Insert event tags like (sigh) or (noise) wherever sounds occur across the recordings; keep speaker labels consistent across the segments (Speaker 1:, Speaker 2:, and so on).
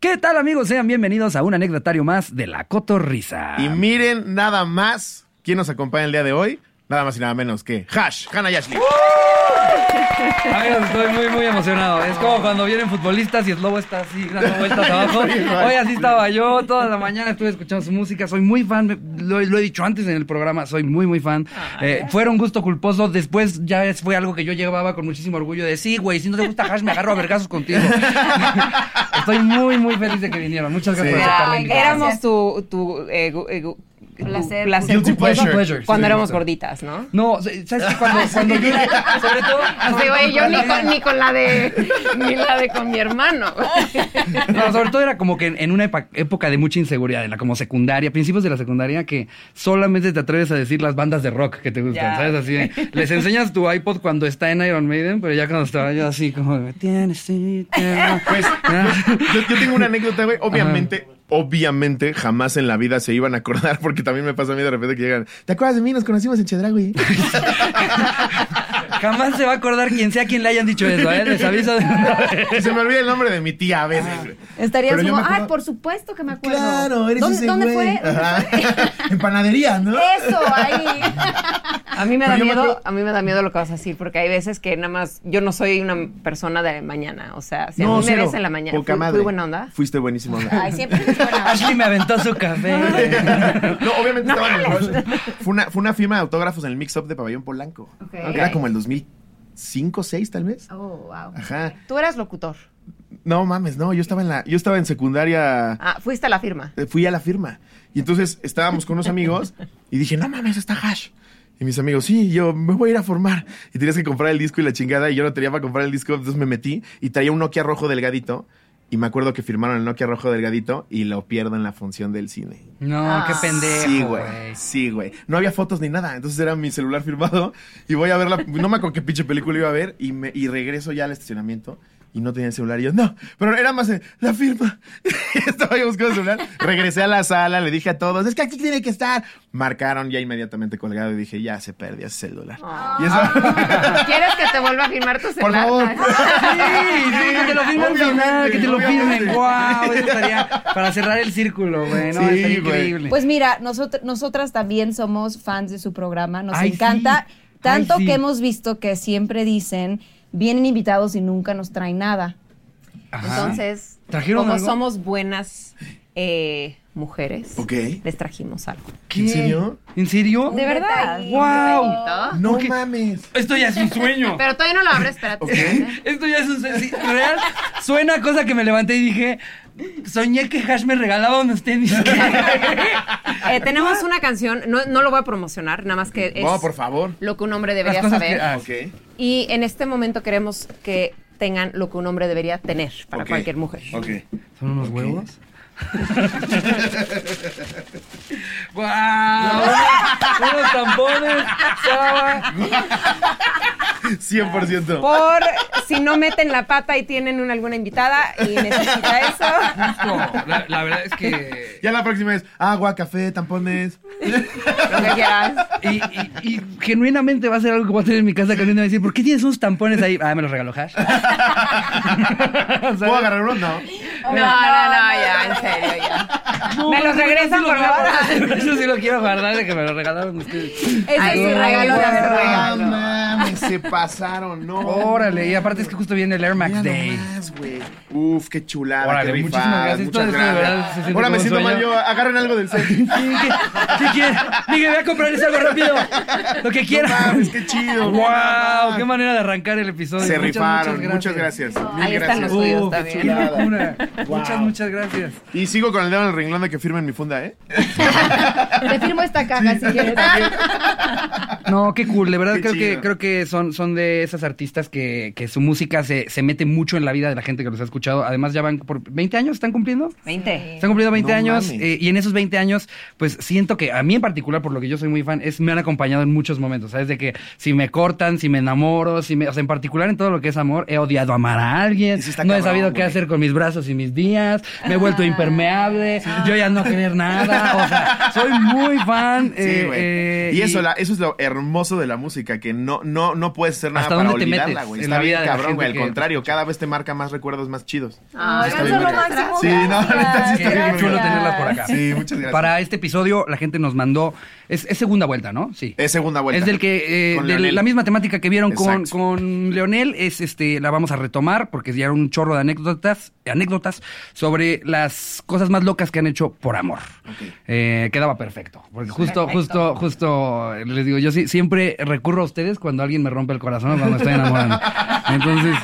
Speaker 1: ¿Qué tal amigos? Sean bienvenidos a un anecdotario más de la cotorrisa.
Speaker 2: Y miren nada más quién nos acompaña el día de hoy. Nada más y nada menos que Hash,
Speaker 1: (laughs)
Speaker 2: Hannah Yashley.
Speaker 1: Amigos, estoy muy, muy emocionado. Es como cuando vienen futbolistas y el lobo está así, dando vueltas abajo.
Speaker 2: (laughs)
Speaker 1: Hoy así estaba yo, toda la mañana estuve escuchando su música. Soy muy fan, lo, lo he dicho antes en el programa, soy muy, muy fan.
Speaker 2: Ah,
Speaker 1: Eh, fue un gusto culposo. Después ya es- fue algo que yo llevaba con muchísimo orgullo de sí, güey, si no te gusta Hash, me agarro a vergazos
Speaker 2: (laughs)
Speaker 1: contigo. estoy muy, muy feliz de que vinieron. Muchas gracias
Speaker 2: Sí.
Speaker 1: por aceptar la
Speaker 3: Ay,
Speaker 1: invitación.
Speaker 3: éramos tu, tu, eh, gu- eh, gu-
Speaker 4: Placer.
Speaker 3: tu placer
Speaker 2: Guilty
Speaker 3: culposo
Speaker 2: pleasure. Sí,
Speaker 3: cuando éramos
Speaker 2: sí.
Speaker 3: gorditas, ¿no?
Speaker 1: No, ¿sabes qué? Cuando, cuando
Speaker 4: (laughs)
Speaker 1: yo era- sobre todo...
Speaker 4: Así, güey, eh, yo ni con, ni con
Speaker 2: (laughs)
Speaker 4: la de. Ni la de con mi hermano.
Speaker 1: No, sobre todo era como que en, en una epa- época de mucha inseguridad, en la como secundaria, principios de la secundaria, que solamente te atreves a decir las bandas de rock que te gustan,
Speaker 3: Ya.
Speaker 1: ¿sabes? Así de, les enseñas tu iPod cuando está en Iron Maiden, pero ya cuando estaba yo así como, de, tienes, sí, Ah, tienes".
Speaker 2: Pues, yo, yo tengo una anécdota, güey. Obviamente, obviamente jamás en la vida se iban a acordar, (laughs) porque también me pasa a mí de repente que llegan. ¿Te acuerdas de mí? Nos conocimos en
Speaker 1: (laughs)
Speaker 2: Chedra, güey.
Speaker 1: Jamás se va a acordar quien sea quien le hayan dicho eso, ¿eh? Les aviso. de una vez.
Speaker 2: (laughs) Y se me olvida el nombre de mi tía a veces, güey.
Speaker 3: Ah,
Speaker 4: Estarías
Speaker 2: Pero yo
Speaker 4: como,
Speaker 2: me acuerdo-
Speaker 4: ay, por supuesto que me acuerdo.
Speaker 5: Claro, eres
Speaker 4: ¿Dónde,
Speaker 5: ese
Speaker 4: ¿dónde
Speaker 5: güey.
Speaker 4: fue? ¿Dónde
Speaker 5: Ajá. en panadería, ¿no?
Speaker 4: fue? Eso, ahí.
Speaker 3: A mí me da
Speaker 2: Pero yo me
Speaker 3: miedo,
Speaker 2: acuerdo-
Speaker 3: a mí me da miedo lo que vas a decir, porque hay veces que nada más, yo no soy una persona de mañana, o sea, si a mí me
Speaker 2: cero.
Speaker 3: ves en la mañana,
Speaker 2: Poca
Speaker 3: fui,
Speaker 2: madre.
Speaker 3: fui buena onda.
Speaker 2: Fuiste buenísimo.
Speaker 4: Ay, siempre es buena.
Speaker 1: Ashley me aventó su café.
Speaker 2: (laughs) no, obviamente estaba nervioso. Fue una, fue una firma de autógrafos en el mix-up de Pabellón Polanco.
Speaker 4: Ok.
Speaker 2: Era como el 2005, 6 tal vez.
Speaker 4: Oh, wow.
Speaker 2: Ajá.
Speaker 3: Tú eras locutor.
Speaker 2: No mames, no, yo estaba en la yo estaba en secundaria
Speaker 3: Ah, fuiste a la firma.
Speaker 2: eh, fui a la firma. Y entonces estábamos con unos amigos y dije, no mames, está hash. Y mis amigos, sí, yo me voy a ir a formar. Y tenías que comprar el disco y la chingada. Y yo no tenía para comprar el disco, entonces me metí y traía un Nokia rojo delgadito. Y me acuerdo que firmaron el Nokia rojo delgadito y lo pierdo en la función del cine.
Speaker 1: No, qué pendejo.
Speaker 2: Sí, güey.
Speaker 1: güey.
Speaker 2: Sí, güey. No había fotos ni nada. Entonces era mi celular firmado y voy a ver la. No me acuerdo qué pinche película iba a ver y, me, y regreso ya al estacionamiento y no tenía el celular. Y yo, no, pero era más de, la firma. (laughs) Estaba yo buscando el celular. Regresé a la sala, le dije a todos, es que aquí tiene que estar. Marcaron ya inmediatamente colgado y dije, ya se perdió ese celular. (laughs) Y eso.
Speaker 4: Oh.
Speaker 3: (laughs)
Speaker 4: ¿Quieres que te vuelva a firmar tu
Speaker 2: Por
Speaker 4: celular?
Speaker 2: favor. (laughs)
Speaker 1: Sí, sí, que te lo firmen al final,
Speaker 2: Obviamente,
Speaker 1: que te lo
Speaker 2: obviamente.
Speaker 1: firmen. Wow, eso estaría para cerrar el círculo, güey. No,
Speaker 2: Sí,
Speaker 1: estaría
Speaker 2: güey.
Speaker 1: increíble.
Speaker 4: Pues mira, nosot- nosotras también somos fans de su programa, nos
Speaker 1: Ay,
Speaker 4: encanta.
Speaker 1: sí.
Speaker 4: Tanto
Speaker 1: Ay, sí.
Speaker 4: que hemos visto que siempre dicen, vienen invitados y nunca nos traen nada.
Speaker 1: Ajá.
Speaker 3: Entonces,
Speaker 1: ¿Trajeron
Speaker 3: como
Speaker 1: algo?
Speaker 3: somos buenas eh, mujeres,
Speaker 2: Ok.
Speaker 3: les trajimos algo.
Speaker 1: ¿Qué?
Speaker 2: ¿En serio?
Speaker 1: ¿En serio?
Speaker 3: De verdad.
Speaker 4: detallito.
Speaker 1: Wow.
Speaker 3: ¿No?
Speaker 2: No
Speaker 1: ¿Qué?
Speaker 2: mames.
Speaker 1: Esto ya es un
Speaker 3: (laughs)
Speaker 1: sueño.
Speaker 4: Pero todavía no lo abres, espérate.
Speaker 1: (laughs) Esto ya es un sueño. Sí, real. Suena a cosa que me levanté y dije, soñé que Hash me regalaba unos tenis.
Speaker 3: Eh, tenemos una canción, no, no lo voy a promocionar, nada más que es
Speaker 2: No, por favor.
Speaker 3: lo que un hombre debería
Speaker 1: Las cosas
Speaker 3: saber.
Speaker 1: que- ah,
Speaker 2: Ok.
Speaker 3: Y en este momento queremos que tengan lo que un hombre debería tener para
Speaker 2: Ok.
Speaker 3: cualquier mujer.
Speaker 2: Ok. (laughs)
Speaker 1: ¿Son unos (laughs) huevos? ¡Wow! ¡Unos tampones! ¡Saba!
Speaker 2: 100%.
Speaker 3: Por si no meten la pata y tienen una, alguna invitada y necesita eso.
Speaker 1: Justo. La, la verdad es que.
Speaker 2: Ya la próxima es agua, café, tampones.
Speaker 3: Lo que (laughs) quieras.
Speaker 1: Y, y- y genuinamente va a ser algo que voy a tener en mi casa que alguien me va a decir, ¿por qué tienes unos tampones ahí? Ah, me los regaló Hash. (laughs)
Speaker 2: ¿Puedo agarrar uno? No.
Speaker 3: No, no, no, ya, en serio, ya. Me los regresan, por
Speaker 1: (laughs)
Speaker 3: favor.
Speaker 1: Yo sí lo quiero guardar de que me lo regalaron ustedes.
Speaker 4: Ese
Speaker 3: Ay,
Speaker 4: es
Speaker 3: güey,
Speaker 4: el regalo de
Speaker 3: guau.
Speaker 4: haber regalado.
Speaker 2: No mames, se pasaron, no.
Speaker 1: Órale, y aparte es que justo viene el Air Max
Speaker 2: Mira
Speaker 1: Day.
Speaker 2: nomás, güey. Uf, qué chulada,
Speaker 1: Órale,
Speaker 2: qué
Speaker 1: muchísimas
Speaker 2: rifada,
Speaker 1: gracias. Esto
Speaker 2: muchas
Speaker 1: es de verdad, se
Speaker 2: gracias.
Speaker 1: siente
Speaker 2: Ahora
Speaker 1: como
Speaker 2: me
Speaker 1: un
Speaker 2: siento mal
Speaker 1: sueño.
Speaker 2: yo. Agarren algo del set.
Speaker 1: (laughs) Sí, ¿Qué, qué quieres? Dije, voy a comprar eso algo rápido. Lo que
Speaker 2: No
Speaker 1: quiera.
Speaker 2: mames, qué chido.
Speaker 1: ¡Wow! ¡Qué manera de arrancar el episodio!
Speaker 2: Se
Speaker 1: Muchas,
Speaker 2: rifaron, muchas gracias. Mil
Speaker 3: Ahí
Speaker 2: gracias.
Speaker 3: están los tuyos.
Speaker 1: Uf,
Speaker 3: está
Speaker 1: qué
Speaker 3: bien.
Speaker 4: (laughs)
Speaker 1: chulada.
Speaker 5: Wow.
Speaker 1: Muchas, muchas gracias.
Speaker 2: Y sigo con el dedo en el renglón de que firmen mi funda, ¿eh?
Speaker 4: Te firmo esta caja
Speaker 1: (laughs)
Speaker 4: si quieres.
Speaker 1: No, qué cool. De verdad
Speaker 2: Qué
Speaker 1: creo que
Speaker 2: chido.
Speaker 1: creo que son, son de esas artistas que, que su música se, se mete mucho en la vida de la gente que los ha escuchado. Además, ya van por 20 años, ¿están cumpliendo?
Speaker 3: 20.
Speaker 1: Están cumpliendo 20
Speaker 2: No
Speaker 1: años
Speaker 2: mames.
Speaker 1: eh, y en esos 20 años, pues siento que a mí en particular, por lo que yo soy muy fan, es me han acompañado en muchos momentos, ¿sabes? De que si me cortan, si me enamoro, si me, o sea, en particular en todo lo que es amor, he odiado amar a alguien,
Speaker 2: Eso está
Speaker 1: no he
Speaker 2: cabrón,
Speaker 1: sabido qué
Speaker 2: güey.
Speaker 1: hacer con mis brazos y mis días, me he vuelto impermeable, yo ya no querer nada, o sea, soy muy fan.
Speaker 2: Sí,
Speaker 1: eh,
Speaker 2: güey.
Speaker 1: eh,
Speaker 2: y eso, la- eso es lo hermoso de la música, que no, no, no puedes hacer nada
Speaker 1: ¿Hasta
Speaker 2: para
Speaker 1: dónde te
Speaker 2: olvidarla,
Speaker 1: metes
Speaker 2: güey.
Speaker 1: en
Speaker 2: Está
Speaker 1: la vida
Speaker 2: bien
Speaker 1: de la
Speaker 2: cabrón,
Speaker 1: gente
Speaker 2: güey. Al
Speaker 1: que-
Speaker 2: contrario, cada vez te marca más recuerdos más chidos.
Speaker 1: Ah,
Speaker 3: Ay,
Speaker 2: Está
Speaker 3: eso
Speaker 2: bien
Speaker 3: Ah, lo
Speaker 2: bonito.
Speaker 3: máximo,
Speaker 2: Sí, no, la neta, sí,
Speaker 1: Qué
Speaker 2: está bien
Speaker 1: chulo
Speaker 2: bonito.
Speaker 1: tenerlas por acá.
Speaker 2: Sí, muchas gracias.
Speaker 1: Para este episodio, la gente nos mandó. Es, es segunda vuelta, ¿no? Sí.
Speaker 2: Es segunda vuelta.
Speaker 1: Es del que. eh,
Speaker 2: Con
Speaker 1: de
Speaker 2: Leonel.
Speaker 1: la misma temática que vieron con,
Speaker 2: Exacto.
Speaker 1: con Leonel. Es este. La vamos a retomar porque ya era un chorro de anécdotas. Anécdotas sobre las cosas más locas que han hecho por amor. Eh, quedaba perfecto. Porque justo, justo, justo, eh, les digo, yo sí- siempre recurro a ustedes cuando alguien me rompe el corazón o cuando estoy
Speaker 2: (laughs)
Speaker 1: enamorado. Entonces,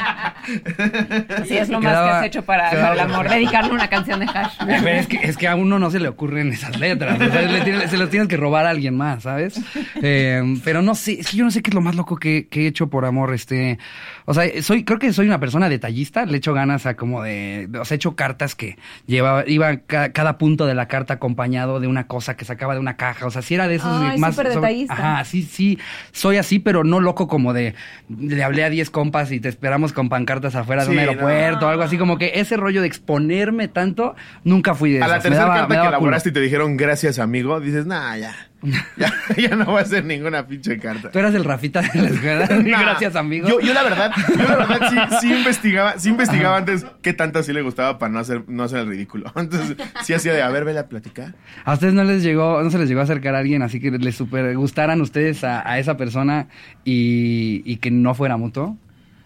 Speaker 3: Sí, es lo más
Speaker 1: Quedaba-
Speaker 3: que has hecho para,
Speaker 1: quedaba
Speaker 3: para el amor. Dedicarle una canción de hash.
Speaker 1: (laughs) eh, pero es que, es que a uno no se le ocurren esas letras. o sea, le tiene- se las tienes que robar a alguien más, ¿sabes? Eh, pero no sé, es que yo no sé qué es lo más loco que, que he hecho por amor. Este, o sea, soy, creo que soy una persona detallista. Le echo ganas a como de. O sea, he hecho cartas que llevaba, iba ca- cada punto de la carta acompañado de una cosa que sacaba de una caja. O sea, sí era de esos
Speaker 4: Ay,
Speaker 1: más.
Speaker 4: súper
Speaker 1: sobre-
Speaker 4: detallista.
Speaker 1: Ajá, sí, sí. Soy así, pero no loco como de le hablé a 10 compas y te esperamos con pancartas afuera de un
Speaker 2: Sí, no.
Speaker 1: aeropuerto o algo así. Como que ese rollo de exponerme tanto, nunca fui de
Speaker 2: A la
Speaker 1: esas. Me
Speaker 2: tercera
Speaker 1: daba- me
Speaker 2: carta que
Speaker 1: daba
Speaker 2: elaboraste y
Speaker 1: culo.
Speaker 2: te dijeron gracias, amigo, dices, nah, ya.
Speaker 1: (laughs)
Speaker 2: Ya, (laughs) ya no voy a hacer ninguna pinche carta.
Speaker 1: Tú eras el Rafita de la
Speaker 2: (laughs)
Speaker 1: escuela. (laughs)
Speaker 2: Nah.
Speaker 1: Gracias, amigo.
Speaker 2: Yo, yo la verdad,
Speaker 1: (laughs)
Speaker 2: yo la verdad sí, sí investigaba, sí investigaba antes qué tanto sí le gustaba para no hacer, no hacer el ridículo. (laughs) Entonces, sí hacía de, a ver, vela a platicar.
Speaker 1: ¿A ustedes no les llegó, no se les llegó a acercar a alguien así que les super gustaran ustedes a, a esa persona y, y que no fuera mutuo?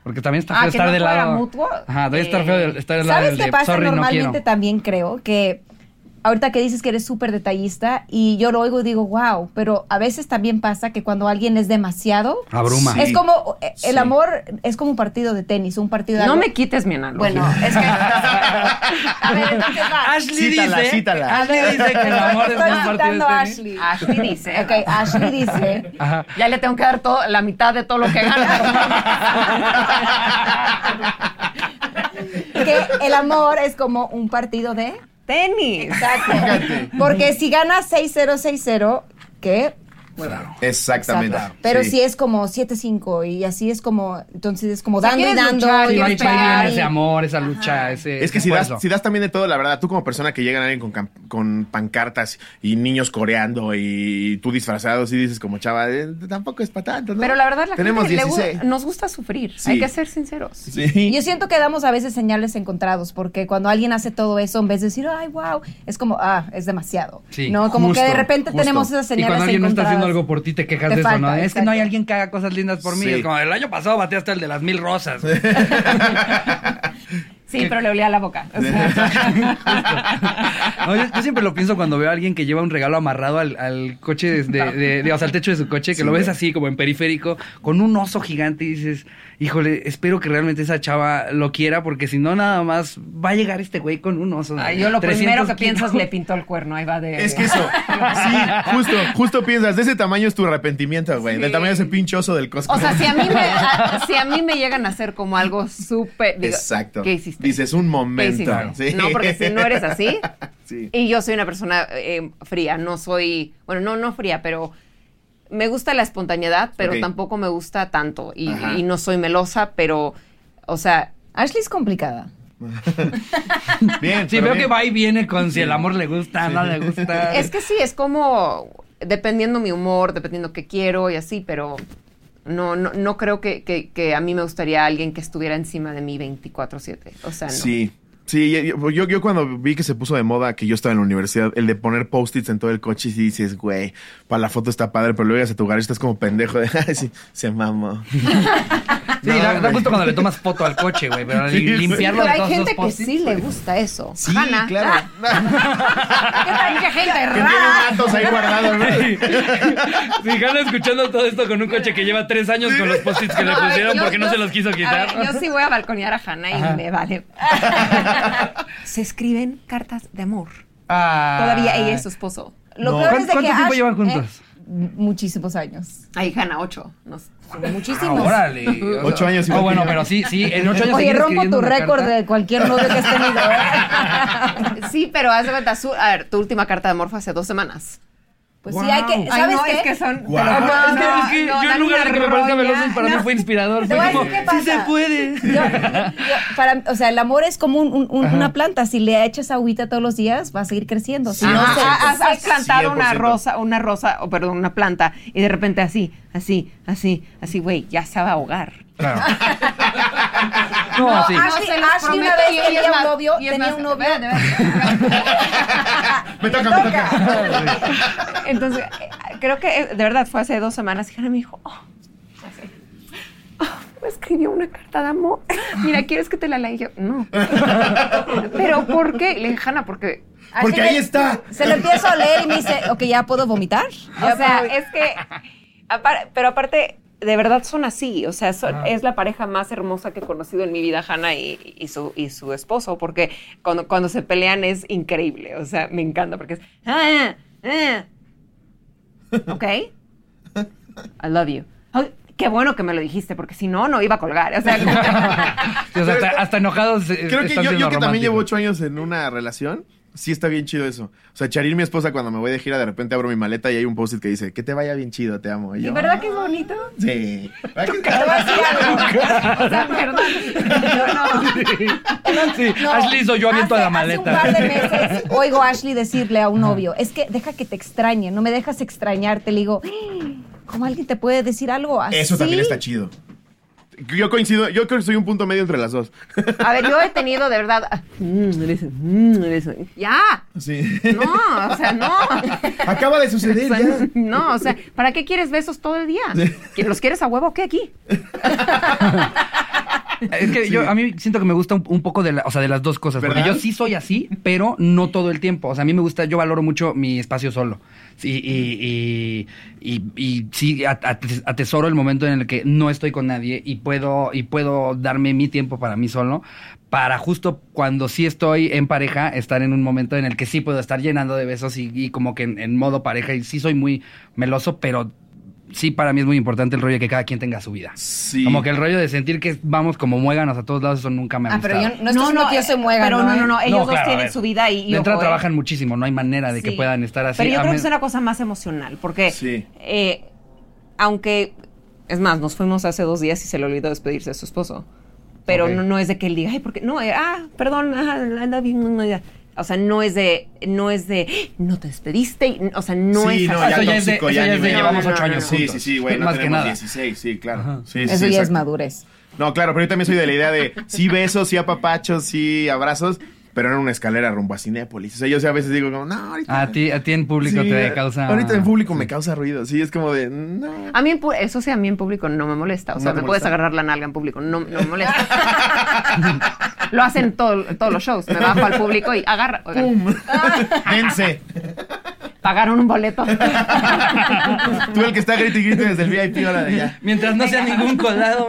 Speaker 1: Porque también está
Speaker 3: Ah,
Speaker 1: feo
Speaker 3: que
Speaker 1: estar
Speaker 3: no
Speaker 1: de
Speaker 3: fuera
Speaker 1: lado.
Speaker 3: mutuo,
Speaker 1: Ajá, debe estar
Speaker 3: eh,
Speaker 1: feo de- estar del lado
Speaker 4: ¿Sabes
Speaker 1: del
Speaker 4: qué
Speaker 1: de,
Speaker 4: pasa?
Speaker 1: sorry, no
Speaker 4: Normalmente
Speaker 1: quiero.
Speaker 4: también creo que ahorita que dices que eres súper detallista y yo lo oigo y digo, wow, pero a veces también pasa que cuando alguien es demasiado...
Speaker 1: Abruma.
Speaker 2: Sí.
Speaker 4: Es como, eh, el
Speaker 2: Sí.
Speaker 4: amor es como un partido de tenis, un partido de...
Speaker 3: No
Speaker 4: algo-
Speaker 3: me quites mi analogía.
Speaker 4: Bueno, es que... a ver, entonces va.
Speaker 1: Ashley
Speaker 2: Cítala,
Speaker 1: dice,
Speaker 2: cítala.
Speaker 1: Ashley dice que el amor es
Speaker 4: Estoy
Speaker 1: más partido de
Speaker 4: citando a
Speaker 1: tenis. Ah,
Speaker 4: Ashley.
Speaker 3: Ashley dice.
Speaker 4: Ok, Ashley dice...
Speaker 1: Ajá.
Speaker 3: Ya le tengo que dar todo, la mitad de todo lo que
Speaker 1: (laughs)
Speaker 3: gana.
Speaker 4: que el amor es como un partido de...
Speaker 3: Tenis.
Speaker 4: Exacto. Porque si ganas 6-0, 6-0, ¿qué?
Speaker 2: Exactamente.
Speaker 4: Exacto. Pero
Speaker 2: Sí.
Speaker 4: si es como 7-5 y así es como, entonces es como
Speaker 3: sea,
Speaker 4: dando y
Speaker 3: quieres
Speaker 4: dando.
Speaker 3: luchar,
Speaker 4: y
Speaker 1: Sí, va a
Speaker 3: quieres
Speaker 1: echar
Speaker 4: luchar
Speaker 1: bien
Speaker 4: y-
Speaker 1: ese amor, esa lucha, ese
Speaker 2: Es que si das,
Speaker 1: esfuerzo.
Speaker 2: si das también de todo, la verdad, tú como persona que llega a alguien con, cam- con pancartas y niños coreando y tú disfrazados y dices como chava, eh, tampoco es para tanto, ¿no?
Speaker 3: Pero la verdad, la
Speaker 2: Tenemos
Speaker 3: gente le gu-
Speaker 2: 16.
Speaker 3: nos gusta sufrir.
Speaker 2: Sí.
Speaker 3: Hay que ser sinceros.
Speaker 2: Sí.
Speaker 4: Yo siento que damos a veces señales encontrados, porque cuando alguien hace todo eso, en vez de decir, ay, wow, es como, ah, es demasiado.
Speaker 1: Sí,
Speaker 4: no, como que de
Speaker 2: justo,
Speaker 4: repente
Speaker 2: justo.
Speaker 4: tenemos esas
Speaker 1: Y
Speaker 4: señales
Speaker 1: cuando alguien no está haciendo
Speaker 4: encontradas.
Speaker 1: algo por ti, te quejas
Speaker 4: Te
Speaker 1: de eso, ¿no?
Speaker 4: falta,
Speaker 1: Es que no hay
Speaker 4: exacto.
Speaker 1: alguien que haga cosas lindas por mí.
Speaker 2: Sí.
Speaker 1: Es como, el año pasado bateaste el de las mil rosas.
Speaker 3: Sí, pero le olía la
Speaker 2: (laughs)
Speaker 3: boca. O sea.
Speaker 1: No, yo, yo siempre lo pienso cuando veo a alguien que lleva un regalo amarrado al, al coche, de, de- de- de- o sea, al techo de su coche, que lo ves así como en periférico, con un oso gigante y dices, híjole, espero que realmente esa chava lo quiera, porque si no, nada más va a llegar este güey con un oso. de
Speaker 3: Ay, yo lo
Speaker 1: 300
Speaker 3: primero que pienso
Speaker 1: kilos.
Speaker 3: es le pintó el cuerno. Ahí va de.
Speaker 2: Es que eso, sí, justo, justo piensas, de ese tamaño es tu arrepentimiento, güey, del tamaño de ese pinche oso del Costco.
Speaker 3: O sea, si a mí me, a- si a mí me llegan a hacer como algo súper. digo,
Speaker 2: (laughs) Exacto.
Speaker 3: ¿Qué hiciste?
Speaker 2: Dices un
Speaker 3: ¿Qué
Speaker 2: momento.
Speaker 3: hiciste?
Speaker 2: Sí.
Speaker 3: No, porque si no eres así.
Speaker 2: (laughs) Sí.
Speaker 3: Y yo soy una persona eh, fría. No soy. Bueno, no, no fría, pero. Me gusta la espontaneidad, pero
Speaker 2: Ok.
Speaker 3: tampoco me gusta tanto. Y,
Speaker 2: Ajá.
Speaker 3: y no soy melosa, pero. O sea.
Speaker 4: Ashley es complicada.
Speaker 2: Bien,
Speaker 1: Sí,
Speaker 2: pero
Speaker 1: veo
Speaker 2: bien.
Speaker 1: que va y viene con si el amor le gusta, no le gusta.
Speaker 3: (laughs) Es que sí, es como. Dependiendo mi humor, dependiendo qué quiero y así, pero. No, no, no creo que, que- que a mí me gustaría alguien que estuviera encima de mí 24-7. O sea, no.
Speaker 2: Sí. Sí, yo, yo- yo cuando vi que se puso de moda, que yo estaba en la universidad, el de poner post-its en todo el coche y sí dices, güey, para la foto está padre, pero luego llegas a tu hogar y estás como pendejo de, (laughs) "Ay, sí, se mamó.
Speaker 1: Sí,
Speaker 2: No,
Speaker 1: da, da
Speaker 2: güey.
Speaker 1: gusto cuando le tomas foto al coche, güey, pero
Speaker 2: Sí,
Speaker 1: li- limpiarlo
Speaker 3: Pero
Speaker 1: de
Speaker 3: hay
Speaker 1: todos pues.
Speaker 3: gente
Speaker 1: esos
Speaker 3: que
Speaker 1: post-its.
Speaker 3: sí (laughs) le gusta eso.
Speaker 2: Sí,
Speaker 3: Hanna.
Speaker 2: claro.
Speaker 3: Ah, ¿Qué tal que
Speaker 1: (laughs)
Speaker 3: gente
Speaker 2: que tienen
Speaker 3: rara?
Speaker 2: datos ahí guardados, güey.
Speaker 1: Sí, Hanna escuchando todo esto con un coche que lleva tres años con los post-its que le
Speaker 3: No, a ver,
Speaker 1: pusieron
Speaker 3: yo-
Speaker 1: porque no
Speaker 3: yo-
Speaker 1: se los quiso
Speaker 3: a
Speaker 1: quitar.
Speaker 3: ver, yo sí voy a balconear a Hanna y
Speaker 1: (laughs)
Speaker 3: me vale. Se escriben cartas de amor.
Speaker 1: Ah.
Speaker 3: Todavía ella es su esposo.
Speaker 4: Lo
Speaker 2: No.
Speaker 4: peor es
Speaker 1: ¿Cuánto-
Speaker 4: de que
Speaker 1: cuánto tiempo
Speaker 4: Ash-
Speaker 1: llevan juntos?
Speaker 4: eh, muchísimos años.
Speaker 3: Ay, Hanna, ocho.
Speaker 1: (laughs)
Speaker 3: No sé.
Speaker 1: Ah,
Speaker 4: Muchísimos.
Speaker 1: Órale. O
Speaker 2: Ocho
Speaker 1: sea,
Speaker 2: años y
Speaker 1: Ah,
Speaker 2: va
Speaker 1: bueno,
Speaker 2: tirando.
Speaker 1: pero sí, sí, en ocho años.
Speaker 4: Oye,
Speaker 1: seguir
Speaker 4: rompo
Speaker 1: escribiendo
Speaker 4: tu
Speaker 1: una
Speaker 4: récord
Speaker 1: carta.
Speaker 4: de cualquier novio que has tenido. ¿eh?
Speaker 1: (laughs)
Speaker 3: Sí, pero haz de cuenta, su- a ver, tu última carta de amor fue hace dos semanas.
Speaker 4: Pues
Speaker 1: Guau.
Speaker 4: sí, hay que.
Speaker 1: Ay,
Speaker 4: ¿Sabes
Speaker 3: no,
Speaker 4: qué?
Speaker 3: es que son...
Speaker 5: Guau.
Speaker 3: te lo juro,
Speaker 1: Ah,
Speaker 3: no,
Speaker 1: es que
Speaker 3: no,
Speaker 1: yo en
Speaker 3: dan
Speaker 1: lugar
Speaker 3: una
Speaker 1: de que me parezca
Speaker 3: roña.
Speaker 1: Veloces, para
Speaker 3: No.
Speaker 1: mí fue inspirador.
Speaker 4: Te
Speaker 1: Fue
Speaker 4: voy a
Speaker 1: como,
Speaker 4: decir qué
Speaker 1: sí se
Speaker 4: pasa. Yo-
Speaker 1: puede.
Speaker 4: yo- para, o sea, el amor es como un- un- un-
Speaker 1: Ajá.
Speaker 4: una planta. Si le echas agüita todos los días, va a seguir creciendo.
Speaker 2: Sí,
Speaker 4: Si no,
Speaker 3: Ajá, Ah,
Speaker 4: se-
Speaker 3: ha- has, has plantado una
Speaker 2: 100%.
Speaker 3: rosa, una rosa, o perdón, una planta, y de repente así, así, así, así, güey, ya se va a ahogar.
Speaker 1: (laughs) No,
Speaker 4: No,
Speaker 1: sí.
Speaker 4: Ashley,
Speaker 3: se los
Speaker 4: Ashley una
Speaker 3: prometo,
Speaker 4: vez
Speaker 3: y es
Speaker 4: tenía un
Speaker 3: más-
Speaker 4: novio,
Speaker 3: y es
Speaker 4: tenía
Speaker 3: más-
Speaker 4: un novio.
Speaker 3: espérate,
Speaker 4: (laughs)
Speaker 3: espérate.
Speaker 2: (laughs) Me toca, me toca. (laughs)
Speaker 3: Entonces, eh, creo que eh, de verdad fue hace dos semanas que me dijo, oh, así, "Oh, me escribió una carta de amor. Mira, ¿quieres que te la lea? Y yo,
Speaker 2: (laughs)
Speaker 3: no. Pero ¿por qué? Le dije, Hanna, porque...
Speaker 2: Porque
Speaker 4: Así
Speaker 2: ahí
Speaker 4: le-
Speaker 2: está.
Speaker 4: Se lo empiezo a leer y me dice, ok, ya puedo vomitar. Ya
Speaker 3: O sea,
Speaker 4: puedo-
Speaker 3: es que... apar- pero aparte, de verdad son así. O sea, son- es la pareja más hermosa que he conocido en mi vida, Hanna y, y su, y su esposo, porque cuando, cuando se pelean es increíble. O sea, me encanta porque es... "Ah, ah". ¿Ok? I love you. Ay, qué bueno que me lo dijiste, porque si no, no iba a colgar. O sea, como-
Speaker 1: Sí, o sea, hasta, hasta enojados. eh,
Speaker 2: Creo que yo,
Speaker 1: están
Speaker 2: yo que
Speaker 1: siendo
Speaker 2: también llevo
Speaker 1: románticos.
Speaker 2: ocho años en una relación, sí está bien chido eso. O sea, Charir, mi esposa, cuando me voy de gira, de repente abro mi maleta y hay un post-it que dice, que te vaya bien chido, te amo. Y
Speaker 3: ¿Y
Speaker 2: yo, "Ah,
Speaker 3: verdad que es bonito?
Speaker 2: Sí. (laughs)
Speaker 3: Te voy a decir algo. O sea, perdón. Yo no.
Speaker 1: (laughs) Sí,
Speaker 4: No,
Speaker 1: Ashley hizo yo aviento
Speaker 4: hace-
Speaker 1: a la maleta.
Speaker 4: Hace un par de
Speaker 1: (laughs)
Speaker 4: meses oigo a Ashley decirle a un novio, es que deja que te extrañe, no me dejas extrañarte. Le digo, ¿cómo alguien te puede decir algo así?
Speaker 2: Eso también está chido. Yo coincido, yo creo que soy un punto medio entre las dos. (laughs)
Speaker 3: A ver, yo he tenido de verdad. ah, mm, le dice, mm, le dice, Ya.
Speaker 2: Sí.
Speaker 3: No, o sea, no.
Speaker 2: (laughs) Acaba de suceder
Speaker 3: O sea,
Speaker 2: ya.
Speaker 3: No, o sea, ¿para qué quieres besos todo el día? ¿Que ¿Los quieres a huevo o qué aquí?
Speaker 1: (laughs) Es que yo a mí siento que me gusta un, un poco de, la- o sea, de las dos cosas.
Speaker 2: ¿Verdad?
Speaker 1: Porque yo sí soy así, pero no todo el tiempo. O sea, a mí me gusta, yo valoro mucho mi espacio solo. Sí, y, y, y, y sí at- ates- atesoro el momento en el que no estoy con nadie y puedo, y puedo darme mi tiempo para mí solo. Para justo cuando sí estoy en pareja, estar en un momento en el que sí puedo estar llenando de besos y, y como que en, en modo pareja. Y sí soy muy meloso, pero sí para mí es muy importante el rollo de que cada quien tenga su vida.
Speaker 2: Sí.
Speaker 1: Como que el rollo de sentir que vamos como muéganos a todos lados, eso nunca me ha
Speaker 4: Ah,
Speaker 1: gustado.
Speaker 4: pero yo no estoy diciendo que yo soy muega,
Speaker 3: Pero no, no, no. Ellos
Speaker 1: No,
Speaker 3: dos
Speaker 1: claro, a
Speaker 3: tienen
Speaker 1: ver.
Speaker 3: su vida y. y
Speaker 1: De entrada
Speaker 3: ojo, ¿eh?
Speaker 1: trabajan muchísimo, no hay manera de que
Speaker 3: Sí.
Speaker 1: puedan estar así.
Speaker 3: Pero yo
Speaker 1: A
Speaker 3: creo que
Speaker 1: men-
Speaker 3: es una cosa más emocional, porque
Speaker 2: Sí.
Speaker 3: eh, aunque, es más, nos fuimos hace dos días y se le olvidó despedirse de su esposo. Pero
Speaker 1: Ok.
Speaker 3: no, no es de que él diga, ay, porque no, eh, ah, perdón, ah, I love you, no, ya". O sea, no es de, no es de, "Ah, no te despediste, y- o sea, no
Speaker 2: sí,
Speaker 3: es
Speaker 2: no,
Speaker 1: Eso
Speaker 2: ya
Speaker 3: así.
Speaker 1: ya es de-
Speaker 2: tóxico,
Speaker 1: eso
Speaker 2: ya
Speaker 1: ya
Speaker 2: ni
Speaker 1: es de
Speaker 2: me-
Speaker 1: llevamos ocho años
Speaker 2: Sí, sí,
Speaker 1: juntos.
Speaker 2: sí, güey, no
Speaker 1: Más que
Speaker 2: tenemos
Speaker 1: nada.
Speaker 2: 16, sí, claro. Sí, sí,
Speaker 4: Eso
Speaker 2: sí,
Speaker 4: ya es
Speaker 2: exacto.
Speaker 4: madurez.
Speaker 2: No, claro, pero yo también soy de la idea de sí besos, sí apapachos, sí abrazos, pero en una escalera rumbo a Cinépolis. O sea, yo sí a veces digo como, no, ahorita.
Speaker 1: A ti, a ti en público
Speaker 2: Sí,
Speaker 1: te causa.
Speaker 2: Ahorita en público me causa ruido. Sí, es como de, no.
Speaker 3: A mí, en pu- eso sí, a mí en público no me molesta. O
Speaker 2: ¿No
Speaker 3: sea,
Speaker 2: te
Speaker 3: me puedes
Speaker 2: molesta?
Speaker 3: agarrar la nalga en público, no, no me molesta. (laughs) Lo hacen todo- todos los shows. Me bajo al público y agarra. oigan,
Speaker 4: (laughs)
Speaker 2: ¡Pum! Dense.
Speaker 3: pagaron un boleto.
Speaker 2: (laughs) Tú el que está grite y grite desde el VIP ahora de allá.
Speaker 1: Mientras no sea ningún colado,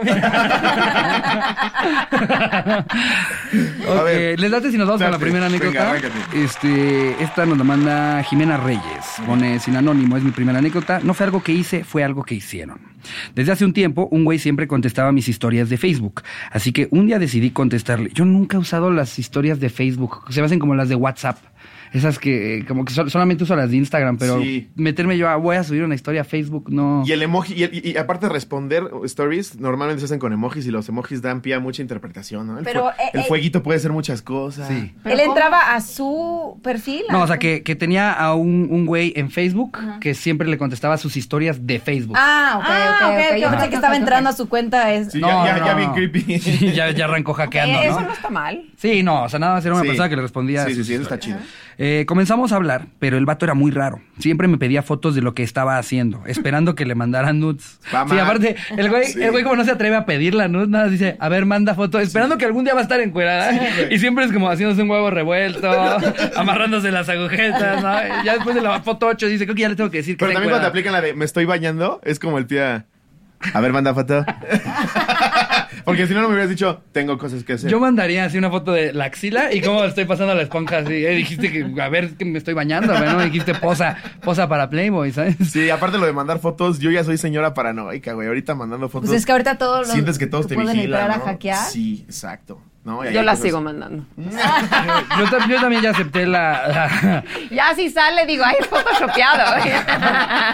Speaker 1: mira.
Speaker 2: A
Speaker 1: (laughs) Ok,
Speaker 2: ver.
Speaker 1: les date si nos vamos con la
Speaker 2: Date.
Speaker 1: primera anécdota.
Speaker 2: Venga, arráncate.
Speaker 1: este, esta nos la manda Jimena Reyes. Pone sin anónimo, es mi primera anécdota. No fue algo que hice, fue algo que hicieron. Desde hace un tiempo, un güey siempre contestaba mis historias de Facebook. Así que un día decidí contestarle. Yo nunca he usado las historias de Facebook. Se me hacen como las de WhatsApp. Esas que, eh, como que sol- solamente uso las de Instagram, pero
Speaker 2: Sí.
Speaker 1: meterme yo a voy a subir una historia a Facebook, no.
Speaker 2: Y el emoji, y, el- y- y aparte de responder stories, normalmente se hacen con emojis y los emojis dan pie a mucha interpretación, ¿no? El,
Speaker 4: Pero,
Speaker 2: fue-
Speaker 4: eh,
Speaker 2: el
Speaker 4: eh.
Speaker 2: fueguito puede ser muchas cosas.
Speaker 1: Sí.
Speaker 4: Él entraba a su perfil.
Speaker 1: No, o sea, que, que tenía a un, un güey en Facebook que siempre le contestaba sus historias de Facebook.
Speaker 2: pues.
Speaker 4: Ah, ok,
Speaker 3: Ah,
Speaker 4: ok,
Speaker 3: ok,
Speaker 4: ok. Yo
Speaker 3: ok,
Speaker 4: pensé
Speaker 3: ok,
Speaker 4: que estaba
Speaker 3: ok,
Speaker 4: entrando
Speaker 3: ok.
Speaker 4: a su cuenta. Es...
Speaker 2: Sí, ya, ya, ya bien
Speaker 1: (laughs)
Speaker 2: creepy.
Speaker 1: Sí, ya, ya arrancó hackeando,
Speaker 3: Eh, Eso
Speaker 1: ¿no?
Speaker 3: no está mal.
Speaker 1: Sí, no, o sea, nada más era una
Speaker 2: Sí.
Speaker 1: persona que le respondía.
Speaker 2: Sí,
Speaker 1: a
Speaker 2: sí,
Speaker 1: sus
Speaker 2: sí, eso está
Speaker 1: historias.
Speaker 2: chido.
Speaker 1: Eh, comenzamos a hablar, pero el vato era muy raro. Siempre me pedía fotos de lo que estaba haciendo, esperando que le mandaran nudes.
Speaker 2: Va
Speaker 1: sí,
Speaker 2: mal.
Speaker 1: aparte, el güey,
Speaker 2: Sí.
Speaker 1: el güey como no se atreve a pedir la nude, nada, dice, a ver, manda foto, esperando que algún día va a estar encuerada. y siempre es como haciéndose un huevo
Speaker 2: (laughs)
Speaker 1: revuelto, amarrándose las agujetas, ¿no? Y ya después de la foto 8 dice, creo que ya le tengo que decir que
Speaker 2: Pero
Speaker 1: está
Speaker 2: también cuando
Speaker 1: encuerada".
Speaker 2: aplican la de me estoy bañando, es como el tía. A ver, manda
Speaker 4: (laughs)
Speaker 2: foto. Porque si no, no me hubieras dicho, tengo cosas que hacer.
Speaker 1: Yo mandaría así una foto de la axila y cómo estoy pasando la esponja así. Eh, dijiste que, a ver, que me estoy bañando, pero no dijiste posa, posa para Playboy, ¿sabes?
Speaker 2: Sí, aparte lo de mandar fotos, yo ya soy señora paranoica, güey. Ahorita mandando fotos.
Speaker 4: Pues es que ahorita todos los
Speaker 2: sientes que todos te
Speaker 4: pueden
Speaker 2: vigilan.
Speaker 4: entrar a
Speaker 2: ¿no?
Speaker 4: hackear.
Speaker 2: Sí, exacto. ¿no? Y hay
Speaker 3: Yo la
Speaker 2: cosas-
Speaker 3: sigo mandando.
Speaker 1: Yo, tam- yo también ya acepté la. la-
Speaker 4: Ya si sale, digo, ay, photoshopeado.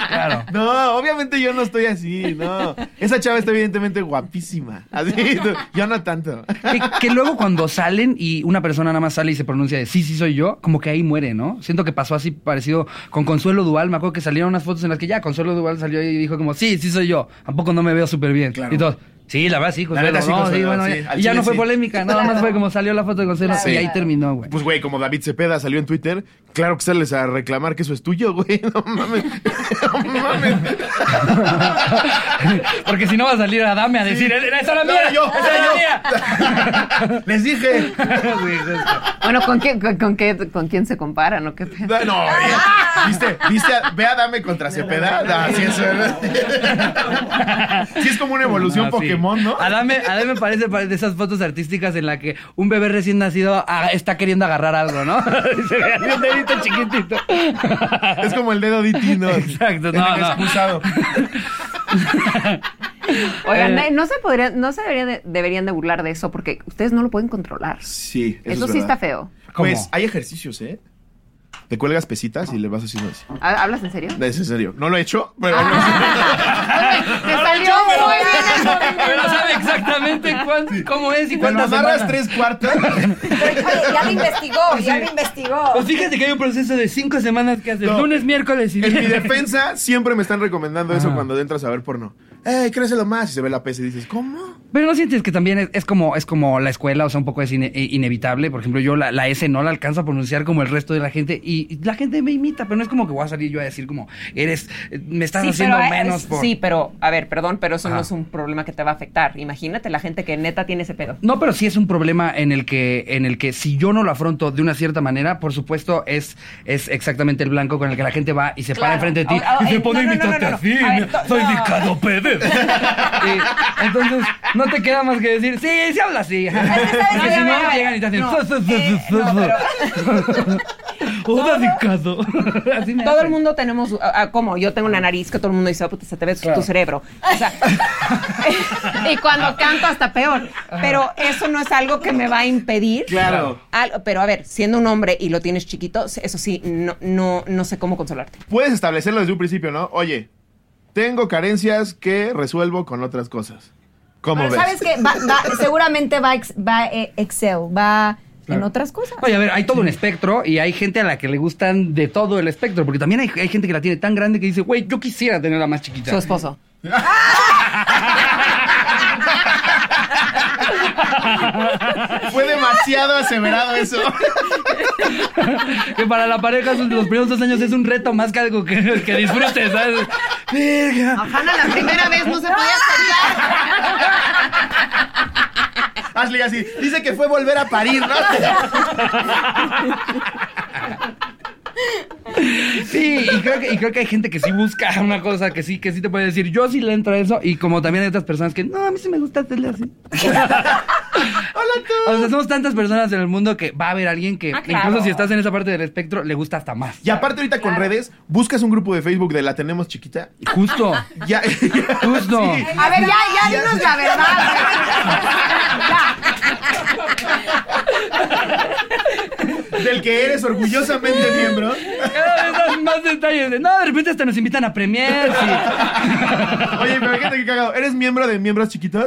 Speaker 1: claro.
Speaker 2: No, obviamente yo no estoy así, no. Esa chava está evidentemente guapísima.
Speaker 4: (laughs)
Speaker 2: Así, tú- yo no tanto.
Speaker 1: Que, que luego cuando salen y una persona nada más sale y se pronuncia de sí, sí soy yo, como que ahí muere, ¿no? Siento que pasó así parecido con Consuelo Duval. Me acuerdo que salieron unas fotos en las que ya Consuelo Duval salió y dijo como sí, sí soy yo. ¿A poco no me veo súper bien?
Speaker 5: Claro.
Speaker 1: Y todos, sí, la verdad sí, Consuelo.
Speaker 2: neta sí,
Speaker 1: no, sí,
Speaker 2: Consuelo,
Speaker 1: bueno,
Speaker 2: sí,
Speaker 1: ya-
Speaker 2: al
Speaker 1: y ya
Speaker 2: chile
Speaker 1: no fue
Speaker 2: sí.
Speaker 1: polémica, nada más fue como salió la foto de Consuelo
Speaker 4: Claro.
Speaker 1: y ahí terminó, güey.
Speaker 2: Pues, güey, como David Cepeda salió en Twitter, claro que sales a reclamar que eso es tuyo, güey. (laughs) No mames. No
Speaker 1: (laughs)
Speaker 2: mames.
Speaker 1: Porque si no va a salir Adame a decir, "Era- ¡Esa era
Speaker 2: No,
Speaker 1: mía!
Speaker 2: era yo,
Speaker 1: ¡Esa era
Speaker 2: (laughs)
Speaker 5: Les dije.
Speaker 1: mía! Sí, justo.
Speaker 3: (laughs) Bueno, ¿con quién, con, con qué, con quién se comparan o qué pedo?
Speaker 2: No,
Speaker 1: (laughs)
Speaker 2: no, güey. ¿Viste? ¿Viste? a- ve a Dame contra Cepeda. No, sí, es, (laughs) sí es como una evolución
Speaker 1: Ah, sí.
Speaker 2: Pokémon, ¿no? (laughs)
Speaker 1: Adame, Adame parece pa- de esas fotos artísticas en la que un bebé recién nacido ah, está queriendo agarrar algo, ¿no? (laughs) Y se ve un dedito chiquitito.
Speaker 2: Es como el dedo DT, ¿no?
Speaker 1: Exacto, no,
Speaker 2: El
Speaker 1: no.
Speaker 2: excusado.
Speaker 3: Oigan,
Speaker 1: Eh.
Speaker 3: no se podría, no se debería de- deberían de burlar de eso porque ustedes no lo pueden controlar.
Speaker 2: Sí, eso,
Speaker 3: Eso,
Speaker 2: es
Speaker 3: sí
Speaker 2: verdad.
Speaker 3: está feo.
Speaker 1: ¿Cómo?
Speaker 2: Pues hay ejercicios, ¿eh? Te cuelgas pesitas y le vas haciendo así.
Speaker 3: ¿Ha- ¿Hablas
Speaker 2: (laughs)
Speaker 3: en serio?
Speaker 2: Es en serio. No lo he hecho, pero.
Speaker 3: Te salió
Speaker 4: pero-
Speaker 3: muy bien.
Speaker 4: (laughs)
Speaker 1: Pero sabe exactamente cuán- cómo es y
Speaker 2: Te lo
Speaker 1: cuántas
Speaker 2: amarras
Speaker 1: semanas.
Speaker 2: tres cuartos.
Speaker 4: (laughs) Pero, oye, ya me investigó, ya me investigó.
Speaker 1: Pues fíjate que hay un proceso de cinco semanas que haces
Speaker 2: No.
Speaker 1: lunes, miércoles y
Speaker 2: En mi
Speaker 1: viernes.
Speaker 2: defensa, siempre me están recomendando eso
Speaker 1: Ah.
Speaker 2: cuando entras a ver porno. ¡Ey, créeselo más! Y se ve la pesa y dices, ¿cómo?
Speaker 1: Pero no sientes que también es, es como es como la escuela, o sea, un poco es ine- e- inevitable. Por ejemplo, yo la, la S no la alcanzo a pronunciar como el resto de la gente y y la gente me imita, pero no es como que voy a salir yo a decir como eres, eh, me estás haciendo
Speaker 3: pero, eh,
Speaker 1: menos por.
Speaker 3: sí, pero, a ver, perdón, pero eso
Speaker 1: Ajá.
Speaker 3: no es un problema que te va a afectar. Imagínate la gente que neta tiene ese pedo.
Speaker 1: No, pero sí es un problema en el que, en el que si yo no lo afronto de una cierta manera, por supuesto, es, es exactamente el blanco con el que la gente va y se para
Speaker 3: Claro.
Speaker 1: enfrente de ti
Speaker 3: Ah, ah,
Speaker 1: y se
Speaker 3: eh,
Speaker 1: pone a
Speaker 3: no, no, no,
Speaker 1: imitarte
Speaker 3: no, no.
Speaker 1: así.
Speaker 3: A ver,
Speaker 1: mira,
Speaker 3: to-
Speaker 1: soy
Speaker 3: no.
Speaker 1: Ricardo
Speaker 3: (laughs)
Speaker 1: Pérez. Y entonces, no te queda más que decir, sí, se habla así. (laughs) Porque si
Speaker 3: A ver, a
Speaker 1: no,
Speaker 3: ver,
Speaker 1: llegan y te hacen.
Speaker 3: no,
Speaker 1: "Fu, fu, fu,
Speaker 3: eh,
Speaker 1: fu,
Speaker 3: no,
Speaker 1: fu". Hola, (laughs)
Speaker 3: Todo- (laughs)
Speaker 1: Ricardo. Así me
Speaker 3: Todo el
Speaker 1: hacen.
Speaker 3: mundo tenemos, ah, ah, como yo tengo una nariz que todo el mundo dice, "Ah, puta, se te ve
Speaker 1: Claro.
Speaker 3: tu cerebro.
Speaker 1: (laughs)
Speaker 3: O sea, y cuando canto hasta peor. Pero eso no es algo que me va a impedir.
Speaker 2: Claro.
Speaker 3: Al- pero a ver, siendo un hombre y lo tienes chiquito, eso sí, no, no, no sé cómo consolarte.
Speaker 2: Puedes establecerlo desde un principio, ¿no? Oye, tengo carencias que resuelvo con otras cosas. ¿Cómo
Speaker 4: Pero
Speaker 2: ves?
Speaker 4: sabes que seguramente va, ex- va eh, Excel, va en
Speaker 1: Claro.
Speaker 4: otras cosas.
Speaker 2: Pues,
Speaker 1: Oye, a ver, hay todo un espectro y hay gente a la que le gustan de todo el espectro, porque también hay, hay gente que la tiene tan grande que dice, güey, yo quisiera tenerla más chiquita.
Speaker 3: Su esposo.
Speaker 2: Fue demasiado aseverado eso.
Speaker 1: Que para la pareja sus- los primeros dos años es un reto más que algo que, que disfrutes, ¿sabes? Verga.
Speaker 3: Hanna, la primera vez no se podía
Speaker 2: Ashley así. Dice que fue volver a parir, ¿no?
Speaker 1: Sí, y creo, que, y creo que hay gente que sí busca una cosa que sí, que sí te puede decir, yo sí le entro a eso, y como también hay otras personas que, no, a mí sí me gusta hacerle así.
Speaker 2: Hola tú.
Speaker 1: O sea, somos tantas personas en el mundo que va a haber alguien que,
Speaker 3: Ah, claro.
Speaker 1: incluso si estás en esa parte del espectro, le gusta hasta más.
Speaker 2: Y aparte ahorita con redes, buscas un grupo de Facebook de La Tenemos Chiquita.
Speaker 1: Justo.
Speaker 2: Ya. (laughs)
Speaker 1: Justo.
Speaker 2: Sí.
Speaker 4: A ver, ya, ya, dinos
Speaker 3: (laughs)
Speaker 4: la verdad.
Speaker 2: Del que eres orgullosamente miembro.
Speaker 1: Cada vez das más detalles de, no, de repente hasta nos invitan a premier.
Speaker 2: Oye, pero fíjate que cagado. ¿Eres miembro de miembros chiquitos?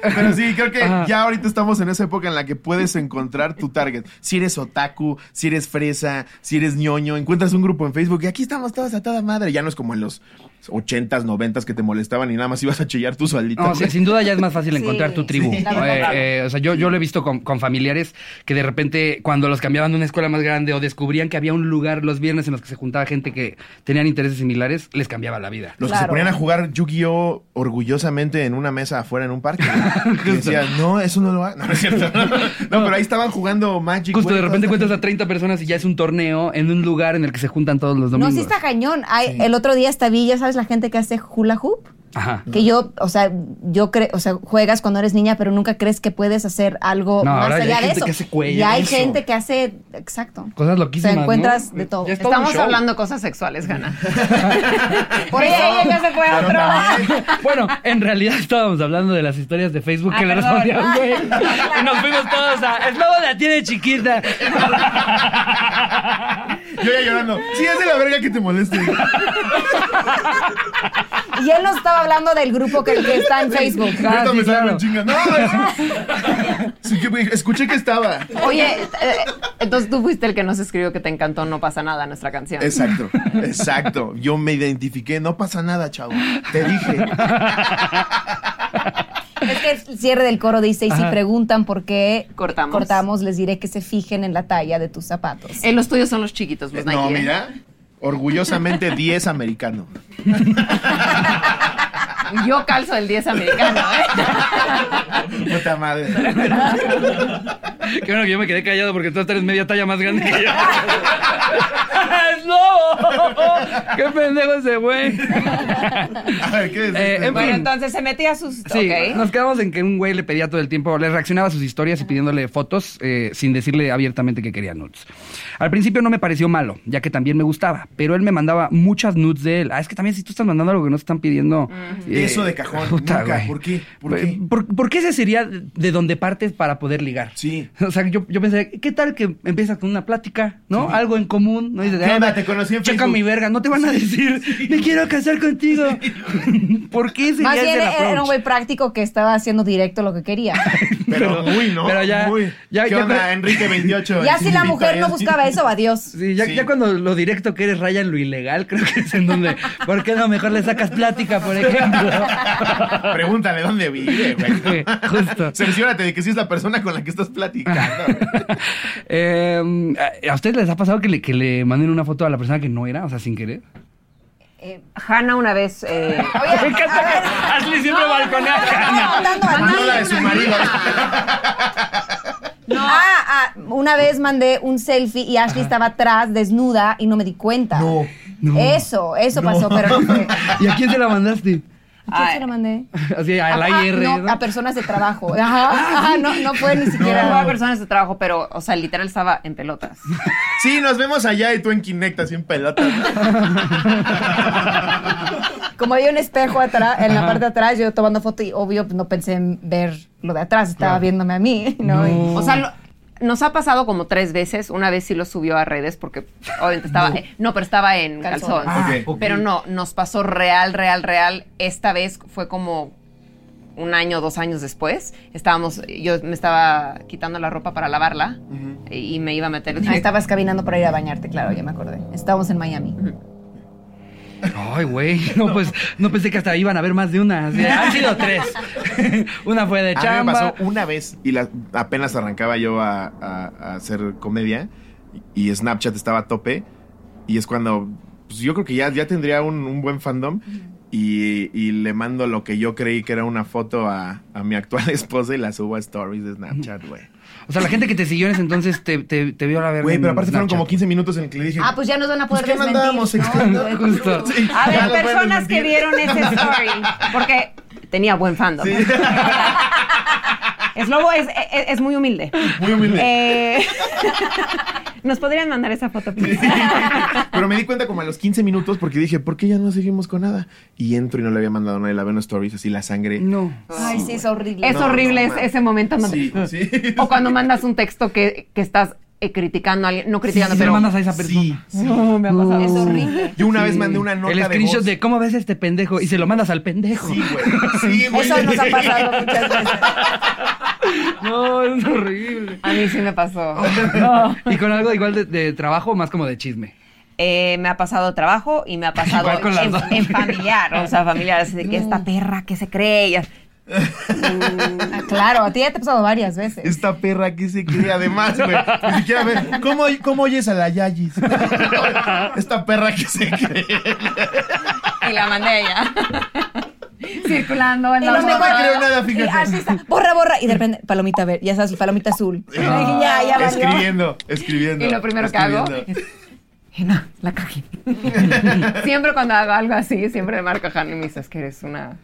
Speaker 2: Pero sí, creo que
Speaker 1: Ajá.
Speaker 2: ya ahorita estamos en esa época en la que puedes encontrar tu target. Si eres otaku, si eres fresa, si eres ñoño, encuentras un grupo en Facebook y aquí estamos todos a toda madre. Ya no es como en los 80s, 90s que te molestaban y nada más ibas a chillar tu sualdita.
Speaker 1: No, Oh, sí, sin duda ya es más fácil encontrar tu tribu.
Speaker 4: sí, la
Speaker 1: Eh,
Speaker 4: verdad.
Speaker 1: eh, o sea, yo, yo lo he visto con, con familiares que de repente cuando los cambiaban de una escuela más grande o descubrían que había un lugar los viernes en los que se juntaba gente que tenían intereses similares, les cambiaba la vida.
Speaker 2: Los que se
Speaker 4: Claro.
Speaker 2: ponían a jugar Yu-Gi-Oh orgullosamente en una mesa afuera en un parque.
Speaker 1: (laughs)
Speaker 2: Y decían, no, eso no lo hagas. (laughs) No, no es cierto. No, pero ahí estaban jugando Magic.
Speaker 1: Justo
Speaker 2: güey,
Speaker 1: de repente
Speaker 2: todas
Speaker 1: encuentras a 30 personas y ya es un torneo en un lugar en el que se juntan todos los
Speaker 4: No,
Speaker 1: domingos.
Speaker 4: sí está cañón. Ay, El otro día hasta vi, ya sabes, la gente que hace hula hoop.
Speaker 1: Ajá.
Speaker 4: Que yo, o sea, yo creo, o sea, juegas cuando eres niña, pero nunca crees que puedes hacer algo
Speaker 1: No,
Speaker 4: más
Speaker 1: ahora ya
Speaker 4: allá
Speaker 1: hay
Speaker 4: de
Speaker 1: gente
Speaker 4: eso.
Speaker 1: que hace cuello,
Speaker 4: ya hay
Speaker 1: eso.
Speaker 4: gente que hace,
Speaker 1: (laughs)
Speaker 4: exacto.
Speaker 1: Cosas loquísimas,
Speaker 4: O sea, encuentras
Speaker 1: ¿no? Eh,
Speaker 4: de todo.
Speaker 1: Ya está- Todo un
Speaker 3: Estamos
Speaker 1: show.
Speaker 3: hablando cosas sexuales, Gana. Por ella, ella ya se fue a
Speaker 2: Pero
Speaker 3: otro.
Speaker 2: también-
Speaker 1: (laughs) Bueno, en realidad estábamos hablando de las historias de Facebook
Speaker 3: Ah,
Speaker 1: que le
Speaker 3: perdón.
Speaker 1: respondían, güey. Y nos fuimos todos a. Es lobo la tiene chiquita.
Speaker 2: (laughs) Yo ya llorando. Sí, es de la verga que
Speaker 1: (laughs)
Speaker 2: te moleste. (laughs)
Speaker 4: Y él no estaba hablando del grupo que, que está
Speaker 1: (laughs)
Speaker 4: en Facebook.
Speaker 1: Ah,
Speaker 2: Ahorita
Speaker 1: sí,
Speaker 2: me salgo
Speaker 1: claro.
Speaker 2: en chinga. No,
Speaker 1: (laughs)
Speaker 2: es- Sí, que- escuché que estaba.
Speaker 3: Oye, eh, entonces tú fuiste el que nos escribió que te encantó No pasa nada nuestra canción.
Speaker 2: Exacto, exacto. Yo me identifiqué. No pasa nada, chavo. Te dije.
Speaker 4: Es que el cierre del coro dice, y si
Speaker 1: Ajá.
Speaker 4: preguntan por qué
Speaker 3: Cortamos.
Speaker 4: les diré que se fijen en la talla de tus zapatos.
Speaker 3: Eh, los tuyos son los chiquitos,
Speaker 1: Pues
Speaker 3: los
Speaker 2: No,
Speaker 3: Nike, ¿eh?
Speaker 2: mira. Orgullosamente 10 americano.
Speaker 3: Y Yo calzo el 10 americano, ¿eh?
Speaker 1: (laughs)
Speaker 2: Puta madre.
Speaker 1: Qué bueno que yo me quedé callado porque tú eres media talla más grande que yo. ¡Es lobo! (laughs) ¡Qué pendejo ese güey!
Speaker 2: A ver, ¿qué es?
Speaker 1: Eh, en
Speaker 3: Bueno,
Speaker 1: fin.
Speaker 3: entonces se metía a sus.
Speaker 1: Sí,
Speaker 3: ok.
Speaker 1: nos quedamos en que un güey le pedía todo el tiempo, le reaccionaba a sus historias y pidiéndole fotos eh, sin decirle abiertamente que quería nudes. Al principio no me pareció malo, ya que también me gustaba, pero él me mandaba muchas nudes de él. Ah, es que también si tú estás mandando algo que no te están pidiendo... eh,
Speaker 2: Eso de cajón, nunca,
Speaker 1: güey.
Speaker 2: ¿por qué? ¿Por
Speaker 1: Eh,
Speaker 2: qué?
Speaker 1: ¿Por, por qué ese sería de donde partes para poder ligar?
Speaker 2: Sí.
Speaker 1: (laughs) O sea, yo, yo pensé, ¿qué tal que empiezas con una plática, no? Algo en común, ¿no? Y dices,
Speaker 2: ¿Qué onda?
Speaker 1: "Ay,
Speaker 2: Te conocí en
Speaker 1: Checa
Speaker 2: Facebook".
Speaker 1: mi verga, no te van a decir,
Speaker 2: (laughs)
Speaker 1: me quiero casar contigo. (laughs) ¿Por qué sería
Speaker 4: Más
Speaker 1: ese
Speaker 4: bien eh,
Speaker 1: el
Speaker 4: era
Speaker 1: approach?
Speaker 4: un güey práctico que estaba haciendo directo lo que quería.
Speaker 2: Pero, muy, ¿no?
Speaker 1: pero ya-
Speaker 2: Muy.
Speaker 1: ya-
Speaker 2: ¿Qué
Speaker 1: ya-
Speaker 2: onda, Enrique (laughs) 28?
Speaker 4: ya si la mujer no
Speaker 2: Victoria's-
Speaker 4: buscaba eso, adiós.
Speaker 1: Sí, ya,
Speaker 2: Sí.
Speaker 1: ya cuando lo directo que eres raya en lo ilegal, (laughs) creo que es en donde. ¿Por qué no mejor le sacas plática,
Speaker 2: (laughs)
Speaker 1: por ejemplo? (laughs)
Speaker 2: Pregúntale dónde vive, güey.
Speaker 1: Sí, justo.
Speaker 2: Cerciórate de que sí es la persona con la que estás platicando.
Speaker 1: (laughs)
Speaker 2: güey.
Speaker 1: Eh, ¿A ustedes les ha pasado que le, que le manden una foto a la persona que no era? O sea, sin querer.
Speaker 4: Eh,
Speaker 3: Hanna una vez. eh,
Speaker 1: Me encanta que Ashley siempre balconea a Hannah.
Speaker 4: Contando a
Speaker 2: Mandó
Speaker 4: ti.
Speaker 2: la de su marido.
Speaker 4: Ah, ah, una vez mandé un selfie y Ashley estaba atrás, desnuda, y no me di cuenta.
Speaker 2: No,
Speaker 1: no.
Speaker 4: Eso, eso pasó, pero
Speaker 1: (laughs)
Speaker 4: no fue. ¿A
Speaker 1: ¿Y a quién se la mandaste?
Speaker 4: quién
Speaker 3: Ay.
Speaker 4: se lo mandé?
Speaker 1: Así, al
Speaker 4: Ah,
Speaker 1: IR.
Speaker 4: no,
Speaker 1: ¿no?
Speaker 4: a personas de trabajo. Ajá, ajá, no, no fue ni siquiera.
Speaker 3: Era nueva personas de trabajo, pero, o sea, literal estaba en pelotas.
Speaker 2: Sí, nos vemos allá y tú en Kinect así en pelota.
Speaker 1: (laughs)
Speaker 4: Como había un espejo atrás, en la parte de atrás, yo tomando foto y obvio pues, no pensé en ver lo de atrás, estaba viéndome a mí, ¿no?
Speaker 1: No.
Speaker 4: Y-
Speaker 3: eh. O sea, lo- nos ha pasado como tres veces. Una vez sí lo subió a redes porque obviamente estaba. eh, No, pero estaba en calzón.
Speaker 4: Calzón.
Speaker 2: Ah,
Speaker 1: ok.
Speaker 3: Pero no, nos pasó real, real, real. Esta vez fue como un año, dos años después. Estábamos. Yo me estaba quitando la ropa para lavarla y me iba a meter.
Speaker 4: Ah, estabas caminando para ir a bañarte, claro, ya me acordé. Estábamos en Miami.
Speaker 1: Ay, güey. No, pues no pensé que hasta iban a haber más de una. Así, han
Speaker 3: (laughs)
Speaker 1: sido tres. (laughs) una fue de
Speaker 2: A mí me
Speaker 1: chamba.
Speaker 2: pasó una vez y la- apenas arrancaba yo a, a- a hacer comedia y, y Snapchat estaba a tope y es cuando pues, yo creo que ya, ya tendría un, un buen fandom y, y le mando lo que yo creí que era una foto a, a mi actual (laughs) esposa y la subo a stories de Snapchat, güey.
Speaker 1: O sea, la gente que te siguió en ese entonces te, te, te vio a la verga.
Speaker 2: Güey, pero
Speaker 1: en
Speaker 2: aparte fueron
Speaker 1: Snapchat.
Speaker 2: como 15 minutos en el que le dije...
Speaker 4: Ah, pues ya nos van a
Speaker 2: pues,
Speaker 4: poder
Speaker 2: ¿qué
Speaker 4: desmentir,
Speaker 2: mandábamos?
Speaker 4: ¿no?
Speaker 2: exacto?
Speaker 1: Justo.
Speaker 2: (laughs) Sí, ya
Speaker 3: A ver,
Speaker 2: lo puedes
Speaker 3: personas que
Speaker 2: desmentir.
Speaker 3: vieron ese story. Porque tenía buen fandom.
Speaker 2: Sí.
Speaker 3: (laughs) Es lobo, es, es- es muy humilde.
Speaker 2: (laughs) Muy humilde.
Speaker 3: Eh, (laughs) Nos podrían mandar esa foto, please?
Speaker 2: (laughs) Pero me di cuenta como a los 15 minutos porque dije, ¿por qué ya no seguimos con nada? Y entro y no le había mandado nada, la veo en stories, así la sangre.
Speaker 1: No.
Speaker 4: Ay, sí, es horrible.
Speaker 3: Es
Speaker 2: No,
Speaker 3: horrible
Speaker 2: no,
Speaker 3: es-
Speaker 2: no.
Speaker 3: ese momento. ¿no?
Speaker 2: Sí,
Speaker 4: (laughs)
Speaker 2: sí.
Speaker 3: O cuando mandas un texto que, que estás eh, criticando a alguien. No
Speaker 1: Sí,
Speaker 3: criticando,
Speaker 1: sí, se lo
Speaker 3: pero.
Speaker 1: mandas a esa persona.
Speaker 3: No, me ha pasado.
Speaker 4: Es horrible.
Speaker 2: Yo una vez mandé una nota
Speaker 1: El
Speaker 2: de
Speaker 1: screenshot
Speaker 2: voz.
Speaker 1: de, cómo ves a este pendejo y se lo mandas al pendejo.
Speaker 2: Sí, güey. Sí, güey.
Speaker 4: (laughs) Eso nos ha pasado muchas veces.
Speaker 1: (laughs) No, es horrible.
Speaker 3: A mí sí me pasó.
Speaker 1: Y con algo igual de, de trabajo, más como de chisme.
Speaker 3: Eh, me ha pasado trabajo y me ha pasado
Speaker 1: Igual con las
Speaker 3: en,
Speaker 1: dos. Mm.
Speaker 3: en familiar. O sea, familiar, así de que esta perra que se cree. y así.
Speaker 4: Ah, claro, a ti ya te ha pasado varias
Speaker 2: (laughs)
Speaker 4: veces.
Speaker 2: Esta perra que se cree además, güey. Ni siquiera ver. ¿Cómo, ¿Cómo oyes a la Yayis? (laughs) Esta perra que se
Speaker 4: (laughs)
Speaker 2: cree.
Speaker 3: Y la mandé a ella. (laughs) Circulando en
Speaker 4: Y
Speaker 3: la
Speaker 4: lo
Speaker 2: No me
Speaker 4: mejor-
Speaker 2: creo nada, fíjate.
Speaker 4: y así está, borra, borra. Y de repente, palomita verde,
Speaker 2: Ah,
Speaker 4: ya sabes, palomita azul. Y dije, ya, ya valió.
Speaker 2: Escribiendo, escribiendo.
Speaker 3: Y lo primero que hago
Speaker 2: escribiendo.
Speaker 3: Hannah, la cagué. siempre cuando hago algo así, siempre me marca Hannah y me dice, "Es que eres una...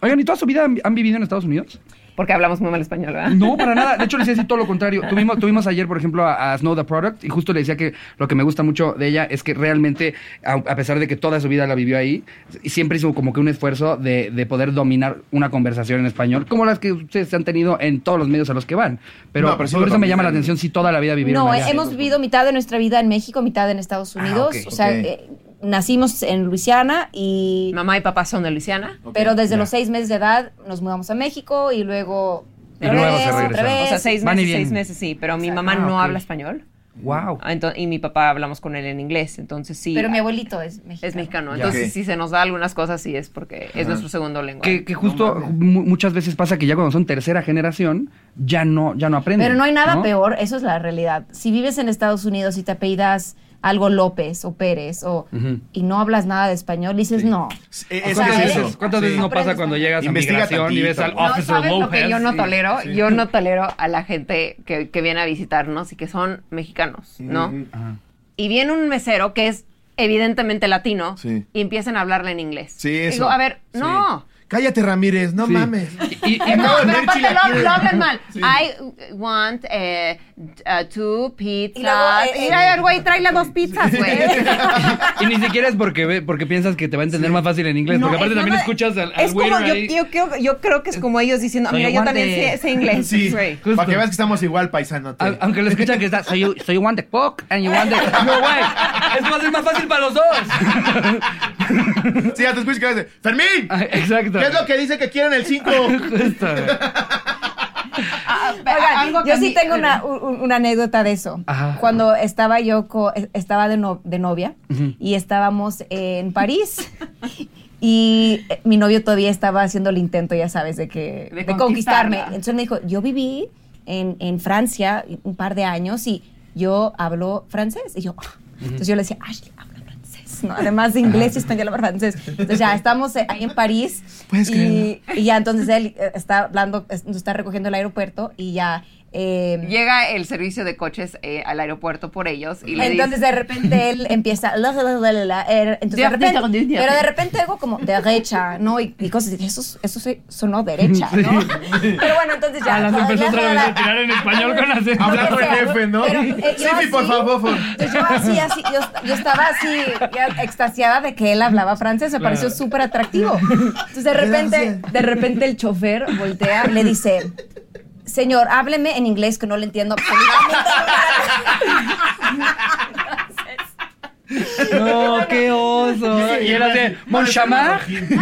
Speaker 1: Oigan, ¿y toda su vida han, han vivido en Estados Unidos?
Speaker 3: Porque hablamos muy mal español, ¿verdad?
Speaker 1: No, para nada. De hecho, les decía todo lo contrario. Tuvimos, tuvimos ayer, por ejemplo, a, a Snow the Product y justo le decía que lo que me gusta mucho de ella es que realmente, a, a pesar de que toda su vida la vivió ahí, siempre hizo como que un esfuerzo de, de poder dominar una conversación en español, como las que ustedes han tenido en todos los medios a los que van. Pero,
Speaker 2: No, pues, pero sí
Speaker 1: por
Speaker 2: lo
Speaker 1: eso me llama la
Speaker 2: dominan.
Speaker 1: atención si toda la vida vivieron
Speaker 4: No,
Speaker 1: allá.
Speaker 4: hemos vivido mitad de nuestra vida en México, mitad en Estados Unidos.
Speaker 1: ok,
Speaker 4: o sea,
Speaker 2: ok.
Speaker 4: eh, nacimos en Luisiana y...
Speaker 3: Mamá y papá son de Luisiana.
Speaker 2: Ok,
Speaker 4: Pero desde
Speaker 1: ya.
Speaker 4: los seis meses de edad nos mudamos a México y luego...
Speaker 1: Y luego se regresaron.
Speaker 4: otra vez.
Speaker 3: O sea, seis
Speaker 1: Van y
Speaker 3: meses, seis
Speaker 1: vienen.
Speaker 3: meses, sí. Pero mi
Speaker 4: Exacto.
Speaker 3: mamá
Speaker 1: Ah,
Speaker 3: no
Speaker 1: ok.
Speaker 3: habla español.
Speaker 1: Wow.
Speaker 3: Ah, ento- y mi papá hablamos con él en inglés. Entonces sí.
Speaker 4: Pero mi abuelito es mexicano.
Speaker 3: es mexicano.
Speaker 1: Ya.
Speaker 3: Entonces
Speaker 2: Ok.
Speaker 3: si se nos da algunas cosas, sí es porque es nuestro segundo lenguaje.
Speaker 1: Que, que justo mu- muchas veces pasa que ya cuando son tercera generación, ya no, ya no aprenden.
Speaker 4: Pero no hay nada peor, eso es la realidad. Si vives en Estados Unidos y te apellidas algo López o Pérez o,
Speaker 1: Ujú.
Speaker 4: y no hablas nada de español, dices no.
Speaker 2: Sí, eh,
Speaker 4: O
Speaker 2: eso es
Speaker 4: sea,
Speaker 1: ¿Cuántas
Speaker 4: ¿eh?
Speaker 2: eso.
Speaker 1: veces, cuántas
Speaker 2: Sí.
Speaker 1: veces no pasa
Speaker 4: Aprendes
Speaker 1: cuando
Speaker 4: español.
Speaker 1: llegas a
Speaker 2: Investiga
Speaker 1: migración y
Speaker 2: tantito,
Speaker 1: ves al Oh,
Speaker 2: güey.
Speaker 3: No,
Speaker 1: Officer
Speaker 3: ¿sabes
Speaker 1: López?
Speaker 3: lo que yo no
Speaker 1: Sí.
Speaker 3: tolero? Yo no tolero a la gente que, que viene a visitarnos y que son mexicanos, ¿no?
Speaker 2: Ujú.
Speaker 1: Ajá.
Speaker 3: Y viene un mesero que es evidentemente latino
Speaker 2: Sí.
Speaker 3: y empiezan a hablarle en inglés.
Speaker 2: Sí, eso.
Speaker 3: Digo, a ver,
Speaker 2: Sí.
Speaker 3: no.
Speaker 2: Cállate, Ramírez, no
Speaker 1: Sí.
Speaker 2: mames.
Speaker 1: Y- y-
Speaker 3: Eh, no,
Speaker 2: Acabo de
Speaker 3: pero
Speaker 2: ver
Speaker 3: aparte lo,
Speaker 2: chilaquiles.
Speaker 3: lo hablan mal.
Speaker 2: Sí.
Speaker 3: I want eh, uh, two pizzas.
Speaker 4: Y luego, eh,
Speaker 3: Y
Speaker 4: eh,
Speaker 3: ay, güey, tráele dos pizzas, güey.
Speaker 1: Y ni siquiera es porque ve- porque piensas que te va a entender más fácil en inglés, porque aparte también escuchas al, al
Speaker 3: Es como,
Speaker 1: waiter
Speaker 3: yo,
Speaker 1: ahí.
Speaker 3: yo creo, yo creo que es como ellos diciendo,
Speaker 1: Soy
Speaker 3: mira, yo
Speaker 1: igual
Speaker 3: también
Speaker 1: de-
Speaker 3: sé, sé inglés,
Speaker 2: Sí,
Speaker 3: güey.
Speaker 1: Justo.
Speaker 2: para que veas que estamos igual, paisano.
Speaker 1: A- Aunque (laughs) lo escuchan que está, so you, so you want the coke and you want the... No, güey, es más, es más fácil para los dos.
Speaker 2: (laughs) Sí, ya te escuchas que vas de, ¡Fermín!
Speaker 1: Ah, Exacto.
Speaker 2: ¿Qué es lo que dice que quieren el
Speaker 1: (laughs)
Speaker 2: 5?
Speaker 1: Justo, güey.
Speaker 3: (laughs)
Speaker 4: Oigan,
Speaker 3: Ah, Algo que
Speaker 4: yo
Speaker 3: a
Speaker 4: sí
Speaker 3: mí-
Speaker 4: tengo una, un- una anécdota de eso.
Speaker 1: Ajá.
Speaker 4: Cuando estaba yo, co- estaba de, no- de novia y estábamos en París (laughs) y eh, mi novio todavía estaba haciendo el intento, ya sabes, de que
Speaker 3: De
Speaker 4: de, conquistarme.
Speaker 3: conquistarla.
Speaker 4: Entonces me dijo, yo viví en, en Francia un par de años y yo hablo francés. Y yo, "Ah". entonces yo le decía, Ashley, habla francés. ¿no? Además de inglés, español, habla francés. Entonces ya estamos eh, ahí en París
Speaker 2: Puedes
Speaker 4: y, y ya entonces él eh, está hablando, es- nos está recogiendo el aeropuerto y ya... eh,
Speaker 3: Llega el servicio de coches eh, al aeropuerto por ellos y le
Speaker 4: entonces
Speaker 3: dice,
Speaker 4: de repente él empieza la, la, la, la, la, la, er, entonces, de
Speaker 3: Ya,
Speaker 4: repente-
Speaker 3: perdón, ya.
Speaker 4: pero de repente hago como derecha no y, y cosas y eso eso sí sonó derecha no pero bueno entonces ya
Speaker 1: Ah, las empezó
Speaker 4: la,
Speaker 1: otra
Speaker 4: la,
Speaker 1: vez
Speaker 4: la,
Speaker 1: a tirar en español con acento.
Speaker 2: Hablar con el jefe, ¿no?
Speaker 4: Pero, eh,
Speaker 2: sí,
Speaker 4: yo
Speaker 2: mi, por
Speaker 4: así-
Speaker 2: favor. por-
Speaker 4: entonces, yo así, así, yo, yo estaba así, ya extasiada de que él hablaba francés, me
Speaker 1: Claro.
Speaker 4: pareció súper atractivo. Entonces de repente,
Speaker 2: Gracias.
Speaker 4: de repente el chofer voltea, le dice, señor, hábleme en inglés que no le entiendo absolutamente
Speaker 1: No, qué oso. Y él así, mon chamar. (laughs)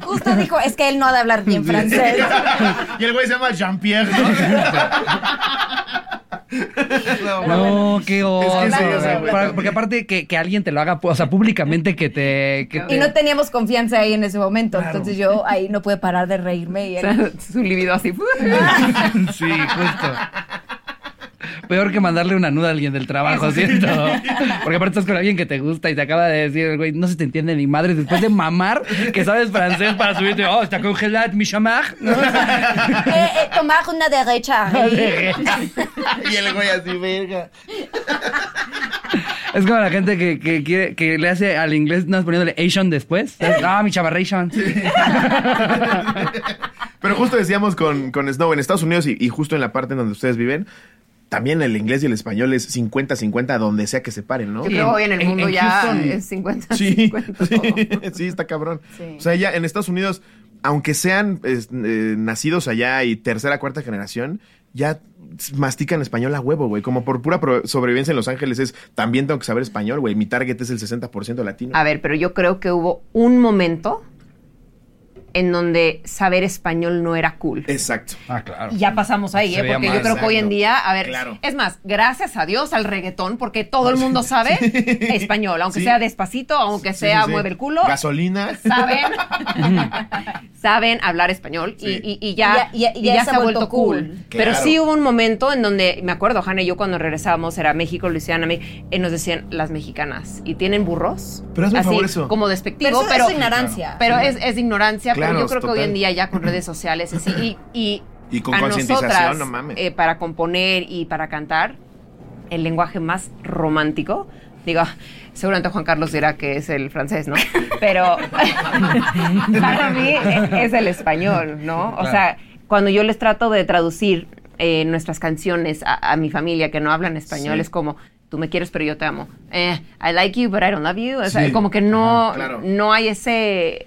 Speaker 4: Justo dijo, es que él no ha de hablar bien francés.
Speaker 2: (laughs) Y el güey se llama Jean-Pierre, ¿no?
Speaker 3: (laughs)
Speaker 2: (laughs)
Speaker 1: No, qué oso.
Speaker 2: sí,
Speaker 1: güey.
Speaker 2: o sea, güey,
Speaker 1: Para-
Speaker 2: también.
Speaker 1: porque aparte que, que alguien te lo haga, o sea, públicamente que te... que
Speaker 4: Y
Speaker 1: te-
Speaker 4: no teníamos confianza ahí en ese momento.
Speaker 1: Claro.
Speaker 4: Entonces yo ahí no pude parar de reírme.
Speaker 1: (laughs)
Speaker 4: Y "Eh, él,
Speaker 3: (laughs) su libido así.
Speaker 1: Sí, justo. Peor que mandarle una nuda a alguien del trabajo, siento. Porque aparte estás con alguien que te gusta y te acaba de decir, güey, no se te entiende ni madre. Después de mamar que sabes francés para subirte, oh, está congelado mi chamar. (laughs) ¿no?
Speaker 4: eh, eh, tomar una derecha. (laughs)
Speaker 2: Y el güey así, verga.
Speaker 1: Es como la gente que, que quiere, que le hace al inglés, no poniéndole Asian después. ¿sabes? Ah, mi chavarration.
Speaker 2: (laughs) Pero justo decíamos con, con Snow en Estados Unidos y, y justo en la parte en donde ustedes viven, también el inglés y el español es 50-50 donde sea que se paren,
Speaker 3: (laughs)
Speaker 2: ¿no?
Speaker 3: Yo creo que hoy en el
Speaker 1: en-
Speaker 3: mundo
Speaker 1: en
Speaker 3: ya
Speaker 1: Houston-
Speaker 3: es 50.
Speaker 2: Sí,
Speaker 3: 50 todo.
Speaker 2: sí, (laughs) sí, está cabrón.
Speaker 3: Sí.
Speaker 2: O sea, ya en Estados Unidos, aunque sean es- eh, nacidos allá y tercera, cuarta generación, ya mastican español a huevo, güey. Como por pura pro- sobrevivencia en Los Ángeles es, también tengo que saber español, güey. Mi target es el 60% latino.
Speaker 3: A ver, pero yo creo que hubo un momento en donde saber español no era cool.
Speaker 2: Exacto.
Speaker 1: Ah, claro.
Speaker 3: Y ya pasamos ahí,
Speaker 1: Se
Speaker 3: ¿eh?
Speaker 1: veía
Speaker 3: Porque
Speaker 1: mal.
Speaker 3: yo creo que hoy en
Speaker 2: Exacto.
Speaker 3: día, a ver,
Speaker 2: Claro.
Speaker 3: es más, gracias a Dios al reggaetón, porque todo el mundo sabe español,
Speaker 2: (laughs)
Speaker 3: aunque
Speaker 2: Sí.
Speaker 3: sea despacito, aunque
Speaker 2: Sí,
Speaker 3: sea
Speaker 2: sí, sí.
Speaker 3: mueve el culo,
Speaker 2: Gasolina.
Speaker 3: saben, (laughs) saben hablar español y-
Speaker 2: Sí.
Speaker 3: y, y ya,
Speaker 4: Y ya- y ya-
Speaker 3: y ya
Speaker 4: ya
Speaker 3: se ha vuelto cool. Pero
Speaker 2: Claro.
Speaker 3: sí hubo un momento en donde, me acuerdo, Hanna y yo cuando regresábamos, era México, Luisiana, me- eh, nos decían las mexicanas, ¿y tienen burros?
Speaker 2: Pero hazme un
Speaker 3: Así,
Speaker 2: favor eso.
Speaker 3: Como
Speaker 4: Pero
Speaker 3: despectivo,
Speaker 4: eso
Speaker 3: pero...
Speaker 4: es ignorancia.
Speaker 3: pero es, es ignorancia,
Speaker 2: Claro,
Speaker 3: pero yo creo que hoy
Speaker 2: total.
Speaker 3: en día ya con redes sociales así, y, y
Speaker 2: (laughs) Y con
Speaker 3: a
Speaker 2: concientización,
Speaker 3: nosotras,
Speaker 2: no mames.
Speaker 3: eh, para componer y para cantar, el lenguaje más romántico. Digo, seguramente Juan Carlos dirá que es el francés, ¿no? Pero (laughs) para mí es- es el español, ¿no? O sea, cuando yo les trato de traducir eh, nuestras canciones a, a mi familia que no hablan español,
Speaker 2: Sí.
Speaker 3: es como, tú me quieres, pero yo te amo. Eh, I like you, but I don't love you. O sea,
Speaker 2: Sí.
Speaker 3: como que no,
Speaker 2: Ajá, claro.
Speaker 3: no hay ese...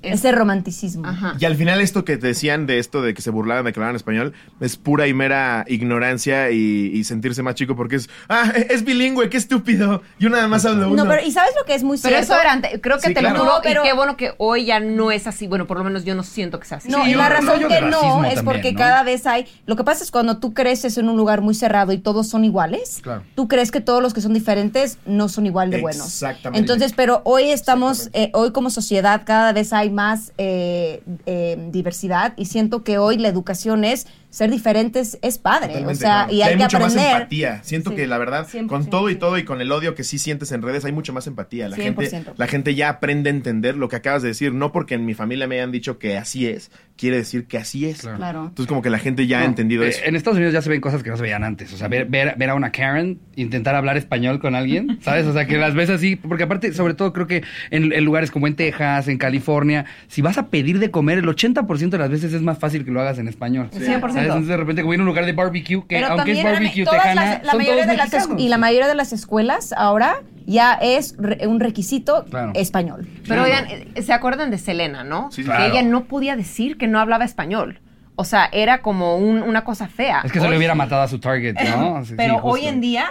Speaker 3: es-
Speaker 4: Ese romanticismo.
Speaker 3: ajá.
Speaker 2: Y al final esto que te decían de esto de que se burlaban de que hablaban español es pura y mera ignorancia y, y sentirse más chico porque es, ah, es bilingüe, qué estúpido. Yo nada más hablo uno.
Speaker 4: No, pero ¿y sabes lo que es muy
Speaker 3: Pero
Speaker 4: cierto?
Speaker 3: eso era antes, creo que
Speaker 2: Sí,
Speaker 3: te
Speaker 2: claro.
Speaker 3: lo juro,
Speaker 4: No, pero-
Speaker 3: y qué bueno que hoy ya no es así. Bueno, por lo menos yo no siento que sea así.
Speaker 4: No,
Speaker 1: Sí,
Speaker 4: y la
Speaker 1: un
Speaker 4: razón
Speaker 1: rollo de
Speaker 4: que no
Speaker 1: racismo
Speaker 4: es
Speaker 1: también,
Speaker 4: porque
Speaker 1: ¿no?
Speaker 4: cada vez hay. Lo que pasa es cuando tú creces en un lugar muy cerrado y todos son iguales,
Speaker 5: Claro.
Speaker 4: tú crees que todos los que son diferentes no son igual de buenos.
Speaker 2: Exactamente.
Speaker 4: Entonces, pero hoy estamos, eh, hoy como sociedad, cada vez hay más eh, eh, diversidad y siento que hoy la educación es ser diferentes es padre. o
Speaker 2: Totalmente,
Speaker 4: sea,
Speaker 2: claro.
Speaker 4: y hay, que
Speaker 2: mucho
Speaker 4: aprender.
Speaker 2: más empatía. Siento
Speaker 4: Sí.
Speaker 2: que la verdad, con
Speaker 4: 100%,
Speaker 2: todo y
Speaker 4: sí.
Speaker 2: todo y con el odio que sí sientes en redes, hay mucho más empatía. La, gente,
Speaker 4: 100%.
Speaker 2: la gente ya aprende a entender lo que acabas de decir. No porque en mi familia me hayan dicho que así es, quiere decir que así es.
Speaker 5: Claro.
Speaker 4: Claro.
Speaker 2: Entonces como que la gente ya ha
Speaker 1: No,
Speaker 2: Ah, entendido
Speaker 1: eh,
Speaker 2: eso.
Speaker 1: En Estados Unidos ya se ven cosas que no se veían antes. O sea, ver, ver, ver a una Karen, intentar hablar español con
Speaker 2: (laughs)
Speaker 1: alguien, ¿sabes? O sea, que las ves así, porque aparte, sobre todo creo que en, en lugares como en Texas, en California, si vas a pedir de comer, el 80% de las veces es más fácil que lo hagas en español.
Speaker 3: 100%.
Speaker 1: ¿Sabes? Entonces de repente como ir a un lugar de barbecue, que aunque es
Speaker 4: eran-
Speaker 1: barbecue
Speaker 4: todas
Speaker 1: tejana,
Speaker 4: las- la
Speaker 1: son
Speaker 4: mayoría
Speaker 1: todos
Speaker 4: de las es-
Speaker 1: mexicanos.
Speaker 4: y la mayoría de las escuelas ahora ya es re- un requisito
Speaker 1: Claro.
Speaker 4: español.
Speaker 3: Pero oigan, eh, ¿se acuerdan de Selena, no?
Speaker 2: Sí,
Speaker 3: que
Speaker 1: claro.
Speaker 3: ella no podía decir que no hablaba español. O sea, era como un- una cosa fea.
Speaker 1: Es que se
Speaker 3: Hoy-
Speaker 1: le hubiera matado a su target, ¿no?
Speaker 4: (laughs)
Speaker 1: Sí, sí,
Speaker 3: Pero
Speaker 1: justo.
Speaker 3: hoy en día,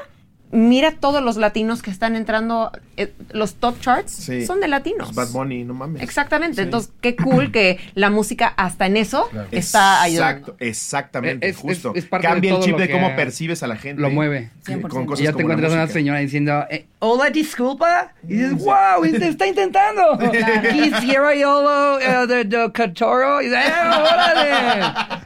Speaker 3: mira todos los latinos que están entrando, eh, los top charts
Speaker 2: Sí.
Speaker 3: son de latinos.
Speaker 2: Pues Bad Bunny, no mames.
Speaker 3: Exactamente.
Speaker 2: Sí.
Speaker 3: Entonces, qué cool que la música hasta en eso está ayudando.
Speaker 2: Exacto, exactamente,
Speaker 1: Es- es-
Speaker 2: justo.
Speaker 1: es parte
Speaker 2: Cambia
Speaker 1: de
Speaker 2: el
Speaker 1: todo
Speaker 2: chip
Speaker 1: lo
Speaker 2: de
Speaker 1: que
Speaker 2: cómo percibes a la gente.
Speaker 1: lo mueve.
Speaker 2: Sí, Con
Speaker 4: 100%.
Speaker 2: cosas
Speaker 1: Y ya te
Speaker 2: como la
Speaker 1: encuentras a una
Speaker 2: música.
Speaker 1: señora diciendo, eh, hola, disculpa. Y dices, wow, te está
Speaker 2: (laughs)
Speaker 1: intentando. Quisiera yo eh, de, de Catoro. Y dices, eh, órale.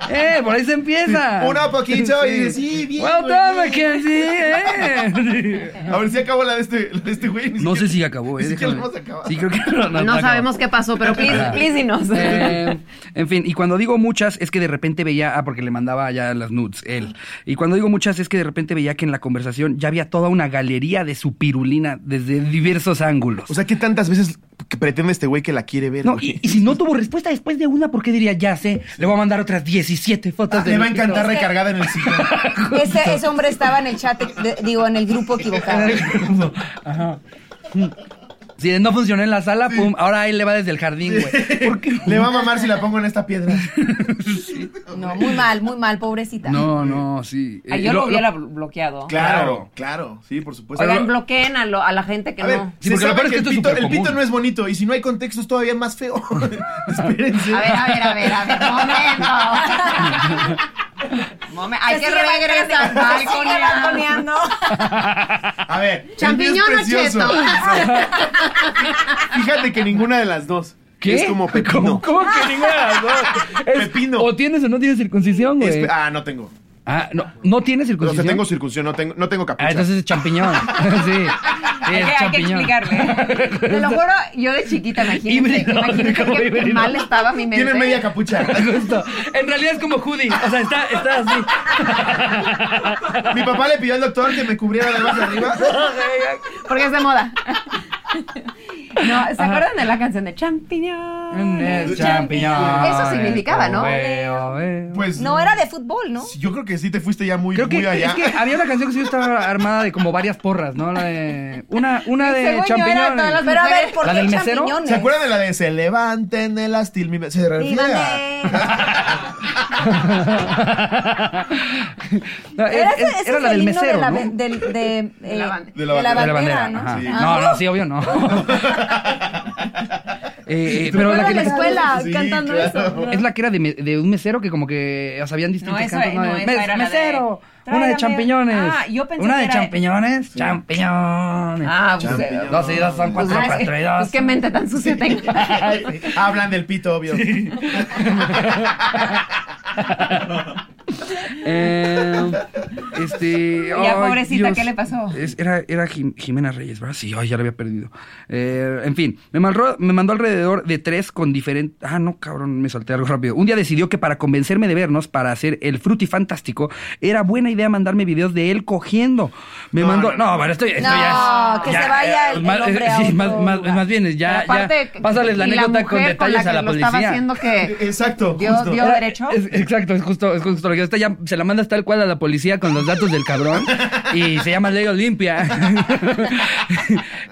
Speaker 1: Eh, por ahí se empieza.
Speaker 2: (laughs) Uno a poquito y dices, sí, bien,
Speaker 1: Well
Speaker 2: muy
Speaker 1: done,
Speaker 2: bien.
Speaker 1: Mackenzie.
Speaker 2: (laughs)
Speaker 1: Eh.
Speaker 2: A ver si acabó la de este. la de este güey. ni
Speaker 1: No sé
Speaker 2: siquiera-
Speaker 1: si acabó, eh.
Speaker 2: Ni siquiera
Speaker 1: déjame.
Speaker 2: lo hemos acabado.
Speaker 1: Sí, creo que no,
Speaker 3: No, sabemos qué pasó,
Speaker 2: (laughs)
Speaker 3: pero please,
Speaker 1: Ajá.
Speaker 3: please dinos.
Speaker 1: Eh, en fin, y cuando digo muchas es que de repente veía, ah, porque le mandaba ya las nudes, él. Y cuando digo muchas es que de repente veía que en la conversación ya había toda una galería de su pirulina desde diversos ángulos.
Speaker 2: O sea, ¿qué tantas veces que pretende este güey que la quiere ver?
Speaker 1: no,
Speaker 2: güey?
Speaker 1: y, y si no tuvo respuesta después de una, ¿por qué diría ya sé? Le voy a mandar otras 17
Speaker 2: Ah,
Speaker 1: fotos de
Speaker 5: Ah, Le va a
Speaker 1: mi
Speaker 5: encantar
Speaker 1: pito.
Speaker 5: recargada en el sillón.
Speaker 4: Ese, ese hombre estaba en el chat, de- digo, en el grupo
Speaker 1: (laughs)
Speaker 4: equivocado.
Speaker 1: Ajá. Mm. Si no funcionó en la sala, pum, ahora él le va desde el jardín, güey. (laughs)
Speaker 5: (laughs)
Speaker 1: ¿Por qué?
Speaker 5: Le va a mamar si la pongo en esta
Speaker 1: (laughs)
Speaker 5: piedra.
Speaker 4: No, muy mal, muy mal, pobrecita.
Speaker 1: No, no, sí.
Speaker 3: Ah,
Speaker 1: Eh,
Speaker 3: yo
Speaker 1: lo-
Speaker 3: lo,
Speaker 1: lo-
Speaker 3: hubiera blo- bloqueado.
Speaker 2: Claro, claro. Sí, por supuesto.
Speaker 3: Oigan, bloqueen a, lo- a la gente que
Speaker 2: a ver,
Speaker 3: no.
Speaker 1: Sí,
Speaker 2: se
Speaker 1: porque lo
Speaker 2: sabe
Speaker 1: peor es
Speaker 2: que
Speaker 1: que
Speaker 2: el,
Speaker 1: esto es
Speaker 2: pito, el
Speaker 1: supercomún.
Speaker 2: pito no es bonito y si no hay contexto es todavía más feo. (laughs) Espérense.
Speaker 3: A ver, a ver, a ver,
Speaker 1: (laughs)
Speaker 3: a ver, momento. Momen- hay
Speaker 4: Se
Speaker 3: que
Speaker 4: sigue
Speaker 3: regresar.
Speaker 4: balconeando, se sigue
Speaker 3: balconeando.
Speaker 4: balconeando.
Speaker 2: A ver, el
Speaker 3: Champiñón
Speaker 2: pito
Speaker 3: o
Speaker 2: es precioso.
Speaker 3: cheto.
Speaker 2: Fíjate que ninguna de las dos.
Speaker 1: ¿Qué?
Speaker 2: Es como pepino.
Speaker 1: (laughs) ¿Cómo, cómo que ninguna de las dos?
Speaker 2: (laughs)
Speaker 1: Es-
Speaker 2: Pepino.
Speaker 1: O tienes o no tienes circuncisión,
Speaker 2: Es
Speaker 1: güey.
Speaker 2: pe- ah, no tengo.
Speaker 1: Ah, no, no tienes
Speaker 2: O sea,
Speaker 1: circuncisión.
Speaker 2: tengo circuncisión, no tengo, no tengo capucha.
Speaker 1: Ah, entonces es
Speaker 2: (laughs)
Speaker 1: champiñón. (laughs) sí. sí, es
Speaker 3: Hay que, hay que
Speaker 1: champiñón. (laughs)
Speaker 3: explicarle. Te lo juro, yo de chiquita, imagínate,
Speaker 1: Híbrido,
Speaker 3: imagínate
Speaker 1: como
Speaker 3: qué
Speaker 1: híbrido.
Speaker 3: mal estaba mi mente.
Speaker 2: Tiene media capucha.
Speaker 1: Justo. En realidad es como hoodie. O sea, está, está así.
Speaker 2: Mi papá le pidió al doctor que me cubriera de más arriba.
Speaker 3: Porque es de
Speaker 1: (laughs)
Speaker 3: moda. No, ¿se acuerdan de la canción de champiñón?
Speaker 1: Mm, Es champiñón.
Speaker 3: Eso significaba, ¿no?
Speaker 1: Veo, veo.
Speaker 2: Pues
Speaker 4: No, era de fútbol, ¿no?
Speaker 2: yo creo que sí te fuiste ya muy,
Speaker 1: Creo que,
Speaker 2: muy allá.
Speaker 1: es que había una canción que sí estaba armada de como varias porras, ¿no? La de. Una, una de
Speaker 3: Según yo era
Speaker 1: champiñones.
Speaker 3: todas las
Speaker 4: Pero a ver, ¿por
Speaker 1: ¿La
Speaker 4: qué
Speaker 1: del mesero?
Speaker 4: champiñones?
Speaker 2: ¿Se acuerdan de la de se levanten el astil? mi- Se refiere a...
Speaker 1: (laughs) (laughs) No, es-
Speaker 4: Era,
Speaker 1: es- era la del mesero,
Speaker 4: De la,
Speaker 1: ¿no?
Speaker 4: ve- del- de, eh,
Speaker 3: De la ban-
Speaker 2: de la bandera.
Speaker 1: De la bandera,
Speaker 4: ¿no?
Speaker 1: ajá.
Speaker 2: Sí.
Speaker 1: No,
Speaker 3: Ah.
Speaker 1: no, sí, obvio
Speaker 3: (laughs)
Speaker 1: no. Eh, eh, pero la que
Speaker 4: la
Speaker 1: la-
Speaker 4: escuela
Speaker 2: Sí,
Speaker 4: cantando
Speaker 2: claro.
Speaker 4: eso.
Speaker 1: es la que era de, me- de un mesero que como que o sea, habían distintos
Speaker 3: No, esa-
Speaker 1: cantos.
Speaker 3: no,
Speaker 1: De-
Speaker 3: esa
Speaker 1: mes-
Speaker 3: era la de-
Speaker 1: mesero, una
Speaker 3: Tráigame-
Speaker 1: de champiñones.
Speaker 3: Ah, yo pensé
Speaker 1: Una
Speaker 3: que
Speaker 1: de
Speaker 3: era-
Speaker 1: champiñones, champiñones.
Speaker 3: Ah, pues,
Speaker 2: Champiñón.
Speaker 3: eh,
Speaker 1: Dos y dos son cuatro,
Speaker 3: ah, es que-
Speaker 1: cuatro y dos.
Speaker 3: Pues qué mente tan sucia tengo.
Speaker 2: Hablan del pito, obvio.
Speaker 1: Eh, este.
Speaker 3: (laughs) Ya,
Speaker 1: ay,
Speaker 3: pobrecita, ¿qué le pasó?
Speaker 1: Es- era era Jim- Jimena Reyes, ¿verdad? Sí, ay, ya la había perdido. Eh, en fin, me, malro- me mandó alrededor de tres con diferentes. Ah, no, cabrón, me salté algo rápido. Un día decidió que para convencerme de vernos, para hacer el fruti fantástico, era buena idea mandarme videos de él cogiendo. Me
Speaker 2: No,
Speaker 1: mandó.
Speaker 2: no, no.
Speaker 1: No, bueno, esto, esto
Speaker 4: No,
Speaker 1: ya es-
Speaker 4: que
Speaker 1: ya,
Speaker 4: se vaya el- el
Speaker 1: más,
Speaker 4: hombre a
Speaker 1: sí,
Speaker 4: otro
Speaker 1: más, más-
Speaker 4: lugar.
Speaker 1: más bien, es (laughs) ya,
Speaker 3: Pero aparte,
Speaker 1: ya. Pásales la
Speaker 3: y
Speaker 1: anécdota con
Speaker 3: mujer
Speaker 1: detalles
Speaker 3: la
Speaker 1: a
Speaker 3: que
Speaker 1: la
Speaker 3: lo
Speaker 1: policía.
Speaker 3: estaba haciendo que
Speaker 2: Exacto.
Speaker 3: dio,
Speaker 2: justo.
Speaker 3: dio derecho.
Speaker 1: Es- exacto, es justo, es justo lo que usted ya se la manda tal cual a la policía con los datos del cabrón y se llama Ley Olimpia. (laughs)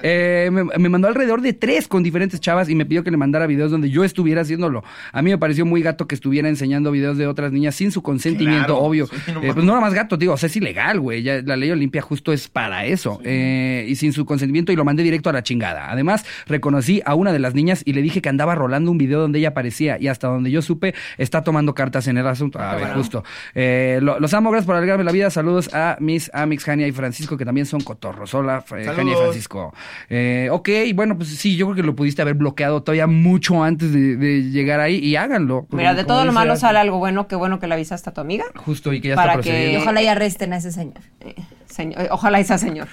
Speaker 1: Eh, me, me mandó alrededor de tres con diferentes chavas y me pidió que le mandara videos donde yo estuviera haciéndolo. A mí me pareció muy gato que estuviera enseñando videos de otras niñas sin su consentimiento,
Speaker 2: Claro,
Speaker 1: obvio.
Speaker 2: sí, no
Speaker 1: Eh,
Speaker 2: mames.
Speaker 1: pues no nada más gato, digo, o sea, es ilegal, güey. Ya La ley Olimpia justo es para eso. Eh, y sin su consentimiento y lo mandé directo a la chingada. Además, reconocí a una de las niñas y le dije que andaba rolando un video donde ella aparecía y hasta donde yo supe está tomando cartas en el asunto. A ver, justo. Eh, lo- los amo, gracias por alegrarme la vida. Saludos a mis amix Jania y Francisco, que también son cotorros. Hola, Fra-
Speaker 2: Saludos.
Speaker 1: Jania y Francisco. Eh, ok, bueno, pues sí, yo creo que lo pudiste haber bloqueado todavía mucho antes de, de llegar ahí y háganlo.
Speaker 3: Mira, de
Speaker 1: Como
Speaker 3: todo lo
Speaker 1: dice
Speaker 3: malo
Speaker 1: Ash.
Speaker 3: sale algo bueno. Qué bueno que le avisaste a tu amiga.
Speaker 1: Justo, y que ya
Speaker 3: para
Speaker 1: está
Speaker 3: que-
Speaker 1: procediendo.
Speaker 4: Y ojalá y arresten a ese señor.
Speaker 3: Eh, señor- eh, ojalá y sea señor.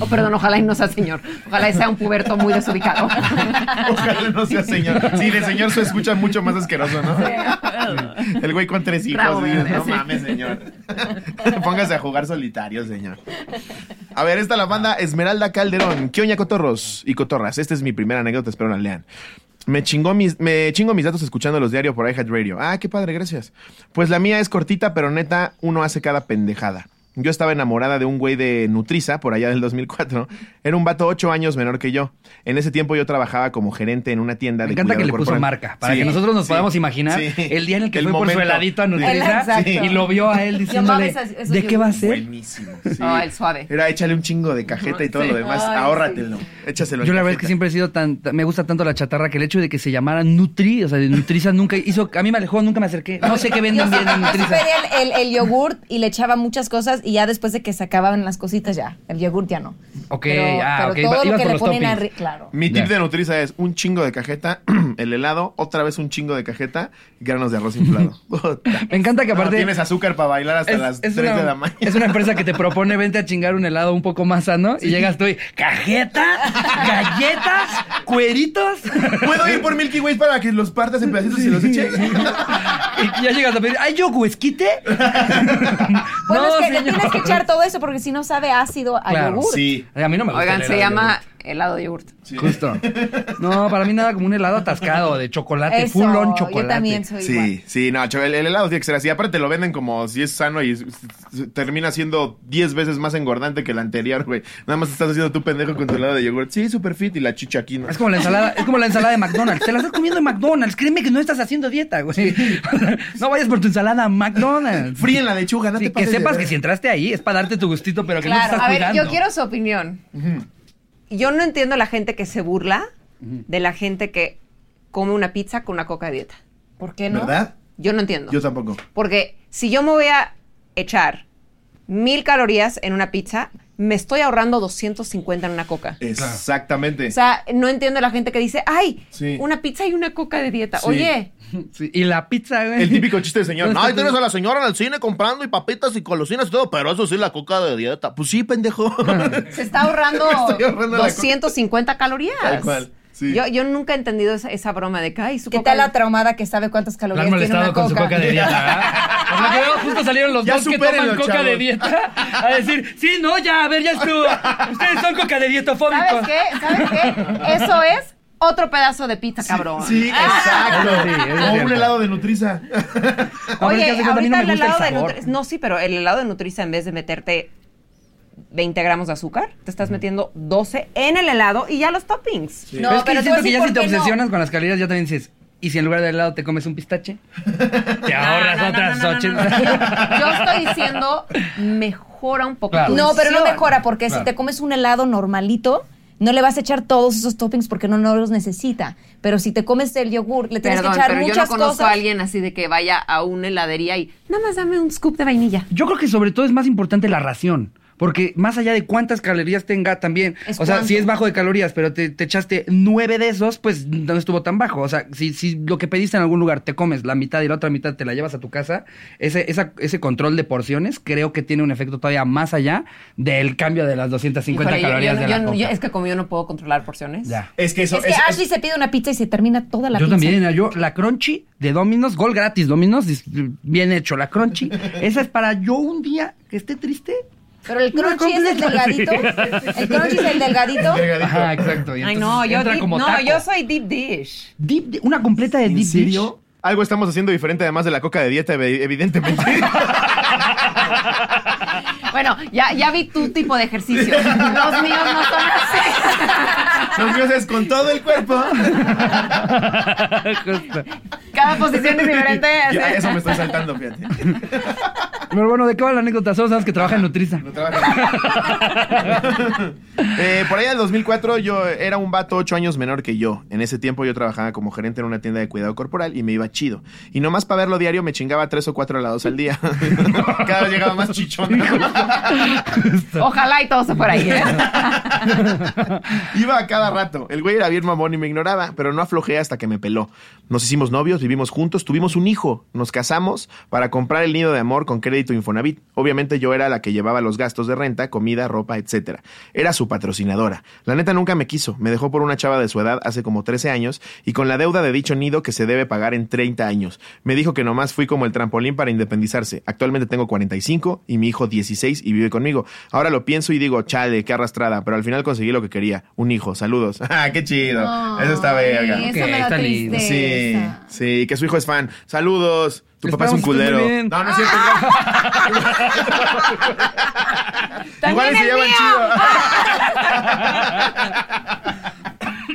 Speaker 3: O perdón, ojalá y no sea señor. Ojalá y sea un puberto muy desubicado.
Speaker 2: (laughs) Ojalá no sea señor. Sí, de señor se escucha mucho más asqueroso, ¿no? El güey con tres hijos.
Speaker 3: Rabo
Speaker 2: y dices,
Speaker 3: verde,
Speaker 2: no
Speaker 3: sí.
Speaker 2: mames, señor. (laughs) Póngase a jugar solitario, señor. A ver, esta la banda Esmeralda Calderón. ¿Qué oña, cotorros y cotorras? Esta es mi primera anécdota, espero la lean. Me, chingó mis, me chingo mis datos escuchándolos diario por iHead Radio. Ah, qué padre, gracias. Pues la mía es cortita, pero neta, uno hace cada pendejada. Yo estaba enamorada de un güey de Nutriza, por allá del 2004. Era un vato ocho años menor que yo. En ese tiempo yo trabajaba como gerente en una tienda
Speaker 1: Me
Speaker 2: de
Speaker 1: encanta que le
Speaker 2: cuidado
Speaker 1: puso
Speaker 2: corporal.
Speaker 1: marca, para
Speaker 2: Sí,
Speaker 1: que nosotros nos
Speaker 2: sí,
Speaker 1: podamos imaginar
Speaker 2: sí.
Speaker 1: el día en el que fue por su
Speaker 2: momento.
Speaker 1: heladito a
Speaker 2: Sí.
Speaker 1: Nutriza
Speaker 4: Exacto.
Speaker 1: y lo vio a él
Speaker 4: amaba
Speaker 1: diciéndole,
Speaker 4: esas- esos
Speaker 1: ¿de qué va a
Speaker 4: dibujos.
Speaker 1: ser?
Speaker 2: Buenísimo. sí.
Speaker 3: Ah, el suave.
Speaker 2: Era échale un chingo de cajeta y todo lo demás.
Speaker 4: Ay,
Speaker 2: Ahórratelo. Échaselo. en
Speaker 1: Yo la verdad es que
Speaker 2: cajeta.
Speaker 1: siempre he sido tan, tan- me gusta tanto la chatarra que el hecho de que se llamara Nutri, o sea, de Nutriza nunca hizo, a mí me alejó, nunca me acerqué. No sé qué
Speaker 4: Yo (laughs)
Speaker 1: venden bien en
Speaker 4: siempre
Speaker 1: Nutriza.
Speaker 4: pedía el, el- el yogurt y le echaba muchas cosas y ya después de que se acababan las cositas ya, el yogurt ya no.
Speaker 1: Ok,
Speaker 4: Pero-
Speaker 1: ah,
Speaker 4: pero
Speaker 1: ok,
Speaker 4: todo
Speaker 1: iba-
Speaker 4: lo
Speaker 1: ibas
Speaker 4: que
Speaker 1: por
Speaker 4: le
Speaker 1: los
Speaker 4: ponen
Speaker 1: toppings.
Speaker 4: arri- claro.
Speaker 2: Mi tip
Speaker 1: Ya.
Speaker 2: de Nutriza es un chingo de cajeta, (clears throat) el helado, otra vez un chingo de cajeta, granos
Speaker 1: (laughs)
Speaker 2: de arroz inflado. Puta.
Speaker 1: Me encanta que
Speaker 2: No,
Speaker 1: aparte...
Speaker 2: tienes azúcar para bailar hasta las 3
Speaker 1: una,
Speaker 2: de la mañana.
Speaker 1: es una empresa que te propone vente a chingar un helado un poco más sano y llegas tú y cajeta, galletas, cueritos.
Speaker 2: (laughs) ¿Puedo ir por Milky Way para que los partas en pedacitos y los eches?
Speaker 1: (laughs) Y ya llegas a pedir, ¿hay yo huesquite?
Speaker 4: (laughs) Bueno, es que le
Speaker 1: señor.
Speaker 4: tienes que echar todo eso porque si no sabe ácido a
Speaker 1: Claro.
Speaker 4: yogur.
Speaker 2: Sí.
Speaker 1: A mí no me gusta.
Speaker 3: Oigan,
Speaker 1: el
Speaker 3: se
Speaker 1: helado de
Speaker 3: llama helado de yogurt.
Speaker 1: yogurt.
Speaker 2: (laughs)
Speaker 1: Justo. No, para mí nada como un helado atascado de chocolate,
Speaker 4: Eso,
Speaker 1: full on chocolate.
Speaker 4: Yo también soy igual.
Speaker 2: Sí, sí, no, chavo, el, el helado tiene que ser así. Aparte te lo venden como si es sano y s- s- termina siendo 10 veces más engordante que el anterior, güey. Nada más estás haciendo tu pendejo con tu helado de yogurt. Sí, super fit y la chicha aquí, ¿no?
Speaker 1: Es como la ensalada, es como la ensalada de McDonald's. Te la estás comiendo en McDonald's. Créeme que no estás haciendo dieta, güey. (laughs) No vayas por tu ensalada a McDonald's.
Speaker 2: Fría en la lechuga, no
Speaker 1: Sí,
Speaker 2: te
Speaker 1: que
Speaker 2: pases de
Speaker 1: sepas que
Speaker 2: verga.
Speaker 1: si entraste ahí es para darte tu gustito, pero que no te
Speaker 3: Claro,
Speaker 1: estás
Speaker 3: a ver,
Speaker 1: cuidando.
Speaker 3: yo quiero su opinión. Yo no entiendo la gente que se burla de la gente que come una pizza con una coca de dieta.
Speaker 4: ¿Por qué no?
Speaker 2: ¿Verdad?
Speaker 3: Yo no entiendo.
Speaker 2: Yo tampoco.
Speaker 3: Porque si yo me voy a echar mil calorías en una pizza, me estoy ahorrando 250 en una coca.
Speaker 2: Exactamente.
Speaker 3: O sea, no entiendo la gente que dice, ay,
Speaker 2: Sí.
Speaker 3: una pizza y una coca de dieta.
Speaker 2: Sí.
Speaker 3: Oye,
Speaker 1: Sí, y la pizza, güey.
Speaker 2: El típico chiste de señor.
Speaker 1: ¿Dónde
Speaker 2: No,
Speaker 1: está
Speaker 2: ahí
Speaker 1: tu-
Speaker 2: tienes a la señora en el cine comprando y papitas y colosinas y todo, pero eso sí, la coca de dieta. Pues sí, pendejo.
Speaker 3: se está ahorrando,
Speaker 2: estoy ahorrando la coca.
Speaker 3: 250 calorías.
Speaker 2: Tal cual, sí.
Speaker 3: Yo, yo nunca he entendido esa, esa broma de que, ay, su
Speaker 4: ¿Qué
Speaker 3: coca
Speaker 4: tal la
Speaker 3: de-
Speaker 4: traumada que sabe cuántas
Speaker 1: La
Speaker 4: calorías
Speaker 1: han
Speaker 4: tiene una
Speaker 1: molestado
Speaker 4: coca?
Speaker 1: con su coca de dieta, ¿verdad? Por lo que veo, justo salieron los
Speaker 2: Ya
Speaker 1: dos que toman
Speaker 2: supérenlo,
Speaker 1: coca
Speaker 2: chavos.
Speaker 1: de dieta a decir, sí, no, ya, a ver, ya estuvo. Ustedes son coca de dietofóbicos.
Speaker 3: ¿Sabes qué? ¿Sabes qué? Eso es otro pedazo de pizza, cabrón.
Speaker 2: (laughs) Sí, exacto.
Speaker 1: Sí, es
Speaker 2: o
Speaker 1: cierto.
Speaker 2: un helado de Nutriza.
Speaker 1: No, pero es
Speaker 3: Oye,
Speaker 1: que hace cuenta, a mí no
Speaker 3: ahorita
Speaker 1: me
Speaker 3: el
Speaker 1: gusta el
Speaker 3: helado de
Speaker 1: sabor.
Speaker 3: Nutriza. No, sí, pero el helado de Nutriza, en vez de meterte 20 gramos de azúcar, te estás metiendo 12 en el helado y ya los toppings.
Speaker 4: No,
Speaker 1: pero es que
Speaker 4: pero
Speaker 1: yo
Speaker 4: te voy
Speaker 1: siento
Speaker 4: a
Speaker 1: que
Speaker 4: decir
Speaker 1: ya si te
Speaker 4: por qué no.
Speaker 1: obsesionas con las calorías, ya también dices, ¿y si en lugar de helado te comes un pistache? Te
Speaker 3: No,
Speaker 1: ahorras
Speaker 3: no, no,
Speaker 1: otras
Speaker 3: no, no, no,
Speaker 1: 80.
Speaker 3: no. Yo estoy diciendo, mejora un poco.
Speaker 1: Claro.
Speaker 3: tu
Speaker 4: No, pero no
Speaker 3: opción.
Speaker 4: mejora porque
Speaker 1: Claro.
Speaker 4: si te comes un helado normalito, no le vas a echar todos esos toppings porque no, no los necesita. Pero si te comes el yogur, le tienes
Speaker 3: Perdón,
Speaker 4: que echar
Speaker 3: pero yo
Speaker 4: muchas
Speaker 3: no conozco
Speaker 4: cosas.
Speaker 3: a alguien así de que vaya a una heladería y nada más dame un scoop de vainilla.
Speaker 1: Yo creo que sobre todo es más importante la ración. Porque más allá de cuántas calorías tenga también,
Speaker 4: Es
Speaker 1: o sea,
Speaker 4: cuánto.
Speaker 1: si es bajo de calorías, pero te, te echaste nueve de esos, pues no estuvo tan bajo. O sea, si, si lo que pediste en algún lugar te comes la mitad y la otra mitad te la llevas a tu casa, ese, esa- ese control de porciones creo que tiene un efecto todavía más allá del cambio de las 250
Speaker 3: Híjole, yo-
Speaker 1: calorías
Speaker 3: yo-
Speaker 1: de
Speaker 3: yo-
Speaker 1: la
Speaker 3: yo-
Speaker 1: coca.
Speaker 3: Es que como yo no puedo controlar porciones.
Speaker 1: Ya.
Speaker 2: Es que eso
Speaker 4: Es que
Speaker 2: es- es-
Speaker 4: Ashley se pide una pizza y se termina toda la
Speaker 1: yo
Speaker 4: pizza.
Speaker 1: también, yo la crunchy de Dominos, gol gratis, Dominos, dis- bien hecho, la crunchy. (laughs) Esa es para yo un día que esté triste.
Speaker 4: Pero el
Speaker 1: No la
Speaker 4: crunchy es el delgadito. El crunchy es
Speaker 1: (laughs)
Speaker 2: (laughs)
Speaker 4: el delgadito.
Speaker 1: Ajá, exacto. y
Speaker 3: Ay,
Speaker 1: entonces
Speaker 3: no, yo,
Speaker 1: entra
Speaker 3: deep-
Speaker 1: como
Speaker 3: no,
Speaker 1: taco.
Speaker 3: yo soy deep dish.
Speaker 1: Deep di- una completa de
Speaker 2: ¿En
Speaker 1: deep
Speaker 2: serio?
Speaker 1: dish.
Speaker 2: Algo estamos haciendo diferente además de la coca de dieta, ev- evidentemente.
Speaker 3: Bueno, ya, ya vi tu tipo de ejercicio. Los míos no son así.
Speaker 2: (laughs) Los dioses con todo el cuerpo.
Speaker 1: (laughs) Justo.
Speaker 3: Cada posición
Speaker 2: (laughs)
Speaker 3: es
Speaker 1: (laughs)
Speaker 3: diferente. así.
Speaker 2: Ya, eso me estoy saltando, fíjate.
Speaker 1: Pero bueno, ¿de qué va la anécdota? Solo sabes que trabaja en (laughs) Nutriza.
Speaker 2: No trabaja. (laughs) Eh, por allá del 2004 yo era un vato ocho años menor que yo. En ese tiempo yo trabajaba como gerente en una tienda de cuidado corporal y me iba chido. Y nomás para verlo diario me chingaba tres o cuatro helados al día. (laughs) Cada vez llegaba más chichón.
Speaker 3: Ojalá y todo se fuera ahí. ¿eh?
Speaker 2: Iba a cada rato. El güey era bien mamón y me ignoraba, pero no aflojé hasta que me peló. Nos hicimos novios, vivimos juntos, tuvimos un hijo, nos casamos para comprar el nido de amor con crédito Infonavit. Obviamente yo era la que llevaba los gastos de renta, comida, ropa, etc. Era su patrocinadora. La neta nunca me quiso, me dejó por una chava de su edad hace como 13 años y con la deuda de dicho nido que se debe pagar en 30 años. Me dijo que nomás fui como el trampolín para independizarse. Actualmente tengo 45 y mi hijo 16 y vive conmigo. Ahora lo pienso y digo, chale, qué arrastrada, pero al final conseguí lo que quería, un hijo. Saludos. (laughs) Ah, qué chido. Eso está verga.
Speaker 4: Ay, Eso
Speaker 1: Ok,
Speaker 4: me da
Speaker 1: está lindo.
Speaker 2: Sí,
Speaker 4: tristeza.
Speaker 2: sí, que su hijo es fan. Saludos. Tu papá es un
Speaker 1: Esperamos que estés
Speaker 2: culero.
Speaker 1: muy bien.
Speaker 2: No, no es cierto.
Speaker 3: También
Speaker 2: Igual se
Speaker 3: el
Speaker 2: llevan
Speaker 3: mío.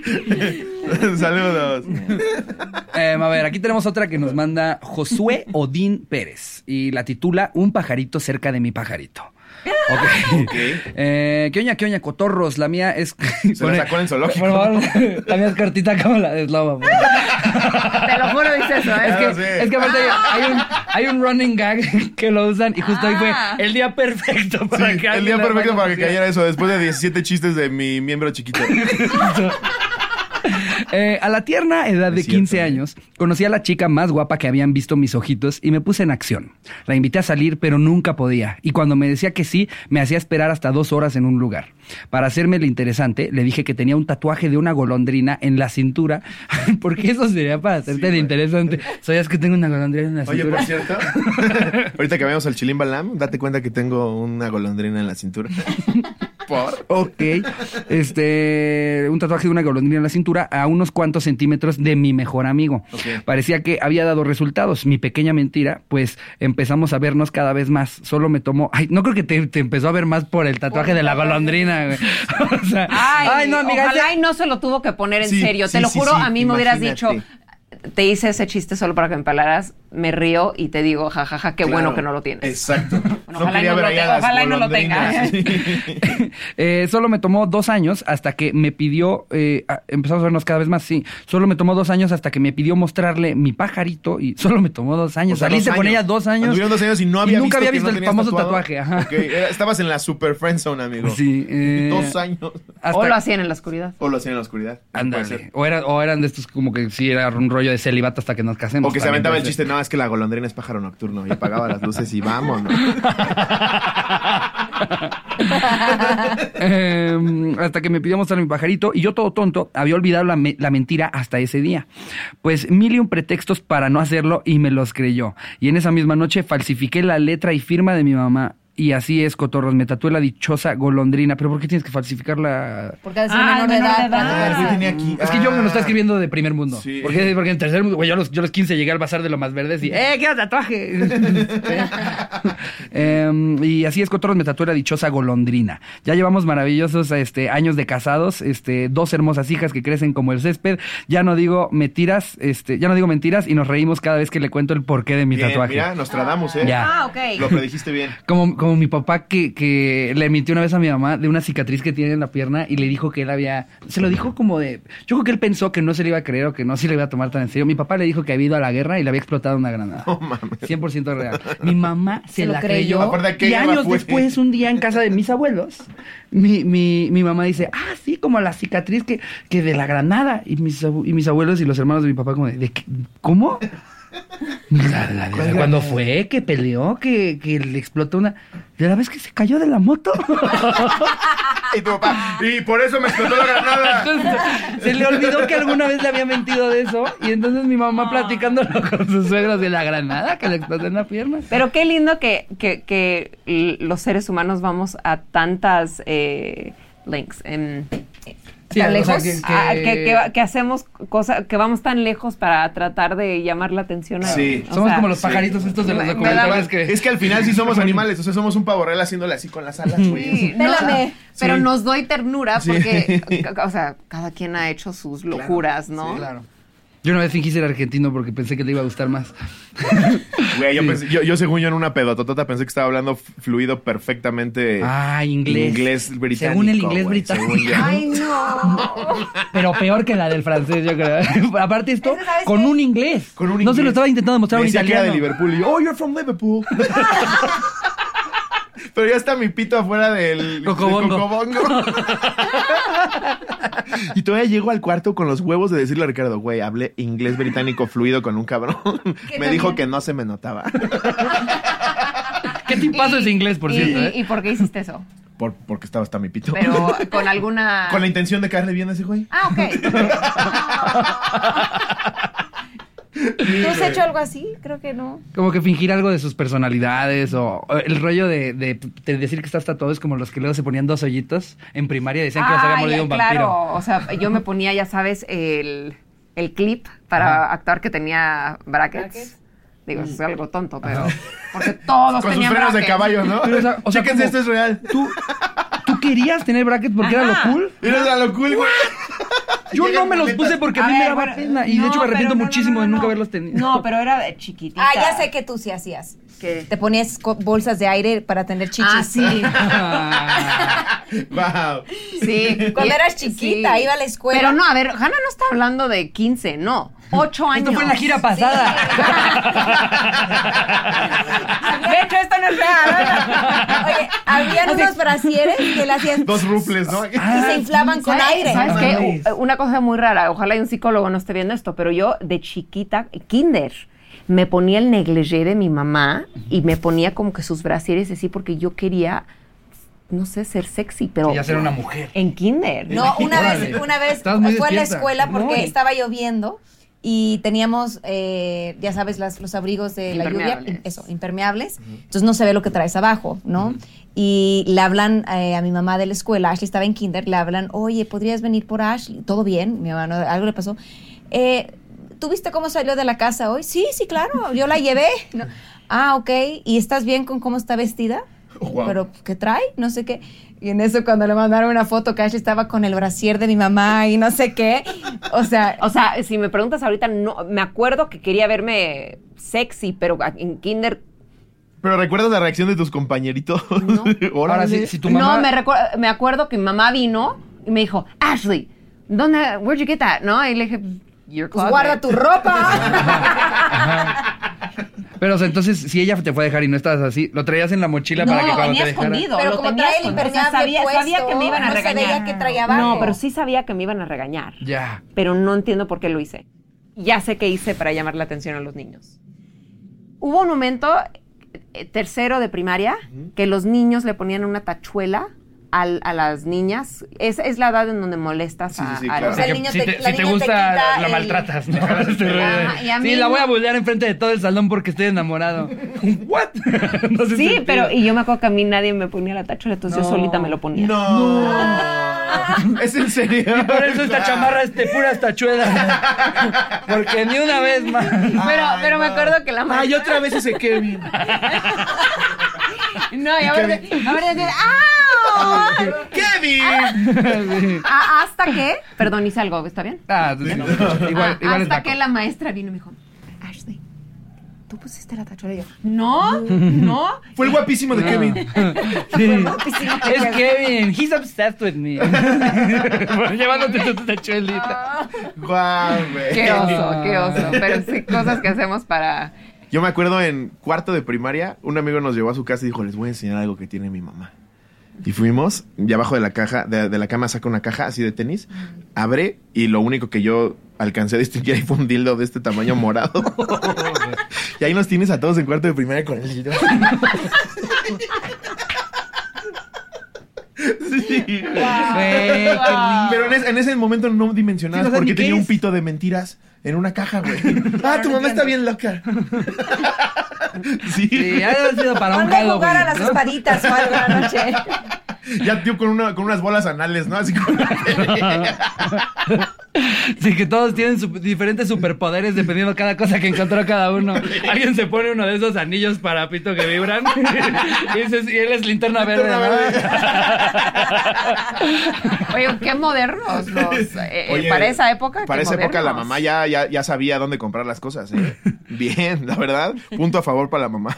Speaker 2: chido. (laughs) Saludos.
Speaker 1: (laughs) Eh, a ver, aquí tenemos otra que nos manda Josué Odín Pérez y la titula Un pajarito cerca de mi pajarito. Ok.
Speaker 2: (laughs)
Speaker 1: Eh, ¿Qué oña, qué oña, cotorros? La mía es.
Speaker 2: Se la sacó en el zoológico.
Speaker 1: Por favor, (laughs) la mía es cartita como la de pues. Slava. por favor.
Speaker 3: Te lo juro, dice eso. ¿eh?
Speaker 1: Es
Speaker 2: Ah,
Speaker 1: que,
Speaker 2: sí.
Speaker 1: es que aparte hay, hay un, hay un running gag (laughs) que lo usan y justo hoy fue
Speaker 3: Ah.
Speaker 1: el día perfecto
Speaker 2: Sí,
Speaker 1: para que
Speaker 2: el
Speaker 1: alguien
Speaker 2: día
Speaker 1: la
Speaker 2: perfecto para que
Speaker 1: reconociera.
Speaker 2: cayera eso, después de 17 chistes de mi miembro
Speaker 1: (laughs)
Speaker 2: chiquito.
Speaker 1: Eh, a la tierna edad de
Speaker 2: Es cierto,
Speaker 1: 15
Speaker 2: ¿eh?
Speaker 1: años, conocí a la chica más guapa que habían visto mis ojitos y me puse en acción. La invité a salir, pero nunca podía. Y cuando me decía que sí, me hacía esperar hasta dos horas en un lugar. Para hacerme el interesante, le dije que tenía un tatuaje de una golondrina en la cintura, (laughs) porque eso sería para hacerte el
Speaker 2: (laughs)
Speaker 1: interesante. ¿Sabías que tengo una golondrina en la
Speaker 2: Oye,
Speaker 1: cintura? (laughs)
Speaker 2: por cierto, ahorita que vemos al Chilim Balam, date cuenta que tengo una golondrina en la
Speaker 1: (laughs)
Speaker 2: cintura. ¿Por?
Speaker 1: Ok. Este, un tatuaje de una golondrina en la cintura a unos cuantos centímetros de mi mejor amigo.
Speaker 2: Ok.
Speaker 1: Parecía que había dado resultados. Mi pequeña mentira, pues empezamos a vernos cada vez más. Solo me tomó. Ay, no creo que te, te empezó a ver más por el tatuaje de la golondrina, güey. (laughs) O sea,
Speaker 3: Ay,
Speaker 1: ay, no, amiga.
Speaker 3: Ojalá
Speaker 1: ese-
Speaker 3: y no se lo tuvo que poner en
Speaker 2: Sí,
Speaker 3: serio.
Speaker 2: sí,
Speaker 3: te lo
Speaker 2: sí,
Speaker 3: juro,
Speaker 2: sí,
Speaker 3: a mí me hubieras dicho.
Speaker 2: imagínate.
Speaker 3: Te hice ese chiste solo para que me palaras, me río y te digo, jajaja, qué bueno que no lo tienes.
Speaker 2: Exacto.
Speaker 3: Bueno, ojalá y no lo
Speaker 2: ahí a
Speaker 3: tenga,
Speaker 2: las
Speaker 3: ojalá y no lo tenga.
Speaker 2: (laughs) golondrinas. Sí.
Speaker 1: (laughs) Eh, solo me tomó dos años hasta que me pidió, eh, a- empezamos a vernos cada vez más, sí, solo me tomó dos años hasta que me pidió mostrarle mi pajarito y (laughs) solo me tomó dos años.
Speaker 2: O sea,
Speaker 1: Saliste
Speaker 2: dos
Speaker 1: con
Speaker 2: años.
Speaker 1: ella dos años.
Speaker 2: Anduvieron dos años y no había
Speaker 1: nunca había
Speaker 2: visto que
Speaker 1: visto
Speaker 2: no
Speaker 1: el
Speaker 2: tenías
Speaker 1: famoso
Speaker 2: tatuado.
Speaker 1: tatuaje. Ajá.
Speaker 2: Ok, era- Estabas en la super friendzone, amigo.
Speaker 1: Sí, eh,
Speaker 2: Dos años.
Speaker 1: hasta-
Speaker 3: O lo hacían en la oscuridad.
Speaker 2: O lo hacían en la oscuridad. Puede
Speaker 1: Ándale.
Speaker 2: ser.
Speaker 1: O, era- o eran de estos como que sí era un rollo de celibato hasta que nos casemos.
Speaker 2: O que se
Speaker 1: también
Speaker 2: aventaba el
Speaker 1: puede
Speaker 2: chiste,
Speaker 1: ser.
Speaker 2: no, es que la golondrina es pájaro nocturno. Y apagaba las luces y vamos.
Speaker 1: (laughs) Em, hasta que me pidió mostrar mi pajarito y yo todo tonto había olvidado la, me- la mentira hasta ese día. Pues mil y un pretextos para no hacerlo y me los creyó. Y en esa misma noche falsifiqué la letra y firma de mi mamá. Y así es, Cotorros, me tatué la dichosa golondrina. ¿Pero por qué tienes que falsificar la...?
Speaker 4: Porque es un
Speaker 3: Ah,
Speaker 4: menor de edad. para
Speaker 2: Yo
Speaker 4: tatuarse.
Speaker 2: tenía aquí.
Speaker 1: Es que yo me lo está escribiendo de primer mundo.
Speaker 2: Sí.
Speaker 1: ¿Por qué? Porque en tercer mundo, güey, yo a los, yo a los 15 llegué al bazar de lo más verdes y, ¡eh, qué tatuaje!
Speaker 2: (laughs)
Speaker 1: (laughs) Em, y así es, Cotorros me tatué la dichosa golondrina. Ya llevamos maravillosos este, años de casados, este, dos hermosas hijas que crecen como el césped. Ya no digo mentiras, este, ya no digo mentiras y nos reímos cada vez que le cuento el porqué de mi
Speaker 2: Bien,
Speaker 1: tatuaje.
Speaker 2: Mira, Nostradamus, ¿eh?
Speaker 1: Ya.
Speaker 3: Ah, ok.
Speaker 2: Lo predijiste bien. (laughs)
Speaker 1: Como, como como mi papá que, que le mintió una vez a mi mamá de una cicatriz que tiene en la pierna y le dijo que él había. Se lo dijo como de. Yo creo que él pensó que no se le iba a creer o que no se le iba a tomar tan en serio. Mi papá le dijo que había ido a la guerra y le había explotado una granada.
Speaker 2: No mames.
Speaker 1: 100% real. Mi mamá se,
Speaker 4: Se lo
Speaker 1: la
Speaker 4: creyó.
Speaker 1: creyó.
Speaker 2: Aparte, ¿a qué
Speaker 1: y
Speaker 2: guerra
Speaker 1: años
Speaker 2: fue?
Speaker 1: después, un día en casa de mis abuelos, mi, mi, mi mamá dice, ah, sí, como la cicatriz que, que de la granada. Y mis, abu- y mis abuelos y los hermanos de mi papá como de, "¿De qué?
Speaker 2: (laughs)
Speaker 1: ¿cómo? La- la- la- cuando fue ¿Eh? que peleó, que, que le explotó una... ¿De la vez que se cayó de la moto? (laughs)
Speaker 2: Y tu papá. Y por eso me explotó la granada.
Speaker 1: Entonces, se le olvidó que alguna vez le había mentido de eso. Y entonces mi
Speaker 3: Ah.
Speaker 1: mamá platicándolo con sus suegros de la granada que le explotó en la pierna.
Speaker 3: Pero qué lindo que, que- que l- los seres humanos vamos a tantas eh, links. em,
Speaker 1: Sí,
Speaker 4: ¿Tan
Speaker 1: o sea,
Speaker 4: lejos?
Speaker 1: que- que-
Speaker 3: a- ah, que, que- que hacemos cosas, que vamos tan lejos para tratar de llamar la atención. a-
Speaker 2: Sí.
Speaker 3: o
Speaker 1: Somos
Speaker 3: sea,
Speaker 1: como los pajaritos estos de los
Speaker 3: me- me
Speaker 1: documentales
Speaker 3: da-
Speaker 1: que...
Speaker 2: Es que al final sí somos animales. O sea, somos un pavorrel haciéndole así con las alas,
Speaker 3: Sí,
Speaker 2: güey.
Speaker 3: no,
Speaker 4: Pélame.
Speaker 3: pero
Speaker 2: Sí.
Speaker 3: nos doy ternura
Speaker 2: Sí.
Speaker 3: porque,
Speaker 1: (laughs)
Speaker 3: ca- ca- o sea, cada quien ha hecho sus locuras, ¿no?
Speaker 1: Claro. Yo una vez fingí ser argentino porque pensé que le iba a gustar más.
Speaker 2: Güey, yo, pensé- yo, yo según yo en una pedototota pensé que estaba hablando fluido perfectamente.
Speaker 1: Ah, inglés.
Speaker 2: Eh, Inglés británico.
Speaker 1: Según el inglés
Speaker 2: güey,
Speaker 1: británico.
Speaker 2: según yo.
Speaker 4: Ay, no.
Speaker 1: Pero peor que la del francés, yo creo. (laughs) Aparte esto,
Speaker 4: Ese, ¿sabes
Speaker 1: con
Speaker 4: qué?
Speaker 1: un inglés.
Speaker 2: Con un
Speaker 1: No se
Speaker 2: inglés.
Speaker 1: lo estaba intentando mostrar a
Speaker 2: Me
Speaker 1: un
Speaker 2: decía que
Speaker 1: italiano.
Speaker 2: era de Liverpool y yo, oh, you're from Liverpool. (laughs) Pero ya está mi pito afuera del del
Speaker 1: Cocobongo. (laughs)
Speaker 2: Cocobongo. y todavía llego al cuarto con los huevos de decirle a Ricardo, güey, hablé inglés británico fluido con un cabrón.
Speaker 3: (laughs)
Speaker 2: me dijo que no se me notaba.
Speaker 1: ¿Qué tipazo
Speaker 3: Y-
Speaker 1: es inglés, por
Speaker 3: y-
Speaker 1: cierto?
Speaker 3: y-
Speaker 1: eh?
Speaker 3: ¿Y por qué
Speaker 1: (laughs)
Speaker 3: hiciste eso?
Speaker 2: Por- porque estaba hasta mi pito. (laughs)
Speaker 3: Pero ah, con alguna...
Speaker 2: Con la intención de caerle bien a ese güey.
Speaker 3: Ah, ok.
Speaker 4: ah,
Speaker 1: (laughs)
Speaker 4: ¿Tú has hecho algo así? Creo que no.
Speaker 1: Como que fingir algo de sus personalidades o o el rollo de, de- de decir que estás tatuado es como los que luego se ponían dos hoyitos en primaria y decían que los había
Speaker 3: Ay,
Speaker 1: mordido un vampiro.
Speaker 3: claro. O sea, yo me ponía, ya sabes, el, el clip para actuar que tenía brackets. Digo, es algo tonto,
Speaker 1: (laughs)
Speaker 3: pero... Porque todos
Speaker 2: Con sus
Speaker 3: tenían
Speaker 2: frenos de
Speaker 3: brackets.
Speaker 2: caballo, ¿no?
Speaker 1: Pero, o sea- o sea, como-
Speaker 2: Chéquense, esto es real.
Speaker 1: ¿Tú, tú querías tener brackets porque era
Speaker 3: Ajá.
Speaker 1: lo cool?
Speaker 2: Mira la locura, güey.
Speaker 1: Yo
Speaker 2: Llegan
Speaker 1: no me los
Speaker 2: culetas.
Speaker 1: puse porque a
Speaker 3: A
Speaker 1: mí me
Speaker 3: ver,
Speaker 1: daba
Speaker 3: bueno,
Speaker 1: pena. Y
Speaker 3: no,
Speaker 1: de hecho me
Speaker 3: pero
Speaker 1: arrepiento
Speaker 3: no, no,
Speaker 1: muchísimo
Speaker 3: no,
Speaker 1: de
Speaker 3: no.
Speaker 1: nunca haberlos tenido. (laughs)
Speaker 3: No, pero era de chiquitita.
Speaker 4: Ah, ya sé que tú sí hacías.
Speaker 3: ¿Qué?
Speaker 4: Te ponías co- bolsas de aire para tener chichis.
Speaker 3: Ah,
Speaker 4: (laughs)
Speaker 3: sí.
Speaker 1: Ah,
Speaker 2: (laughs) Wow.
Speaker 3: (laughs) Sí.
Speaker 4: Cuando
Speaker 3: Y-
Speaker 4: eras chiquita, iba a la escuela.
Speaker 3: Pero no, a ver, Hanna no está hablando de 15, no. 8 años.
Speaker 1: Esto fue en la gira (laughs) pasada.
Speaker 4: De hecho, esto no es real. Oye, habían unos brasieres que le hacían
Speaker 2: Dos ruples, ¿no?
Speaker 3: Ah,
Speaker 1: Ah,
Speaker 4: y se inflaban con
Speaker 3: ¿Sabes-
Speaker 4: aire.
Speaker 3: ¿Sabes qué?
Speaker 1: Mames.
Speaker 3: U- Una cosa muy rara, ojalá y un psicólogo no esté viendo esto, pero yo de chiquita, kinder, me ponía el negligé de mi mamá y me ponía como que sus brasieres así porque yo quería, no sé, ser sexy, pero...
Speaker 1: Quería ser una mujer.
Speaker 3: En kinder.
Speaker 4: No, una
Speaker 1: Órale.
Speaker 4: vez, una vez
Speaker 1: Estabas muy
Speaker 4: fue a la
Speaker 1: despierta.
Speaker 4: escuela porque
Speaker 1: Muy.
Speaker 4: estaba lloviendo y teníamos, eh, ya sabes, las- los abrigos de la lluvia,
Speaker 3: Impermeables.
Speaker 4: eso, impermeables. Entonces no se ve lo que traes abajo, ¿no? Y le hablan eh, a mi mamá de la escuela, Ashley estaba en kinder, le hablan, oye, ¿podrías venir por Ashley? Todo bien, mi mamá, no- algo le pasó. Eh, ¿Tú viste cómo salió de la casa hoy? Sí, sí, claro, yo la llevé. ¿no? Ah, ok. ¿Y estás bien con cómo está vestida?
Speaker 2: Wow.
Speaker 4: Pero, ¿qué trae? No sé qué. Y en eso, cuando le mandaron una foto, que Ashley estaba con el brasier de mi mamá y no sé qué. O sea, pues
Speaker 3: O sea, si me preguntas ahorita, no, me acuerdo que quería verme sexy, pero a- en kinder
Speaker 2: Pero recuerdas la reacción de tus compañeritos.
Speaker 3: No.
Speaker 1: Ahora
Speaker 2: (laughs) Órale.
Speaker 1: sí, si tu mamá.
Speaker 3: No, me, recuer- me acuerdo que mi mamá vino y me dijo, Ashley, ¿dónde, where'd you get that? ¿No? Y le dije, your
Speaker 4: pues
Speaker 3: closet.
Speaker 4: guarda tu ropa.
Speaker 3: (laughs)
Speaker 1: Pero o sea, entonces, si ella te fue a dejar y no estabas así, lo traías en la mochila
Speaker 3: No,
Speaker 1: para que
Speaker 3: lo
Speaker 1: cuando
Speaker 3: tenía
Speaker 1: te dejara.
Speaker 3: escondido.
Speaker 4: Pero
Speaker 3: lo
Speaker 4: como
Speaker 3: tenía
Speaker 4: trae el
Speaker 3: escondido. O sea,
Speaker 4: impermeable
Speaker 3: sabía,
Speaker 4: puesto,
Speaker 3: sabía que me iban a
Speaker 4: no se
Speaker 3: regañar.
Speaker 4: veía que traía abajo.
Speaker 3: No, pero sí sabía que me iban a regañar.
Speaker 1: Ya.
Speaker 3: Pero no entiendo por qué lo hice. Ya sé qué hice para llamar la atención a los niños. Hubo un momento, eh, tercero de primaria, que los niños le ponían una tachuela al- a las niñas. Es, es la edad en donde molestas
Speaker 2: Sí, sí,
Speaker 3: a,
Speaker 2: sí,
Speaker 3: a
Speaker 2: claro.
Speaker 3: los
Speaker 4: O sea, el
Speaker 1: Que
Speaker 4: niño
Speaker 1: si
Speaker 4: te-
Speaker 1: te,
Speaker 4: la
Speaker 1: si te
Speaker 4: niña te
Speaker 1: gusta,
Speaker 4: quita
Speaker 1: la
Speaker 4: el-
Speaker 1: maltratas,
Speaker 4: (laughs)
Speaker 1: ¿no? Este rollo de-
Speaker 3: Ajá, y a
Speaker 1: sí,
Speaker 3: mí
Speaker 1: la voy a
Speaker 3: no.
Speaker 1: bullear enfrente de todo el salón porque estoy
Speaker 4: (laughs)
Speaker 1: enamorado. ¿What? (laughs) No hace
Speaker 3: Sí,
Speaker 1: sentido.
Speaker 3: pero y yo me acuerdo que a mí nadie me ponía la tachuela, entonces
Speaker 1: No.
Speaker 3: yo solita me lo ponía.
Speaker 2: No. (laughs) Es en serio.
Speaker 1: Por eso esta chamarra es de puras
Speaker 4: (laughs)
Speaker 1: tachuelas. Porque ni una vez más. (laughs)
Speaker 3: Pero,
Speaker 2: Ay,
Speaker 3: pero me
Speaker 2: no.
Speaker 3: acuerdo que la maestra...
Speaker 2: Ay, otra vez ese Kevin.
Speaker 3: (laughs) No, y aparte, aparte decía, ¡ah!
Speaker 2: ¡Kevin!
Speaker 1: Sí.
Speaker 3: Ah, ¿Hasta que? Perdón, hice algo, ¿está bien?
Speaker 4: (laughs)
Speaker 1: Ah, sí, no. Igual,
Speaker 3: Ah,
Speaker 1: igual es
Speaker 3: hasta
Speaker 1: naco.
Speaker 3: que la maestra vino y me dijo, Ashley,
Speaker 4: tú pusiste la tachuela. Y yo, no, no.
Speaker 2: (laughs) Fue el guapísimo de
Speaker 1: No.
Speaker 4: (laughs)
Speaker 2: Kevin.
Speaker 1: Sí.
Speaker 4: guapísimo.
Speaker 1: Es Kevin. He's obsessed with me. (laughs) Por llevándote tu tachuelita.
Speaker 2: Guau, güey.
Speaker 3: Qué oso, qué oso. Pero sí, cosas que hacemos para.
Speaker 2: Yo me acuerdo en cuarto de primaria, un amigo nos llevó a su casa y dijo, les voy a enseñar algo que tiene mi mamá. Y fuimos, y abajo de la caja, de, de la cama saca una caja así de tenis, abre, y lo único que yo alcancé a distinguir ahí fue un dildo de este tamaño morado. y ahí nos tienes a todos en cuarto de primaria con el dildo. Sí, güey.
Speaker 4: Ah.
Speaker 1: Güey, qué lindo.
Speaker 2: Pero en, es- en ese momento Ah. no dimensionabas
Speaker 1: Sí, no sé
Speaker 2: por
Speaker 1: ni
Speaker 2: qué
Speaker 1: qué
Speaker 2: tenía un
Speaker 1: es.
Speaker 2: pito de mentiras en una caja, (laughs) güey. ah, tu mamá está bien (laughs) loca. sí.
Speaker 1: Sí, ha de haber sido para un
Speaker 4: Ponle a
Speaker 1: Halloween.
Speaker 4: jugar a las
Speaker 1: ¿no?
Speaker 4: espaditas o algo la noche.
Speaker 3: (laughs)
Speaker 2: Ya tío con, una, con unas bolas anales, ¿no? Así con...
Speaker 1: (laughs) Sí, que todos tienen su- diferentes superpoderes dependiendo cada cosa que encontró cada uno. Alguien se pone uno de esos anillos para pito que vibran. (laughs) y, dices, y él es linterna verde.
Speaker 2: Linterna
Speaker 1: ¿no?
Speaker 2: (laughs)
Speaker 3: Oye, qué modernos los. eh,
Speaker 2: Oye,
Speaker 3: para esa época. qué
Speaker 2: Para esa época la
Speaker 3: modernos.
Speaker 2: mamá ya, ya, ya sabía dónde comprar las cosas, (laughs) ¿eh? Bien, la verdad. Punto a favor para la mamá.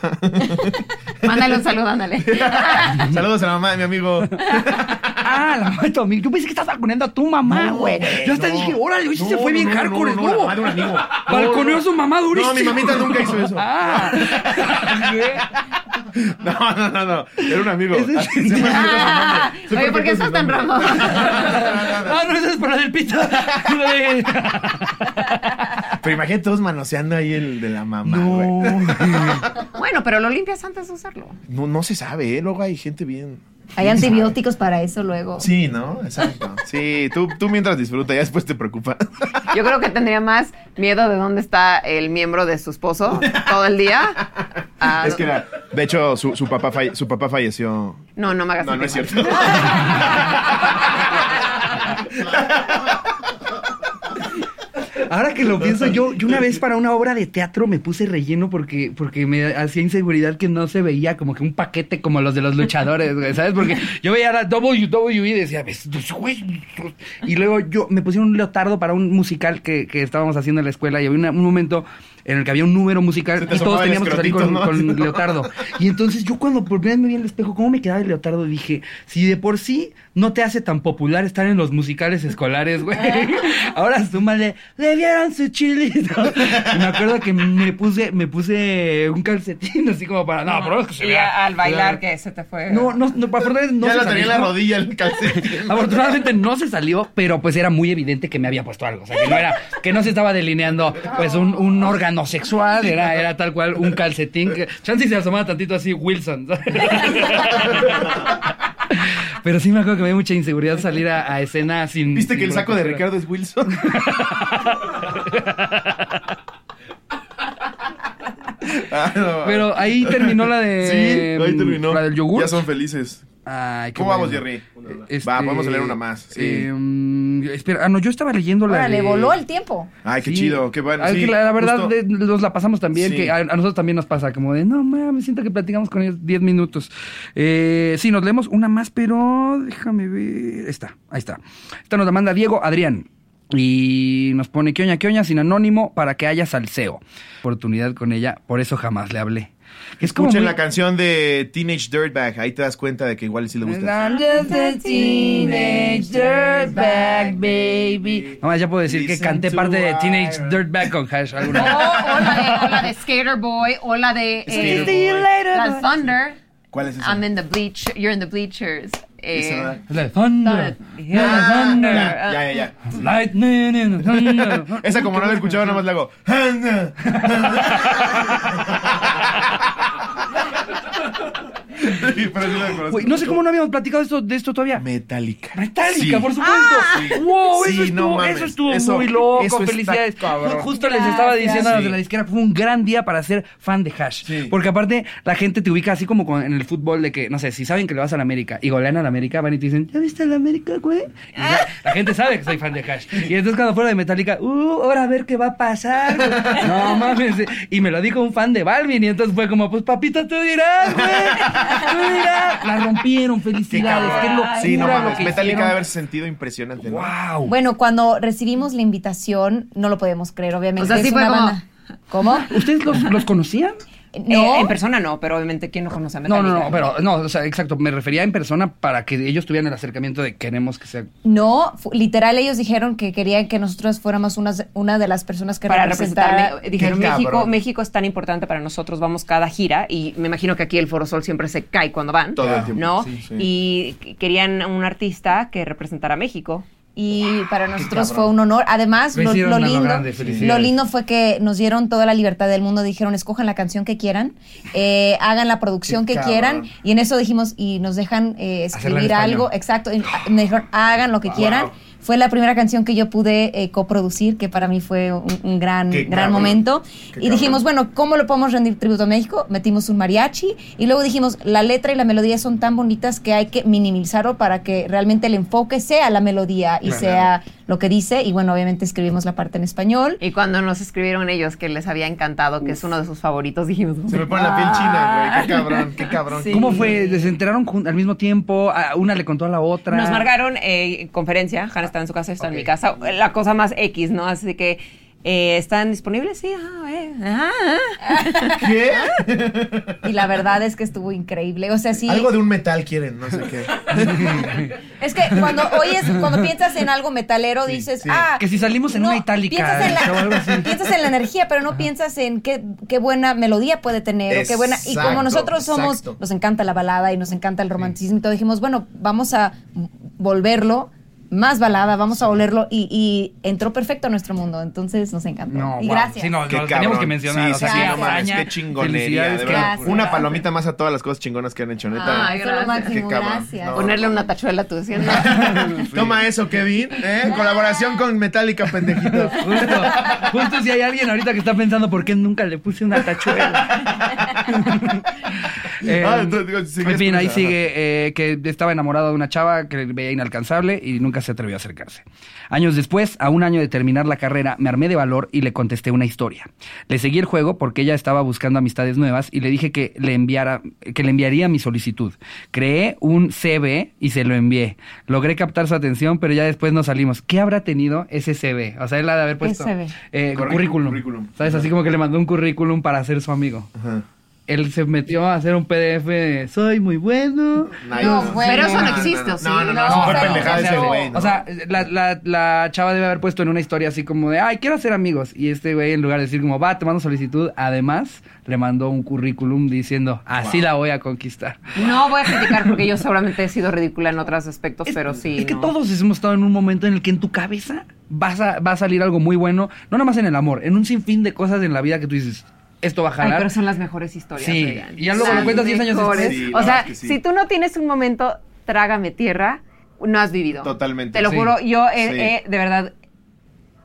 Speaker 3: Mándale un
Speaker 2: (laughs)
Speaker 3: saludo, ándale.
Speaker 2: Saludos a la mamá de mi amigo.
Speaker 1: Ah, la mamá de tu amigo. Yo pensé que estabas balconeando a tu mamá,
Speaker 2: No,
Speaker 1: güey. Yo hasta
Speaker 2: no.
Speaker 1: dije, órale, hoy sí se
Speaker 2: No,
Speaker 1: fue
Speaker 2: no,
Speaker 1: bien
Speaker 2: no, no,
Speaker 1: hardcore
Speaker 2: no,
Speaker 1: el
Speaker 2: no, la
Speaker 1: nuevo.
Speaker 2: mamá de un amigo. No,
Speaker 1: Balconeó
Speaker 2: no.
Speaker 1: a su mamá durísimo.
Speaker 2: No, mi mamita nunca hizo eso.
Speaker 1: Ah.
Speaker 2: (laughs) No, no, no, no. Era un amigo. Ah,
Speaker 1: Ese es-
Speaker 2: Se fue amigo de su mamá. Se
Speaker 3: Oye,
Speaker 2: fue
Speaker 3: ¿por qué
Speaker 2: amigo de su
Speaker 3: estás tan
Speaker 2: mamá.
Speaker 1: (laughs)
Speaker 3: ramo?
Speaker 2: (laughs)
Speaker 1: Ah, no, eso es por la del pito. (laughs) Lo de-
Speaker 2: Pero imagínate todos manoseando ahí el de la mamá, güey. No.
Speaker 3: Bueno, pero lo limpias antes de usarlo.
Speaker 2: no, se sabe, ¿eh? Luego hay gente bien.
Speaker 4: Hay antibióticos para eso luego.
Speaker 2: Sí, ¿no? Exacto. Sí, tú, tú mientras disfrutas, ya después te preocupas.
Speaker 3: Yo creo que tendría más miedo de dónde está el miembro de su esposo todo el día. Ah,
Speaker 2: Es que era. De hecho, su, su papá, falle- su papá falleció.
Speaker 3: No, no me hagas
Speaker 2: No, no es
Speaker 3: sentir (laughs)
Speaker 2: cierto. (laughs)
Speaker 1: Ahora que lo pienso, yo, yo una vez para una obra de teatro me puse relleno porque, porque me hacía inseguridad que no se veía como que un paquete como los de los luchadores, güey, ¿sabes? Porque yo veía la WWE y decía, "Ves, pues, güey". Y luego yo me pusieron un leotardo para un musical que, que estábamos haciendo en la escuela y había una- un momento en el que había un número musical
Speaker 2: Se te
Speaker 1: y todos
Speaker 2: asomaba el
Speaker 1: teníamos que salir con,
Speaker 2: escrotito,
Speaker 1: con
Speaker 2: (laughs) ¿no?
Speaker 1: leotardo. Y entonces yo cuando por primera vez me vi en el espejo, ¿cómo me quedaba el leotardo? Dije, si de por sí no te hace tan popular estar en los musicales escolares,
Speaker 3: (laughs)
Speaker 1: güey. Ahora súmale, le dieron su chilito. Y me acuerdo que me puse, me puse un calcetín así como para, no, Ah, pero es que se
Speaker 3: Y
Speaker 1: vea".
Speaker 3: a- al bailar que se te fue.
Speaker 1: No, no, no, para fortuna- no
Speaker 2: ya
Speaker 1: se
Speaker 2: la tenía en
Speaker 1: salió.
Speaker 2: la rodilla el calcetín.
Speaker 1: (laughs) Afortunadamente no se salió, pero pues era muy evidente que me había puesto algo. O sea, que no era, que no se estaba delineando pues un, un órgano sexual, era, era tal cual un calcetín. Que, chance y se asomaba tantito así Wilson. ¿sabes? Pero sí me acuerdo que me dio mucha inseguridad salir a, a escena sin.
Speaker 2: ¿Viste que
Speaker 1: sin
Speaker 2: el saco de
Speaker 1: protectora.
Speaker 2: Ricardo es Wilson?
Speaker 1: (laughs)
Speaker 2: Ah, no.
Speaker 1: Pero ahí terminó la de.
Speaker 2: Sí, ahí terminó.
Speaker 1: La del yogur.
Speaker 2: Ya son felices.
Speaker 1: Ay, qué
Speaker 2: ¿Cómo vamos,
Speaker 1: bueno.
Speaker 2: Jerry?
Speaker 1: Eh,
Speaker 2: Va,
Speaker 1: este,
Speaker 2: vamos a leer una más. Sí.
Speaker 1: em, espera, ah, no, yo estaba leyendo la.
Speaker 4: Ahora le
Speaker 1: de-
Speaker 4: voló el tiempo.
Speaker 2: Ay, qué
Speaker 1: Sí.
Speaker 2: chido, qué bueno.
Speaker 1: Ah, es
Speaker 2: sí,
Speaker 1: que la, la verdad,
Speaker 2: justo.
Speaker 1: de- nos la pasamos también,
Speaker 2: Sí.
Speaker 1: que a, a nosotros también nos pasa, como de, no mames, siento que platicamos con ellos 10 minutos. Eh, sí, nos leemos una más, pero déjame ver. Está, ahí está. Esta nos la manda Diego Adrián. Y nos pone que oña, que oña, sin anónimo para que haya salseo. Oportunidad con ella, por eso jamás le hablé. Que Es como
Speaker 2: Escuchen
Speaker 1: muy-
Speaker 2: la canción de Teenage Dirtbag, ahí te das cuenta de que igual sí le gusta.
Speaker 1: I'm just a teenage dirtbag, baby. No, ya puedo decir que
Speaker 2: Listen
Speaker 1: canté
Speaker 2: to
Speaker 1: parte de
Speaker 2: why-
Speaker 1: Teenage Dirtbag con Hash alguna vez.
Speaker 3: O, o la de, o la de Skater Boy, o la de eh,
Speaker 2: Skater See you Boy.
Speaker 3: la Thunder.
Speaker 2: ¿Cuál es esa?
Speaker 3: I'm in the bleach, you're in the bleachers. Eh,
Speaker 2: Esa-
Speaker 1: Es la de Thunder. la
Speaker 3: Yeah.
Speaker 1: de Thunder.
Speaker 2: Ya, ya, ya.
Speaker 1: Lightning in the thunder.
Speaker 2: (laughs) Esa como no la he escuchado, nada más la hago.
Speaker 1: (laughs)
Speaker 2: (laughs) Sí, pero sí la conozco.
Speaker 1: Güey, no sé cómo no habíamos platicado esto, de esto todavía.
Speaker 2: Metallica.
Speaker 1: Metallica,
Speaker 2: Sí.
Speaker 1: por supuesto. Wow, eso,
Speaker 2: Sí,
Speaker 1: estuvo,
Speaker 2: no mames.
Speaker 1: eso estuvo
Speaker 2: Eso-
Speaker 1: muy loco.
Speaker 2: eso está
Speaker 1: Felicidades.
Speaker 2: cabrón.
Speaker 1: Justo les estaba diciendo a los de
Speaker 2: Sí.
Speaker 1: la disquera fue un gran día para ser fan de Hash.
Speaker 2: Sí.
Speaker 1: Porque aparte, la gente te ubica así como con- en el fútbol de que, no sé, si saben que le vas a la América y golean a la América, van y te dicen, ¿ya viste a la América, güey? Y ya, la gente sabe que soy fan de Hash. Y entonces cuando fuera de Metallica, uh, ahora a ver qué va a pasar. güey". No mames. Y me lo dijo un fan de Balvin. Y entonces fue como, pues papito, tú dirás, güey. Tú dirás. La rompieron,
Speaker 2: Qué
Speaker 1: felicidades. Qué,
Speaker 2: cabrón.
Speaker 1: locura
Speaker 2: Sí, no
Speaker 1: lo
Speaker 2: mames.
Speaker 1: que
Speaker 2: Metallica
Speaker 1: hicieron.
Speaker 2: debe haberse sentido impresionante. ¿no?
Speaker 1: ¡Wow!
Speaker 4: Bueno, cuando recibimos la invitación, no lo podemos creer, obviamente.
Speaker 3: o sea,
Speaker 4: es
Speaker 3: sí fue
Speaker 4: una
Speaker 3: como. Eh,
Speaker 4: banda.
Speaker 3: (laughs)
Speaker 4: ¿Cómo?
Speaker 1: ¿Ustedes los, los conocían?
Speaker 4: No.
Speaker 3: en persona no, pero obviamente, ¿quién no conoce a
Speaker 1: No, no,
Speaker 3: Metallica?
Speaker 1: no, pero no, o sea, exacto, me refería en persona para que ellos tuvieran el acercamiento de queremos que sea
Speaker 4: Pues No, fu- literal ellos dijeron que querían que nosotros fuéramos unas- una de las personas que
Speaker 3: para
Speaker 4: representara-
Speaker 3: representarme. Dijeron,
Speaker 2: Qué
Speaker 3: México,
Speaker 2: cabrón.
Speaker 3: México es tan importante para nosotros, vamos cada gira y me imagino que aquí el Foro Sol siempre se cae cuando van,
Speaker 2: Todo el tiempo,
Speaker 3: ¿no?
Speaker 2: sí, sí.
Speaker 3: Y qu- querían un artista que representara a México.
Speaker 4: Y para nosotros
Speaker 1: cabrón.
Speaker 4: fue un honor. Además,
Speaker 1: Lo
Speaker 4: lo,
Speaker 1: hicieron
Speaker 4: lo
Speaker 1: a lo
Speaker 4: lindo,
Speaker 1: grande,
Speaker 4: lo
Speaker 1: felicidades.
Speaker 4: lindo fue que nos dieron toda la libertad del mundo. Dijeron, escojan la canción que quieran, eh, hagan la producción
Speaker 2: Qué
Speaker 4: que quieran.
Speaker 2: cabrón.
Speaker 4: Y en eso dijimos, y nos dejan eh,
Speaker 1: Hacerla en
Speaker 4: escribir algo.
Speaker 1: español.
Speaker 4: Exacto. Y, ah, me dijeron, hagan lo que quieran. Fue la primera canción que yo pude eh, coproducir, que para mí fue un, un gran,
Speaker 2: Qué
Speaker 4: gran
Speaker 2: cabrón.
Speaker 4: momento.
Speaker 2: Qué
Speaker 4: y dijimos, bueno, ¿cómo lo podemos rendir tributo a México? Metimos un mariachi y luego dijimos, la letra y la melodía son tan bonitas que hay que minimizarlo para que realmente el enfoque sea la melodía y
Speaker 1: Claro.
Speaker 4: sea lo que dice. Y bueno, obviamente escribimos la parte en español.
Speaker 3: Y cuando nos escribieron ellos que les había encantado, que es uno de sus favoritos, dijimos,
Speaker 2: Se me pone la piel china, güey. Qué cabrón, qué cabrón.
Speaker 3: Sí.
Speaker 1: ¿Cómo fue? ¿Les enteraron jun- al mismo tiempo? ¿A- ¿Una le contó a la otra?
Speaker 3: Nos marcaron eh, conferencia, Han está en su casa, yo estoy
Speaker 1: Ok.
Speaker 3: en mi casa, eh, la cosa más X, ¿no? Así que, eh, ¿están disponibles? Sí, ajá, eh, ajá, ajá.
Speaker 2: ¿Qué?
Speaker 4: Y la verdad es que estuvo increíble. O sea, sí.
Speaker 5: Algo de un metal quieren, no sé qué.
Speaker 4: Es que cuando oyes, cuando piensas en algo metalero, dices,
Speaker 2: sí.
Speaker 4: ah.
Speaker 1: Que si salimos en una itálica,
Speaker 4: Piensas en,
Speaker 1: o algo así.
Speaker 4: la, piensas en la energía, pero no piensas en qué, qué buena melodía puede tener. o qué buena, y como
Speaker 5: Exacto,
Speaker 4: nosotros somos,
Speaker 5: exacto.
Speaker 4: nos encanta la balada y nos encanta el romanticismo, y todo, dijimos, bueno, vamos a volverlo más balada, vamos a olerlo. Y, y entró perfecto a nuestro mundo. Entonces nos encantó.
Speaker 1: No,
Speaker 4: y
Speaker 1: wow.
Speaker 4: gracias.
Speaker 1: Sí, no,
Speaker 2: Qué
Speaker 1: lo teníamos
Speaker 2: cabrón.
Speaker 1: que mencionar.
Speaker 2: Sí,
Speaker 1: o sea,
Speaker 2: sí,
Speaker 1: qué
Speaker 2: sí, no mames,
Speaker 1: hazaña,
Speaker 2: qué chingonería.
Speaker 1: felicidades,
Speaker 2: de
Speaker 1: qué
Speaker 2: verdad.
Speaker 4: Gracias.
Speaker 2: Una palomita más a todas las cosas chingonas que han hecho, neta. (laughs)
Speaker 4: Ay, fue lo
Speaker 3: gracias.
Speaker 4: máximo,
Speaker 2: Qué cabrón.
Speaker 4: gracias.
Speaker 2: No.
Speaker 3: Ponerle una tachuela a tu hacienda.
Speaker 2: Toma eso, Kevin. ¿eh? Colaboración con
Speaker 1: (laughs)
Speaker 2: Metallica, pendejito.
Speaker 1: Justo, justo si hay alguien ahorita que está pensando por qué nunca le puse una
Speaker 2: (laughs)
Speaker 1: tachuela. Eh,
Speaker 2: Ah, tú- digo, sigues
Speaker 1: en fin, ahí
Speaker 2: pensando.
Speaker 1: sigue eh, que estaba enamorado de una chava que veía inalcanzable y nunca se atrevió a acercarse. Años después, a un año de terminar la carrera, me armé de valor y le contesté una historia. Le seguí el juego porque ella estaba buscando amistades nuevas y le dije que le enviara, que le enviaría mi solicitud. Creé un CV y se lo envié. Logré captar su atención, pero ya después nos salimos. ¿Qué habrá tenido ese CV? O sea, él ha de haber puesto
Speaker 3: CV?
Speaker 1: eh,
Speaker 2: Currículum,
Speaker 1: currículum.
Speaker 2: currículum.
Speaker 1: ¿Sabes? Así como que le mandó un currículum para ser su amigo.
Speaker 2: Ajá.
Speaker 1: Él se metió a hacer un PDF de soy muy bueno.
Speaker 2: Nice.
Speaker 4: No, bueno. Pero eso no
Speaker 3: existe, ¿o sí?
Speaker 2: No, no, no.
Speaker 4: No,
Speaker 2: eso fue
Speaker 4: pero-
Speaker 2: pendejada ese
Speaker 4: pero-
Speaker 2: güey. ¿no?
Speaker 1: O sea, la, la- la chava debe haber puesto en una historia así como de, ay, quiero hacer amigos. Y este güey, en lugar de decir como, va, te mando solicitud, además le mandó un currículum diciendo, así la voy a conquistar.
Speaker 3: No voy a criticar porque yo seguramente he sido ridícula en otros aspectos, pero sí.
Speaker 1: Es que
Speaker 3: no.
Speaker 1: todos hemos estado en un momento en el que en tu cabeza vas a, va a salir algo muy bueno, no nada más en el amor, en un sinfín de cosas en la vida que tú dices, esto va a
Speaker 3: Ay,
Speaker 1: jalar.
Speaker 3: pero son las mejores historias.
Speaker 1: Sí,
Speaker 3: oigan.
Speaker 1: y ya luego lo
Speaker 3: Las
Speaker 1: cuentas 10 años después.
Speaker 3: mejores.
Speaker 2: Sí, la
Speaker 3: o
Speaker 2: verdad
Speaker 3: sea,
Speaker 2: es que sí.
Speaker 3: si tú no tienes un momento, trágame tierra, no has vivido.
Speaker 2: Totalmente.
Speaker 3: Te lo
Speaker 1: Sí.
Speaker 3: juro, yo he-
Speaker 2: Sí.
Speaker 3: he- de verdad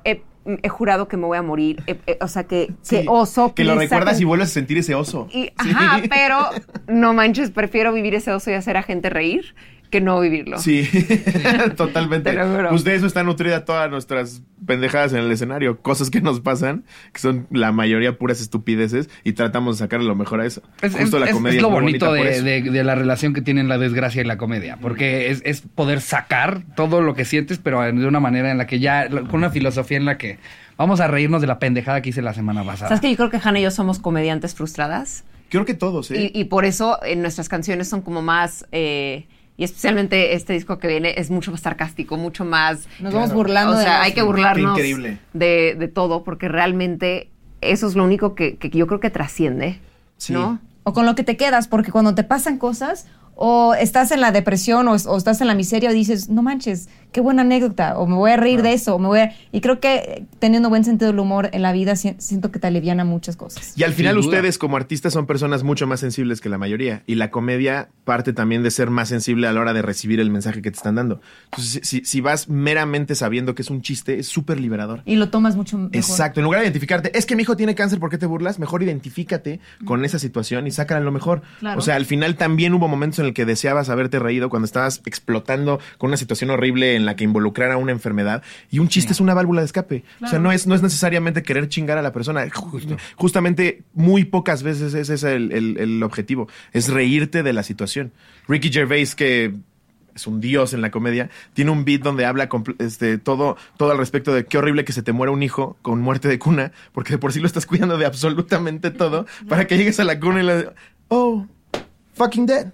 Speaker 3: he, he jurado que me voy a morir. he- he- o sea, que, que
Speaker 2: Sí,
Speaker 3: oso.
Speaker 2: Que lo
Speaker 3: please,
Speaker 2: recuerdas
Speaker 3: saquen-
Speaker 2: y vuelves a sentir ese oso.
Speaker 3: y-
Speaker 2: Sí.
Speaker 3: Ajá, pero no manches, prefiero vivir ese oso y hacer a gente reír que no vivirlo.
Speaker 2: Sí,
Speaker 1: (laughs)
Speaker 2: totalmente.
Speaker 3: Te lo juro.
Speaker 2: Pues de eso está nutrida todas nuestras pendejadas en el escenario, cosas que nos pasan, que son la mayoría puras estupideces, y tratamos de sacar lo mejor a eso.
Speaker 1: Es,
Speaker 2: Justo
Speaker 1: es-
Speaker 2: la
Speaker 1: es-
Speaker 2: comedia
Speaker 1: es lo
Speaker 2: muy bonita
Speaker 1: bonito
Speaker 2: por
Speaker 1: de,
Speaker 2: eso.
Speaker 1: de- de la relación que tienen la desgracia y la comedia, porque es, es poder sacar todo lo que sientes, pero en- de una manera en la que ya, lo- con una filosofía en la que vamos a reírnos de la pendejada que hice la semana pasada.
Speaker 3: ¿Sabes que yo creo que Hannah y yo somos comediantes frustradas?
Speaker 2: Creo que todos, ¿eh?
Speaker 3: Y, y por eso eh, nuestras canciones son como más. eh, y especialmente este disco que viene es mucho más sarcástico, mucho más.
Speaker 4: Nos vamos burlando
Speaker 3: O
Speaker 4: de
Speaker 3: sea,
Speaker 4: las-
Speaker 3: hay que burlarnos
Speaker 2: Qué increíble.
Speaker 3: De, de todo, porque realmente eso es lo único que, que yo creo que trasciende.
Speaker 2: Sí.
Speaker 3: ¿No?
Speaker 4: o con lo que te quedas, porque cuando te pasan cosas o estás en la depresión o, es- o estás en la miseria, dices, no manches, qué buena anécdota, o me voy a reír de eso, o me voy a... Y creo que eh, teniendo buen sentido del humor en la vida, si- siento que te aliviana muchas cosas.
Speaker 2: Y al
Speaker 1: Sin
Speaker 2: final
Speaker 1: duda.
Speaker 2: ustedes como artistas son personas mucho más sensibles que la mayoría y la comedia parte también de ser más sensible a la hora de recibir el mensaje que te están dando. Entonces, si, si vas meramente sabiendo que es un chiste, es súper liberador.
Speaker 4: Y lo tomas mucho mejor.
Speaker 2: Exacto, en lugar de identificarte, es que mi hijo tiene cáncer, ¿por qué te burlas? Mejor identifícate con esa situación y sácala lo mejor.
Speaker 4: Claro.
Speaker 2: O sea, al final también hubo momentos en el que deseabas haberte reído cuando estabas explotando con una situación horrible en la que involucrara una enfermedad y un chiste es una válvula de escape. O sea, no es, no es necesariamente querer chingar a la persona. Justamente muy pocas veces ese es el, el- el objetivo, es reírte de la situación. Ricky Gervais que... es un dios en la comedia, tiene un beat donde habla compl- este, todo, todo al respecto de qué horrible que se te muera un hijo con muerte de cuna, porque de por sí lo estás cuidando de absolutamente todo para que llegues a la cuna y la. Oh, fucking dead.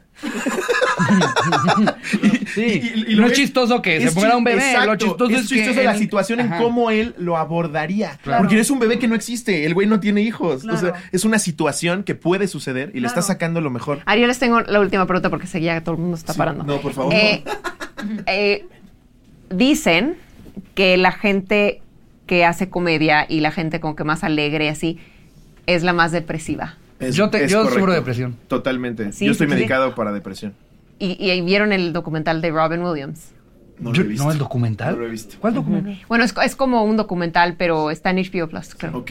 Speaker 1: Sí.
Speaker 2: Y- y- y
Speaker 1: no es
Speaker 2: ves-
Speaker 1: chistoso que se
Speaker 2: es
Speaker 1: muera
Speaker 2: chi-
Speaker 1: un bebé. Lo
Speaker 2: exacto,
Speaker 1: chistoso es, que
Speaker 2: chistoso la
Speaker 1: él-
Speaker 2: situación en
Speaker 1: Ajá.
Speaker 2: cómo él lo abordaría. Porque es un bebé que no existe. El güey no tiene hijos. O sea,
Speaker 4: Claro.
Speaker 2: es una situación que puede suceder y le está sacando lo mejor.
Speaker 3: Ari, Ah, yo les tengo la última pregunta porque seguía todo el mundo se está
Speaker 2: Sí,
Speaker 3: parando.
Speaker 2: no, por favor,
Speaker 3: Eh, (laughs) eh, dicen que la gente que hace comedia y la gente como que más alegre y así es la más depresiva.
Speaker 2: Es-
Speaker 1: Yo te-
Speaker 2: es
Speaker 1: yo sufro
Speaker 2: correcto.
Speaker 1: depresión.
Speaker 2: Totalmente.
Speaker 3: Sí,
Speaker 2: yo estoy
Speaker 3: sí, sí.
Speaker 2: medicado para depresión.
Speaker 3: Y, y ahí vieron el documental de Robin Williams.
Speaker 2: No
Speaker 1: Yo-
Speaker 2: lo he visto.
Speaker 1: el documental.
Speaker 2: No lo he visto.
Speaker 1: ¿Cuál documental?
Speaker 3: Bueno, es, es como un documental, pero está en HBO Plus, creo.
Speaker 2: Ok.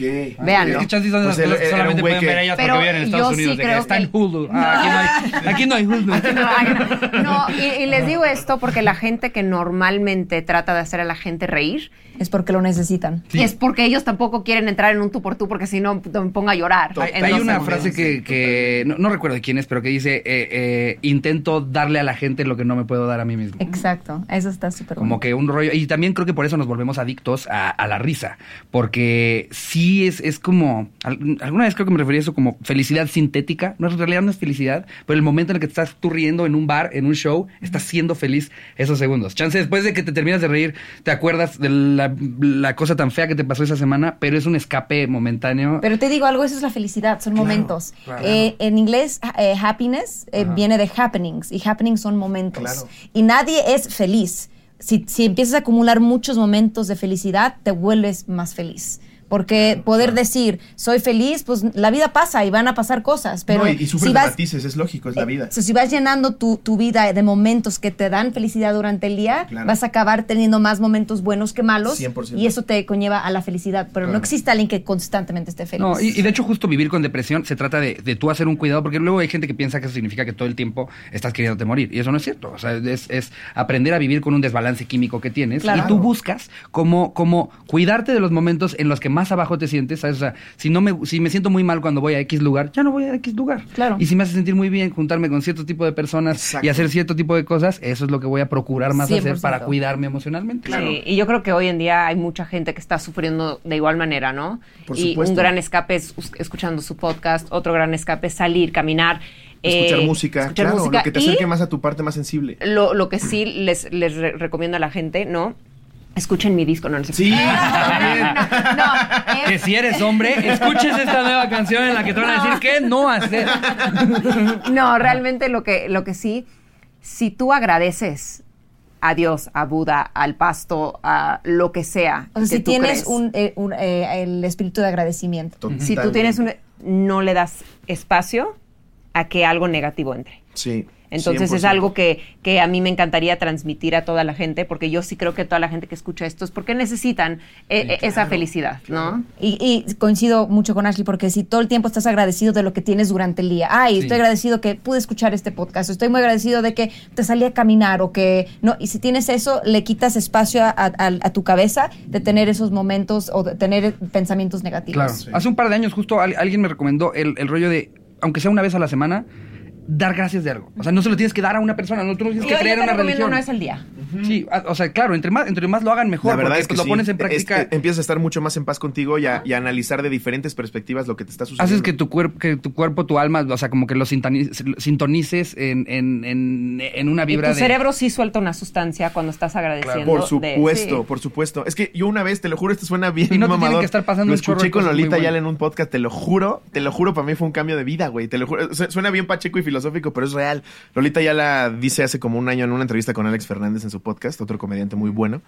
Speaker 1: Ah, Es
Speaker 3: Véanlo.
Speaker 1: que chances son
Speaker 2: Pues
Speaker 1: esas cosas
Speaker 2: él-
Speaker 1: que
Speaker 2: él era
Speaker 1: solamente
Speaker 2: un güey
Speaker 1: pueden
Speaker 2: que-
Speaker 1: ver ellas
Speaker 3: Pero
Speaker 1: porque viven en Estados
Speaker 3: yo sí
Speaker 1: Unidos. de que
Speaker 3: creo
Speaker 1: está
Speaker 3: que-
Speaker 1: en Hulu. Ah, aquí,
Speaker 2: (laughs)
Speaker 1: no hay, aquí no hay Hulu.
Speaker 3: No, ay, no, y, y les digo esto porque la gente que normalmente trata de hacer a la gente reír
Speaker 4: Es porque lo necesitan.
Speaker 1: Sí.
Speaker 3: y es porque ellos tampoco quieren entrar en un tú por tú porque si no p- me pongo a llorar.
Speaker 2: Total.
Speaker 3: en
Speaker 1: Hay
Speaker 3: dos
Speaker 1: una
Speaker 3: segundos.
Speaker 1: frase que, que no, no recuerdo de quién es, pero que dice, eh, eh, intento darle a la gente lo que no me puedo dar a mí mismo.
Speaker 4: Exacto, eso está súper
Speaker 1: Como
Speaker 4: bueno.
Speaker 1: que un rollo. Y también creo que por eso nos volvemos adictos a, a la risa. Porque sí es, es como. al- Alguna vez creo que me referí a eso como felicidad sintética. No, en realidad no es felicidad, pero el momento en el que te estás tú riendo en un bar, en un show, estás siendo feliz esos segundos. Chance, después de que te terminas de reír, te acuerdas de la, la cosa tan fea que te pasó esa semana, pero es un escape momentáneo.
Speaker 4: Pero te digo algo, eso es la felicidad, son momentos. Eh, en inglés, ha- eh, happiness eh, viene de happenings y happenings son momentos.
Speaker 5: Claro.
Speaker 4: Y nadie es feliz. Si, si empiezas a acumular muchos momentos de felicidad, te vuelves más feliz. Porque poder decir, soy feliz, pues la vida pasa y van a pasar cosas. Pero
Speaker 2: No, y, y sufres
Speaker 4: si
Speaker 2: de
Speaker 4: vas,
Speaker 2: matices, es lógico,
Speaker 3: eh,
Speaker 2: es la vida.
Speaker 4: Eh, So, si vas llenando tu, tu vida de momentos que te dan felicidad durante el día,
Speaker 2: Claro.
Speaker 4: vas a acabar teniendo más momentos buenos que malos.
Speaker 2: 100%.
Speaker 4: Y eso te conlleva a la felicidad. Pero no
Speaker 2: Claro.
Speaker 4: existe alguien que constantemente esté feliz.
Speaker 1: No, y, y de hecho justo vivir con depresión se trata de, de tú hacer un cuidado, porque luego hay gente que piensa que eso significa que todo el tiempo estás queriéndote morir, y eso no es cierto, o sea, es, es aprender a vivir con un desbalance químico que tienes,
Speaker 4: Claro.
Speaker 1: y tú buscas cómo, cómo cuidarte de los momentos en los que más abajo te sientes, ¿sabes? O sea, si, no me, si me siento muy mal cuando voy a X lugar, ya no voy a X lugar.
Speaker 4: Claro.
Speaker 1: Y si me hace sentir muy bien juntarme con cierto tipo de personas
Speaker 2: Exacto.
Speaker 1: y hacer cierto tipo de cosas, eso es lo que voy a procurar más hacer
Speaker 4: 100%.
Speaker 1: para cuidarme emocionalmente.
Speaker 3: Sí, y yo creo que hoy en día hay mucha gente que está sufriendo de igual manera, ¿no?
Speaker 2: Por
Speaker 3: y
Speaker 2: supuesto.
Speaker 3: un gran escape es us- escuchando su podcast, otro gran escape es salir, caminar.
Speaker 2: Escuchar
Speaker 3: eh,
Speaker 2: música,
Speaker 3: escuchar
Speaker 2: claro,
Speaker 3: música
Speaker 2: lo que te
Speaker 3: y-
Speaker 2: acerque más a tu parte más sensible.
Speaker 3: lo, lo que sí les, les re- recomiendo a la gente, ¿no? Escuchen mi disco, no, no sé.
Speaker 2: Sí,
Speaker 3: (laughs)
Speaker 2: también.
Speaker 3: No, no, es-
Speaker 2: (laughs)
Speaker 1: Que si eres hombre, escuches esta nueva canción en la que te van a decir que no hacer.
Speaker 3: no, realmente lo que, lo que sí, si tú agradeces a Dios, a Buda, al pasto, a lo que sea.
Speaker 4: O sea,
Speaker 3: que
Speaker 4: si
Speaker 3: tú
Speaker 4: tienes
Speaker 3: crees,
Speaker 4: un, eh, un, eh, el espíritu de agradecimiento.
Speaker 3: Si tú tienes un. No le das espacio a que algo negativo entre.
Speaker 2: Sí.
Speaker 3: Entonces es
Speaker 2: 100%.
Speaker 3: algo que, que a mí me encantaría transmitir a toda la gente, porque yo sí creo que toda la gente que escucha esto es porque necesitan eh, eh, esa felicidad, ¿no?
Speaker 4: Y, y coincido mucho con Ashley porque si todo el tiempo estás agradecido de lo que tienes durante el día, ay,
Speaker 1: Sí.
Speaker 4: estoy agradecido que pude escuchar este podcast, o estoy muy agradecido de que te salí a caminar o que no, y si tienes eso, le quitas espacio a, a- a tu cabeza de tener esos momentos o de tener pensamientos negativos.
Speaker 1: Claro. Hace un par de años justo al- alguien me recomendó el, el rollo de, aunque sea una vez a la semana, dar gracias de algo. O sea, no se lo tienes que dar a una persona, no tú no tienes que
Speaker 3: Yo- yo
Speaker 1: creer
Speaker 3: te
Speaker 1: en una
Speaker 3: recomiendo
Speaker 1: religión.
Speaker 3: una vez al día.
Speaker 1: Sí, a- o sea, claro, entre más, entre más lo hagan mejor,
Speaker 2: La verdad
Speaker 1: porque pues,
Speaker 2: es que em,
Speaker 1: lo
Speaker 2: sí.
Speaker 1: pones en
Speaker 2: Es-
Speaker 1: práctica.
Speaker 2: es- empiezas a estar mucho más en paz contigo y a, y a analizar de diferentes perspectivas lo que te está sucediendo.
Speaker 1: Haces que tu, cuerpo, que tu cuerpo, tu alma, o sea, como que lo sintonices, sintonices en, en, en, en una
Speaker 3: Y
Speaker 1: vibra
Speaker 3: tu
Speaker 1: de...
Speaker 3: cerebro sí suelta una sustancia cuando estás agradeciendo.
Speaker 2: Por
Speaker 3: de-
Speaker 2: supuesto,
Speaker 3: sí.
Speaker 2: por supuesto. Es que yo una vez, te lo juro, esto suena bien.
Speaker 1: Y no te tienen
Speaker 2: mamador.
Speaker 1: que estar pasando
Speaker 2: Lo
Speaker 1: un chorro de
Speaker 2: escuché con
Speaker 1: cosas muy
Speaker 2: Lolita
Speaker 1: buenas.
Speaker 2: Ayala en un podcast, te lo juro, te lo juro, para mí fue un cambio de vida, güey. Te lo juro. Su- Suena bien pacheco y filosófico, pero es real. Lolita Ayala dice hace como un año en una entrevista con Alex Fernández en su podcast, otro comediante muy bueno.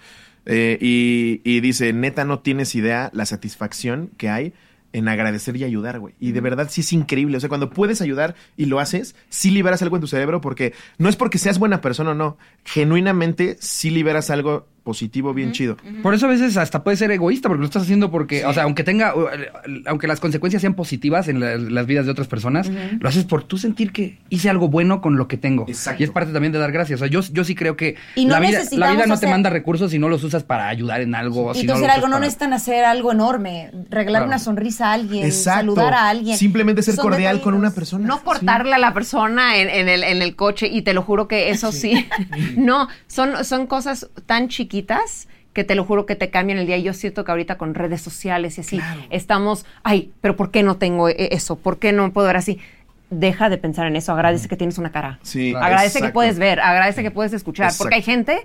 Speaker 2: eh, y, y dice: Neta, no tienes idea la satisfacción que hay. En agradecer y ayudar, güey. Y de verdad sí es increíble. O sea, cuando puedes ayudar y lo haces, sí liberas algo en tu cerebro porque no es porque seas buena persona o no. Genuinamente sí liberas algo positivo bien chido.
Speaker 1: Por eso a veces hasta puede ser egoísta, porque lo estás haciendo porque, o sea, aunque tenga, uh, aunque las consecuencias sean positivas en la- las vidas de otras personas, lo haces por tú sentir que hice algo bueno con lo que tengo.
Speaker 2: Exacto.
Speaker 1: Y es parte también de dar gracias. O sea, yo, yo sí creo que
Speaker 4: Y no
Speaker 1: la, vida, la
Speaker 4: necesitamos
Speaker 1: vida no te
Speaker 4: hacer-
Speaker 1: manda recursos si no los usas para ayudar en algo.
Speaker 4: Y
Speaker 1: si
Speaker 4: tú
Speaker 1: no
Speaker 4: hacer
Speaker 1: los
Speaker 4: algo,
Speaker 1: usas
Speaker 4: no
Speaker 1: para-
Speaker 4: necesitan hacer algo enorme, regalar
Speaker 1: Claro.
Speaker 4: una sonrisa a alguien,
Speaker 5: Exacto.
Speaker 4: saludar a alguien.
Speaker 5: Simplemente ser
Speaker 4: Son
Speaker 5: cordial con
Speaker 4: detallitos.
Speaker 5: una persona.
Speaker 3: No cortarle a la persona en, en el, en el coche, y te lo juro que eso sí.
Speaker 2: (laughs)
Speaker 3: No, son, son cosas tan chiquitas que te lo juro que te cambian el día. Y Yo siento que ahorita con redes sociales y así estamos, ay, pero ¿por qué no tengo e- eso? ¿Por qué no puedo ver así? Deja de pensar en eso, agradece que tienes una cara.
Speaker 2: Sí, Claro.
Speaker 3: agradece que
Speaker 2: exacto.
Speaker 3: puedes ver, agradece que puedes escuchar, porque hay gente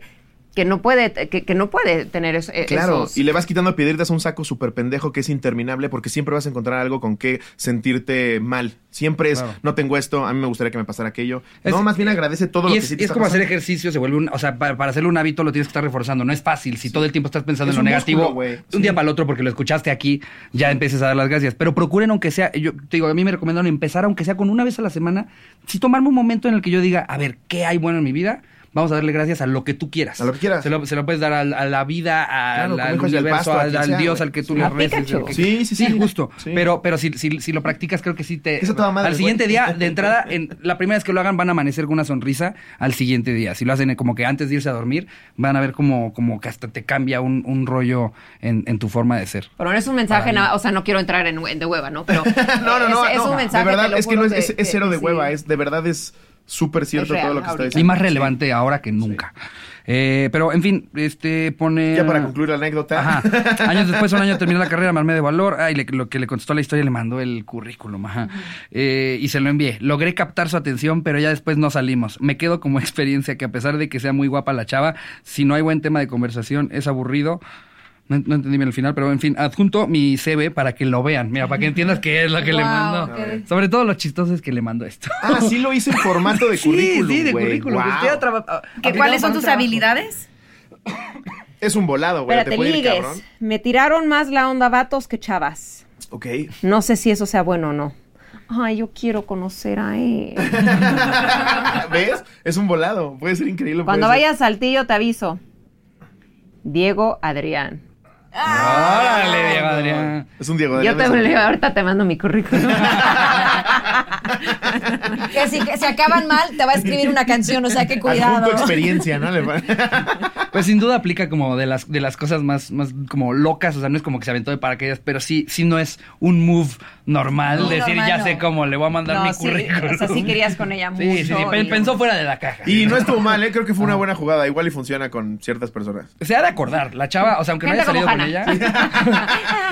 Speaker 3: que no puede, que, que no puede tener eso. e-
Speaker 2: Claro,
Speaker 3: esos-
Speaker 2: y le vas quitando piedritas a un saco súper pendejo que es interminable porque siempre vas a encontrar algo con que sentirte mal. Siempre es,
Speaker 1: Claro.
Speaker 2: no tengo esto, a mí me gustaría que me pasara aquello.
Speaker 1: Es-
Speaker 2: no, más bien agradece todo lo
Speaker 1: Y
Speaker 2: que
Speaker 1: es,
Speaker 2: sí
Speaker 1: y
Speaker 2: te
Speaker 1: es
Speaker 2: está
Speaker 1: como hacer
Speaker 2: pasando.
Speaker 1: ejercicio, se vuelve un. O sea, para, para hacerle un hábito lo tienes que estar reforzando. No es fácil si todo el tiempo estás pensando
Speaker 2: Es
Speaker 1: en
Speaker 2: un
Speaker 1: lo
Speaker 2: músculo,
Speaker 1: negativo.
Speaker 2: güey.
Speaker 1: un día para el otro, porque lo escuchaste aquí, ya empieces a dar las gracias. Pero procuren, aunque sea. Yo te digo, a mí me recomendaron empezar, aunque sea con una vez a la semana, si tomarme un momento en el que yo diga, a ver, ¿qué hay bueno en mi vida? Vamos a darle gracias a lo que tú quieras.
Speaker 2: A lo que quieras.
Speaker 1: Se lo, se lo puedes dar al- a, la vida, a
Speaker 2: Claro,
Speaker 1: la-
Speaker 2: como
Speaker 1: al
Speaker 2: hijos del
Speaker 1: universo,
Speaker 2: pasto, a
Speaker 1: al,
Speaker 2: quien
Speaker 1: al
Speaker 2: sea,
Speaker 1: Dios
Speaker 2: güey.
Speaker 1: al que tú
Speaker 3: Sí.
Speaker 1: le
Speaker 3: A
Speaker 1: reces.
Speaker 3: Pikachu.
Speaker 1: el que-
Speaker 2: Sí, sí, sí.
Speaker 1: justo.
Speaker 2: Sí.
Speaker 1: Pero, pero si, si, si lo practicas, creo que sí te.
Speaker 2: Eso te va a madre,
Speaker 1: al siguiente
Speaker 2: güey.
Speaker 1: día, de entrada, en, la primera vez que lo hagan, van a amanecer con una sonrisa al siguiente día. Si lo hacen eh, como que antes de irse a dormir, van a ver como, como que hasta te cambia un, un rollo en, en tu forma de ser.
Speaker 3: Pero no es un mensaje, nada, o sea, no quiero entrar en, hue- de hueva, ¿no? Pero
Speaker 2: (laughs) no, no, no,
Speaker 3: es, es
Speaker 2: no,
Speaker 3: un mensaje.
Speaker 2: De
Speaker 3: te lo
Speaker 2: verdad, es que no
Speaker 3: juro
Speaker 2: es, es- es cero de
Speaker 3: sí.
Speaker 2: hueva, es de verdad es súper cierto
Speaker 3: real
Speaker 2: todo lo que está
Speaker 3: ahorita.
Speaker 2: diciendo.
Speaker 1: Y más relevante ahora que nunca. Eh, pero, en fin, este pone.
Speaker 2: Ya para concluir la anécdota.
Speaker 1: Ajá. Años después, un año de terminar la carrera, me armé de valor. Ay, le- lo que le contestó la historia le mandó el currículum. Ajá. Eh, y se lo envié. Logré captar su atención, pero ya después no salimos. Me quedo como (laughs) experiencia que a pesar de que sea muy guapa la chava, si no hay buen tema de conversación, es aburrido. No, no entendí bien el final, pero en fin, adjunto mi CV para que lo vean. Mira, para que entiendas qué es lo que le
Speaker 4: Wow,
Speaker 1: mandó.
Speaker 4: ok.
Speaker 1: Sobre todo lo chistoso es que le mandó esto.
Speaker 2: Ah, sí lo hice en formato de
Speaker 1: (laughs)
Speaker 2: currículum.
Speaker 1: sí, sí, de
Speaker 2: güey.
Speaker 1: currículum. pues,
Speaker 2: Guau.
Speaker 1: Estoy atra- a-
Speaker 4: ¿Que
Speaker 1: aplicado
Speaker 4: ¿Cuáles
Speaker 1: para
Speaker 4: son
Speaker 1: un
Speaker 4: tus
Speaker 1: trabajo.
Speaker 4: habilidades?
Speaker 2: Es un volado, güey. Te
Speaker 3: Espérate,
Speaker 2: puede ir
Speaker 3: ligues.
Speaker 2: cabrón.
Speaker 3: Me tiraron más la onda vatos que chavas.
Speaker 2: Ok.
Speaker 3: No sé si eso sea bueno o no. Ay, yo quiero conocer
Speaker 2: (laughs)
Speaker 3: a él.
Speaker 2: ¿Ves? Es un volado. Puede ser increíble.
Speaker 3: Cuando
Speaker 2: puede ser-
Speaker 3: vayas a Saltillo te aviso. Diego Adrián.
Speaker 1: Órale, Diego Adrián.
Speaker 2: Ah, Es un Diego de
Speaker 3: Yo te
Speaker 2: Leves.
Speaker 3: (laughs) ahorita te mando mi
Speaker 2: (laughs)
Speaker 3: currículum.
Speaker 4: Que si que si acaban mal, te va a escribir una canción, o sea que cuidado.
Speaker 2: Adjunto experiencia, ¿no? Le pone-
Speaker 1: Pues sin duda aplica como de las, de las cosas más, más como locas, o sea, no es como que se aventó de paracaídas, pero sí, sí no es un move normal,
Speaker 4: No,
Speaker 1: decir
Speaker 4: normal,
Speaker 1: ya
Speaker 4: no.
Speaker 1: sé cómo le voy a mandar mi
Speaker 3: sí,
Speaker 1: currículum.
Speaker 3: o sea, sí querías con ella mucho.
Speaker 1: (laughs) Sí, sí, sí, pe-
Speaker 3: y-
Speaker 1: pensó fuera de la caja.
Speaker 2: Y no estuvo mal, ¿eh? Creo que fue una buena jugada. Igual y funciona con
Speaker 1: (laughs)
Speaker 2: ciertas personas.
Speaker 1: Se ha de acordar, la chava, o sea, aunque no
Speaker 3: Gente
Speaker 1: haya salido
Speaker 3: como
Speaker 1: con ella,
Speaker 3: (laughs) Hannah.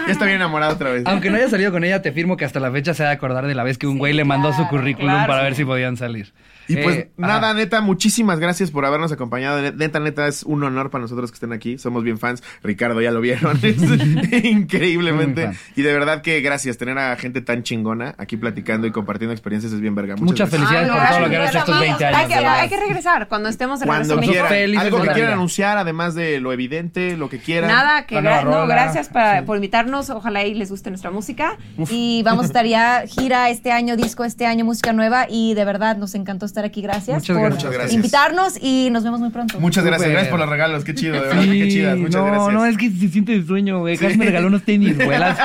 Speaker 2: Ya está bien enamorada otra vez.
Speaker 1: aunque no haya salido con ella, te firmo que hasta la fecha se ha de acordar de la vez que un güey le mandó su currículum
Speaker 3: claro,
Speaker 1: para
Speaker 3: sí.
Speaker 1: ver si podían salir.
Speaker 2: Y pues
Speaker 1: Eh,
Speaker 2: nada,
Speaker 1: ajá.
Speaker 2: neta, muchísimas gracias por habernos acompañado. Ne- Neta, neta, es un honor para nosotros que estén aquí. Somos bien fans. Ricardo, ya lo vieron. (laughs) Es increíblemente.
Speaker 1: Muy fan.
Speaker 2: Y de verdad que gracias. Tener a gente tan chingona aquí platicando y compartiendo experiencias es bien verga.
Speaker 1: Muchas
Speaker 2: Muchas, gracias.
Speaker 1: felicidades
Speaker 3: Ay,
Speaker 1: por
Speaker 3: Ah, no,
Speaker 1: todo lo que
Speaker 3: gracias,
Speaker 1: han hecho estos
Speaker 3: amigos.
Speaker 1: 20
Speaker 3: Hay
Speaker 1: años.
Speaker 3: que,
Speaker 1: de verdad.
Speaker 3: hay que regresar. Cuando estemos en
Speaker 2: Cuando
Speaker 1: Nosotros
Speaker 3: México.
Speaker 2: quieran.
Speaker 1: felices
Speaker 2: Algo
Speaker 1: de
Speaker 2: que
Speaker 1: la
Speaker 2: quieran
Speaker 1: vida.
Speaker 2: anunciar, además de lo evidente, lo que quieran.
Speaker 3: Nada, que
Speaker 1: La nueva
Speaker 3: gra- no,
Speaker 1: rola.
Speaker 3: gracias para- por invitarnos. Ojalá y les guste nuestra música.
Speaker 4: Y vamos a estar ya gira este año, disco este año, música nueva. Y de verdad nos encantó estar aquí. Gracias
Speaker 1: Muchas
Speaker 4: por
Speaker 1: gracias. Muchas
Speaker 2: gracias.
Speaker 4: invitarnos y nos vemos muy pronto.
Speaker 2: Muchas gracias.
Speaker 1: Súper.
Speaker 2: Gracias por los regalos. Qué chido, de verdad. Qué
Speaker 1: Sí,
Speaker 2: chidas. Muchas
Speaker 1: no,
Speaker 2: gracias.
Speaker 1: no, es que se siente de sueño, güey. Casi me regaló unos tenis, güey.
Speaker 2: (laughs)
Speaker 1: Las-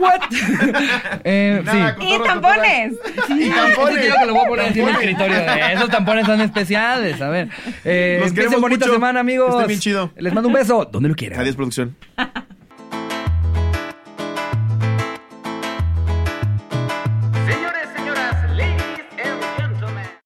Speaker 1: What? (laughs) eh,
Speaker 2: Nada,
Speaker 1: sí.
Speaker 2: con
Speaker 3: ¡Y
Speaker 2: todo respeto,
Speaker 3: tampones!
Speaker 2: (laughs) Y tampones.
Speaker 1: Ese tío que lo voy a poner así en el escritorio. eh, Esos tampones son especiales. A ver. Eh,
Speaker 2: Los
Speaker 1: empiecen
Speaker 2: queremos
Speaker 1: bonita
Speaker 2: mucho.
Speaker 1: semana,
Speaker 2: Que
Speaker 1: amigos.
Speaker 2: estén bien chido.
Speaker 1: Les mando un beso. Donde lo quieran.
Speaker 2: Adiós, producción.